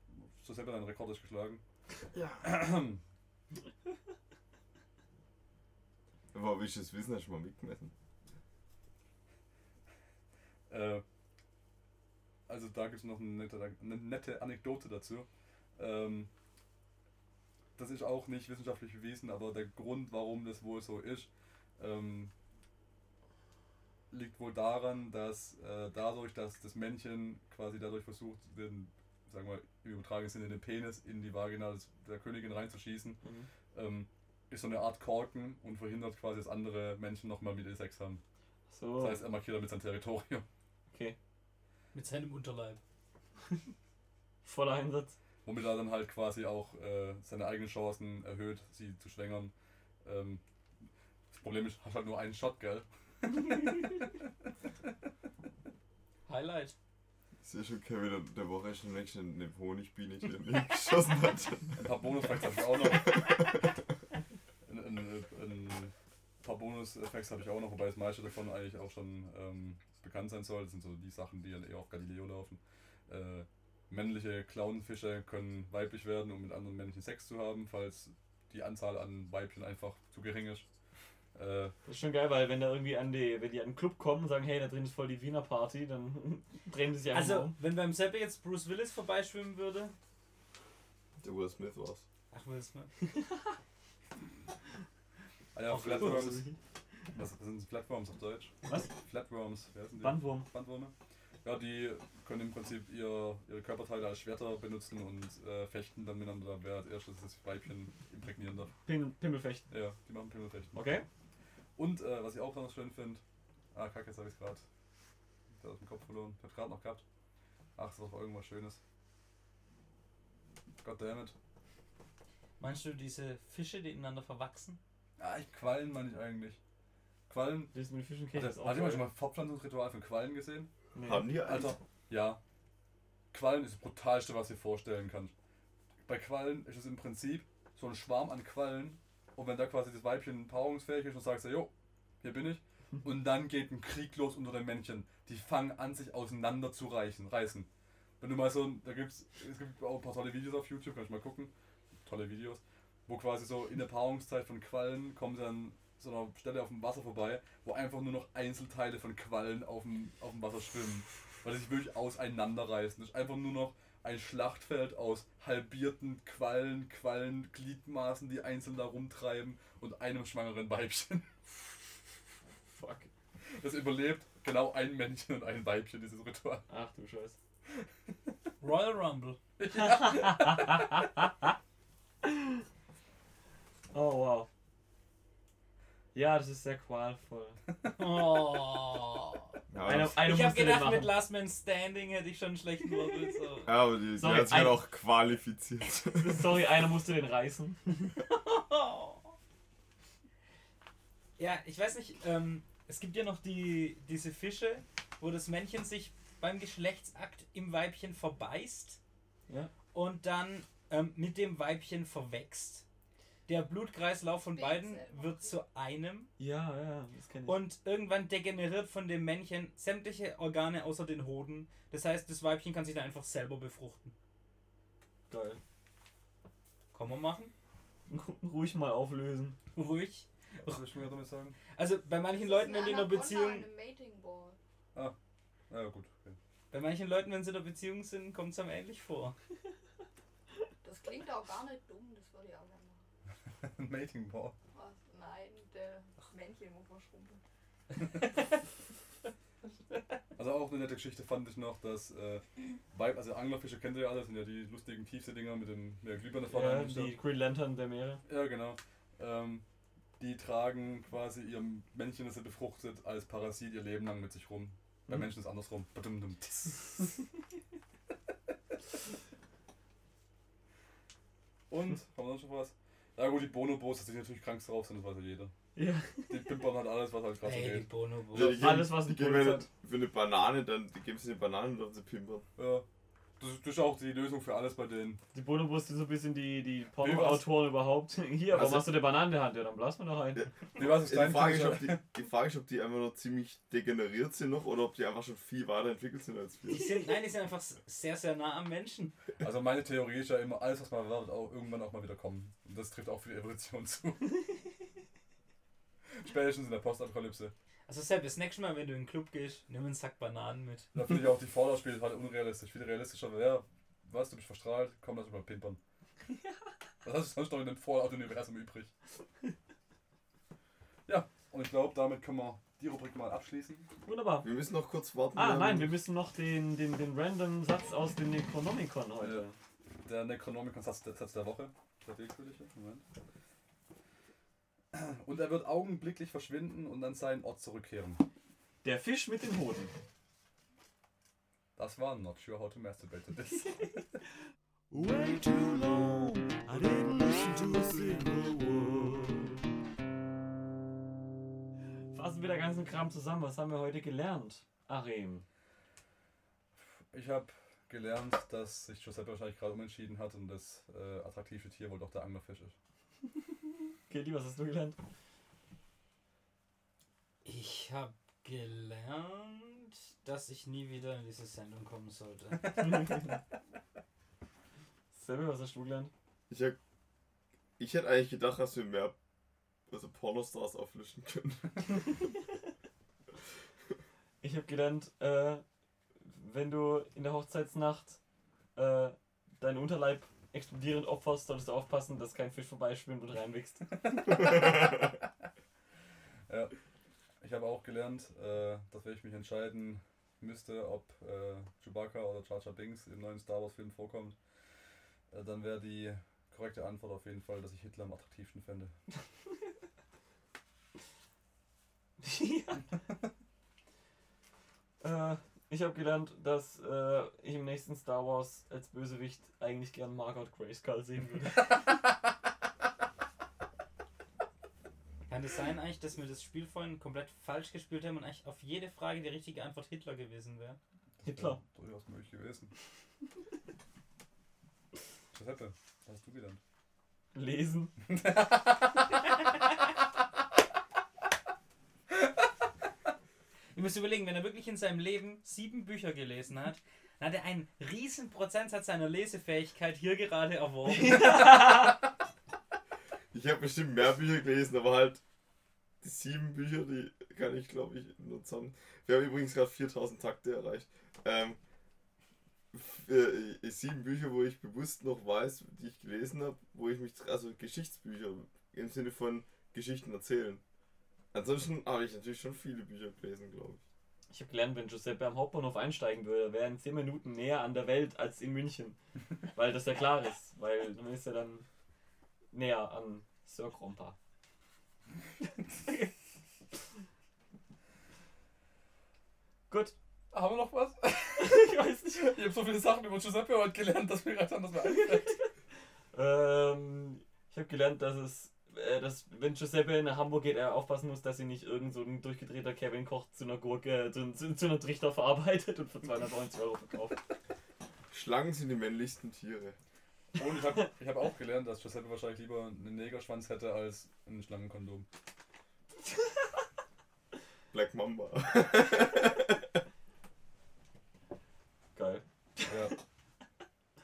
Speaker 4: so selber dein Rekord ist geschlagen. [clears throat]
Speaker 1: Aber willst du das wissen, hast du mal mitgemessen?
Speaker 4: Äh, also da gibt es noch eine nette, eine nette Anekdote dazu. Ähm, das ist auch nicht wissenschaftlich bewiesen, aber der Grund, warum das wohl so ist, ähm, liegt wohl daran, dass äh, dadurch, dass das Männchen quasi dadurch versucht, den, sagen wir, im übertragenen Sinne den Penis in die Vagina des, der Königin reinzuschießen, ähm, ist so eine Art Korken und verhindert quasi, dass andere Menschen nochmal mit ihr Sex haben.
Speaker 5: So.
Speaker 4: Das heißt, er markiert damit sein Territorium.
Speaker 5: okay.
Speaker 6: Mit seinem Unterleib.
Speaker 5: Voller Einsatz.
Speaker 4: Womit er dann halt quasi auch äh, seine eigenen Chancen erhöht, sie zu schwängern. Ähm, das Problem ist, hat halt nur einen Shot, gell?
Speaker 6: Highlight.
Speaker 1: Ist ja schon Kevin, der, der Woche ist schon nächste eine Honigbiene, die er nicht [laughs] geschossen hat.
Speaker 4: Ein paar Bonus-Facts habe ich auch noch. Ein, ein, äh, ein paar Bonus-Facts habe ich auch noch, wobei das meiste davon eigentlich auch schon ähm, bekannt sein soll. Das sind so die Sachen, die dann eher auf Galileo laufen. Äh, männliche Clownfische können weiblich werden, um mit anderen Männchen Sex zu haben, falls die Anzahl an Weibchen einfach zu gering ist. Äh,
Speaker 5: Das ist schon geil, weil wenn da irgendwie an die, wenn die an den Club kommen und sagen, hey, da drin ist voll die Wiener Party, dann [laughs] drehen sie sich einfach
Speaker 6: Also,
Speaker 4: genau.
Speaker 5: um.
Speaker 6: wenn beim Seppe jetzt Bruce Willis vorbeischwimmen würde.
Speaker 1: Der Will Smith war's.
Speaker 6: Ach, Will Smith.
Speaker 4: ah ja, Flatworms. Was sind Flatworms auf Deutsch?
Speaker 5: Was?
Speaker 4: Flatworms. Wer sind die?
Speaker 5: Bandwurm.
Speaker 4: Bandwürmer. Ja, die können im Prinzip ihr, ihre Körperteile als Schwerter benutzen und äh, fechten dann miteinander. Wer als erstes das Weibchen imprägnieren darf.
Speaker 5: Pim Pimmelfecht.
Speaker 4: Ja, die machen Pimmelfechten.
Speaker 5: Okay?
Speaker 4: Und äh, was ich auch noch schön finde. Ah, kacke, jetzt habe ich es gerade aus dem Kopf verloren. Ich habe gerade noch gehabt. Ach, ist doch irgendwas Schönes. Goddammit.
Speaker 6: Meinst du diese Fische, die ineinander verwachsen?
Speaker 4: Ah, ich Quallen meine ich eigentlich. Quallen.
Speaker 5: Das mit den Fischen
Speaker 4: Hat
Speaker 5: kenne ich jetzt auch.
Speaker 4: jemand schon
Speaker 5: geil.
Speaker 4: mal Fortpflanzungsritual von Quallen gesehen?
Speaker 5: Nee.
Speaker 1: Haben die einen?
Speaker 4: Alter, Also,
Speaker 5: Also,
Speaker 4: ja. Quallen ist das brutalste, was du dir vorstellen kannst. Bei Quallen ist es im Prinzip so ein Schwarm an Quallen. Und wenn da quasi das Weibchen paarungsfähig ist, dann sagst du, jo, hier bin ich. Und dann geht ein Krieg los unter den Männchen. Die fangen an, sich auseinander zu reißen, reißen. Wenn du mal so, ein- da gibt's, es gibt auch ein paar tolle Videos auf YouTube, kannst du mal gucken. Tolle Videos. Wo quasi so in der Paarungszeit von Quallen kommen sie an so einer Stelle auf dem Wasser vorbei, wo einfach nur noch Einzelteile von Quallen auf dem, auf dem Wasser schwimmen weil sie sich wirklich auseinanderreißen. Das ist einfach nur noch ein Schlachtfeld aus halbierten Quallen, Quallen, Gliedmaßen, die einzeln da rumtreiben und einem schwangeren Weibchen. [laughs]
Speaker 5: Fuck.
Speaker 4: Das überlebt genau ein Männchen und ein Weibchen, dieses Ritual.
Speaker 5: Ach du Scheiß.
Speaker 4: [laughs]
Speaker 6: Royal Rumble.
Speaker 5: Oh wow. Ja, das ist sehr qualvoll.
Speaker 6: Oh.
Speaker 1: Ja,
Speaker 5: Eine,
Speaker 1: das-
Speaker 5: eine
Speaker 6: ich habe
Speaker 5: musst du denn
Speaker 6: gedacht, mit
Speaker 5: machen.
Speaker 6: Last Man Standing hätte ich schon einen schlechten Wortwitz. aber-
Speaker 1: ja, aber die, die
Speaker 5: Sorry,
Speaker 1: hat sich ja
Speaker 5: ein-
Speaker 1: noch qualifiziert.
Speaker 5: Sorry, einer musste den reißen.
Speaker 6: Oh. Ja, ich weiß nicht, ähm, es gibt ja noch die, diese Fische, wo das Männchen sich beim Geschlechtsakt im Weibchen verbeißt
Speaker 5: Ja.
Speaker 6: und dann ähm, mit dem Weibchen verwächst. Der Blutkreislauf von beiden wird zu einem
Speaker 5: Ja, ja, das kenne ich.
Speaker 6: und irgendwann degeneriert von dem Männchen sämtliche Organe außer den Hoden. Das heißt, das Weibchen kann sich dann einfach selber befruchten.
Speaker 5: geil.
Speaker 6: Kann man machen?
Speaker 5: Ruhig mal auflösen.
Speaker 6: Ruhig.
Speaker 4: Was willst du mir damit sagen?
Speaker 6: Also bei manchen Leuten, wenn die in einer Beziehung,
Speaker 3: Eine Mating Ball.
Speaker 4: Na ja, gut. Okay. [laughs]
Speaker 6: bei manchen Leuten, wenn sie in einer Beziehung sind, kommt es einem ähnlich vor.
Speaker 3: Das klingt auch gar nicht dumm, das würde ich auch gerne machen.
Speaker 4: Mating Ball.
Speaker 3: Was? Nein, der das Männchen muss man schrumpeln.
Speaker 4: Also auch eine nette Geschichte fand ich noch, dass äh, Weib, also Anglerfische kennt ihr ja alle, das sind ja die lustigen Tiefseedinger mit den mit der Glühbirne vorne
Speaker 5: Ja,
Speaker 4: angestellt.
Speaker 5: die Green Lantern der Meere.
Speaker 4: Ja, genau. Ähm, die tragen quasi ihr Männchen, das sie befruchtet, als Parasit ihr Leben lang mit sich rum. Bei
Speaker 1: Hm.
Speaker 5: Mhm.
Speaker 4: Menschen ist es andersrum. Badum, dum, tiss.
Speaker 1: Hm.
Speaker 4: Und, haben wir noch schon was? Ja gut, die Bonobos, das sind natürlich krank drauf, sind, das weiß ja jeder.
Speaker 5: Ja.
Speaker 1: [laughs]
Speaker 4: Die pimpern halt alles, was halt gerade so
Speaker 6: Ey, die
Speaker 4: geht.
Speaker 6: Bonobos.
Speaker 1: Ja, [laughs] die geben,
Speaker 5: Alles, was
Speaker 1: die
Speaker 5: ein
Speaker 1: geben
Speaker 5: Puls
Speaker 1: ja
Speaker 5: hat.
Speaker 1: nicht für eine Banane, dann die geben sie eine Banane und dann sie pimpern.
Speaker 4: Ja. Das ist- das ist auch die Lösung für alles bei denen.
Speaker 5: Die Bonobos sind so ein bisschen die, die Porno-Autoren überhaupt. [laughs] Hier, aber
Speaker 1: Also-
Speaker 5: machst du eine Banane in der Hand? Ja, dann blasen wir doch ein.
Speaker 4: Wie war's,
Speaker 1: Die
Speaker 4: dein
Speaker 1: Frage, ist,
Speaker 4: Fischer?
Speaker 1: ob die, die Frage ist, ob die einfach noch ziemlich degeneriert sind noch oder ob die einfach schon viel weiterentwickelt sind als wir.
Speaker 6: Die sind, nein, die sind einfach s- sehr, sehr nah am Menschen.
Speaker 4: Also meine Theorie ist ja immer, alles was man erwartet, auch irgendwann auch mal wieder kommen. Und das trifft auch für die Evolution zu. Spätestens in der Postapokalypse.
Speaker 6: Also Sepp, das nächste Mal, wenn du in den Club gehst, nimm einen Sack Bananen mit.
Speaker 4: Da finde ich auch die Fallout-Spiele halt unrealistisch. Viel realistischer wäre, ja, was, du bist verstrahlt, komm, lass uns mal pimpern. Was hast du sonst noch in dem Fallout-Universum übrig? Ja, und ich glaube, damit können wir die Rubrik mal abschließen.
Speaker 5: Wunderbar.
Speaker 1: Wir müssen noch kurz warten.
Speaker 5: Ah,
Speaker 1: haben-
Speaker 5: nein, wir müssen noch den, den, den random Satz aus dem Necronomicon heute.
Speaker 4: Der Necronomicon-Satz der, Satz der Woche. Der willkürliche. Moment. Und er wird augenblicklich verschwinden und an seinen Ort zurückkehren.
Speaker 5: Der Fisch mit den Hoden.
Speaker 4: Das war Not Sure How to Masturbate to This.
Speaker 8: Way too long, I didn't listen to a single word.
Speaker 5: Fassen wir den ganzen Kram zusammen. Was haben wir heute gelernt? Arem.
Speaker 4: Ich habe gelernt, dass sich Giuseppe wahrscheinlich gerade umentschieden hat und das äh, attraktive Tier wohl doch der Anglerfisch ist.
Speaker 5: Kelly, was hast
Speaker 1: [laughs]
Speaker 5: du gelernt?
Speaker 6: Ich habe gelernt, dass ich nie wieder in diese Sendung kommen sollte.
Speaker 5: Sammy, was hast du gelernt?
Speaker 1: Ich, hab- ich hätte eigentlich gedacht, dass wir mehr also Pornostars auflöschen können.
Speaker 5: Ich habe gelernt, äh, wenn du in der Hochzeitsnacht äh, deinen Unterleib explodierend opferst, solltest du aufpassen, dass kein Fisch vorbeischwimmt und reinwächst. [laughs]
Speaker 4: Ja. Ich habe auch gelernt, äh, dass wenn ich mich entscheiden müsste, ob äh, Chewbacca oder Jar Jar Binks im neuen Star Wars Film vorkommt, äh, dann wäre die korrekte Antwort auf jeden Fall, dass ich Hitler am attraktivsten fände.
Speaker 5: äh, ich habe gelernt, dass äh, ich im nächsten Star Wars als Bösewicht eigentlich gern Margot Grayskull sehen würde.
Speaker 6: Kann es sein eigentlich, dass wir das Spiel vorhin komplett falsch gespielt haben und eigentlich auf jede Frage die richtige Antwort Hitler gewesen wäre?
Speaker 5: Hitler.
Speaker 4: Wär durchaus möglich gewesen. Giuseppe, was hast du gelernt?
Speaker 5: Lesen.
Speaker 6: Ihr müsst überlegen, wenn er wirklich in seinem Leben sieben Bücher gelesen hat, dann hat er einen riesen Prozentsatz seiner Lesefähigkeit hier gerade erworben.
Speaker 1: Ich habe bestimmt mehr Bücher gelesen, aber halt die sieben Bücher, die kann ich glaube ich nur zusammen. Wir haben übrigens gerade 4000 Takte erreicht. Ähm, f- äh, äh, sieben Bücher, wo ich bewusst noch weiß, die ich gelesen habe, wo ich mich, also Geschichtsbücher im Sinne von Geschichten erzählen. Ansonsten habe ich natürlich schon viele Bücher gelesen, glaube ich.
Speaker 5: Ich habe gelernt, wenn Giuseppe am Hauptbahnhof einsteigen würde, wäre er in 10 Minuten näher an der Welt als in München. Weil das ja klar ist. Weil dann ist er dann näher an Sir Krompa. Gut.
Speaker 7: Haben wir noch [laughs] was?
Speaker 5: Ich weiß nicht.
Speaker 7: Ich habe so viele Sachen über Giuseppe heute gelernt, dass mir gerade anders mehr einfällt.
Speaker 5: Ähm, ich habe gelernt, dass es, äh, dass wenn Giuseppe nach Hamburg geht, er aufpassen muss, dass ihn nicht irgend so ein durchgedrehter Kevin Koch zu einer Gurke, äh, zu, zu, zu einer Trichter verarbeitet und für 290 Euro verkauft.
Speaker 1: Schlangen sind die männlichsten Tiere.
Speaker 4: Und ich habe ich hab auch gelernt, dass Giuseppe wahrscheinlich lieber einen Negerschwanz hätte als einen Schlangenkondom.
Speaker 1: Black Mamba.
Speaker 5: Geil.
Speaker 7: [laughs]
Speaker 4: Ja.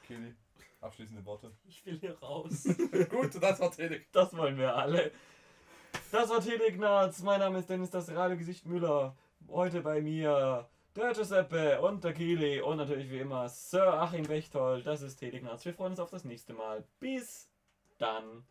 Speaker 4: Kelly, abschließende Worte.
Speaker 5: [laughs]
Speaker 6: Ich will hier raus.
Speaker 4: Gut, das war Telek.
Speaker 5: Das wollen wir alle. Das war Telegnaz. Mein Name ist Dennis das reale Gesicht Müller. Heute bei mir der Giuseppe und der Kili und natürlich wie immer Sir Achim Bechtold. Das ist Telegnaz. Wir freuen uns auf das nächste Mal. Bis dann.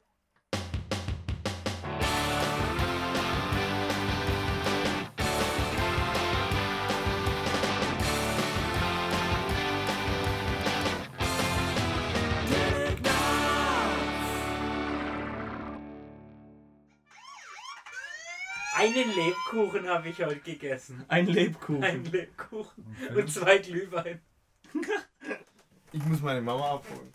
Speaker 6: Einen Lebkuchen habe ich heute gegessen.
Speaker 5: Ein Lebkuchen.
Speaker 6: Einen Lebkuchen und zwei Glühwein.
Speaker 1: Ich muss meine Mama abholen.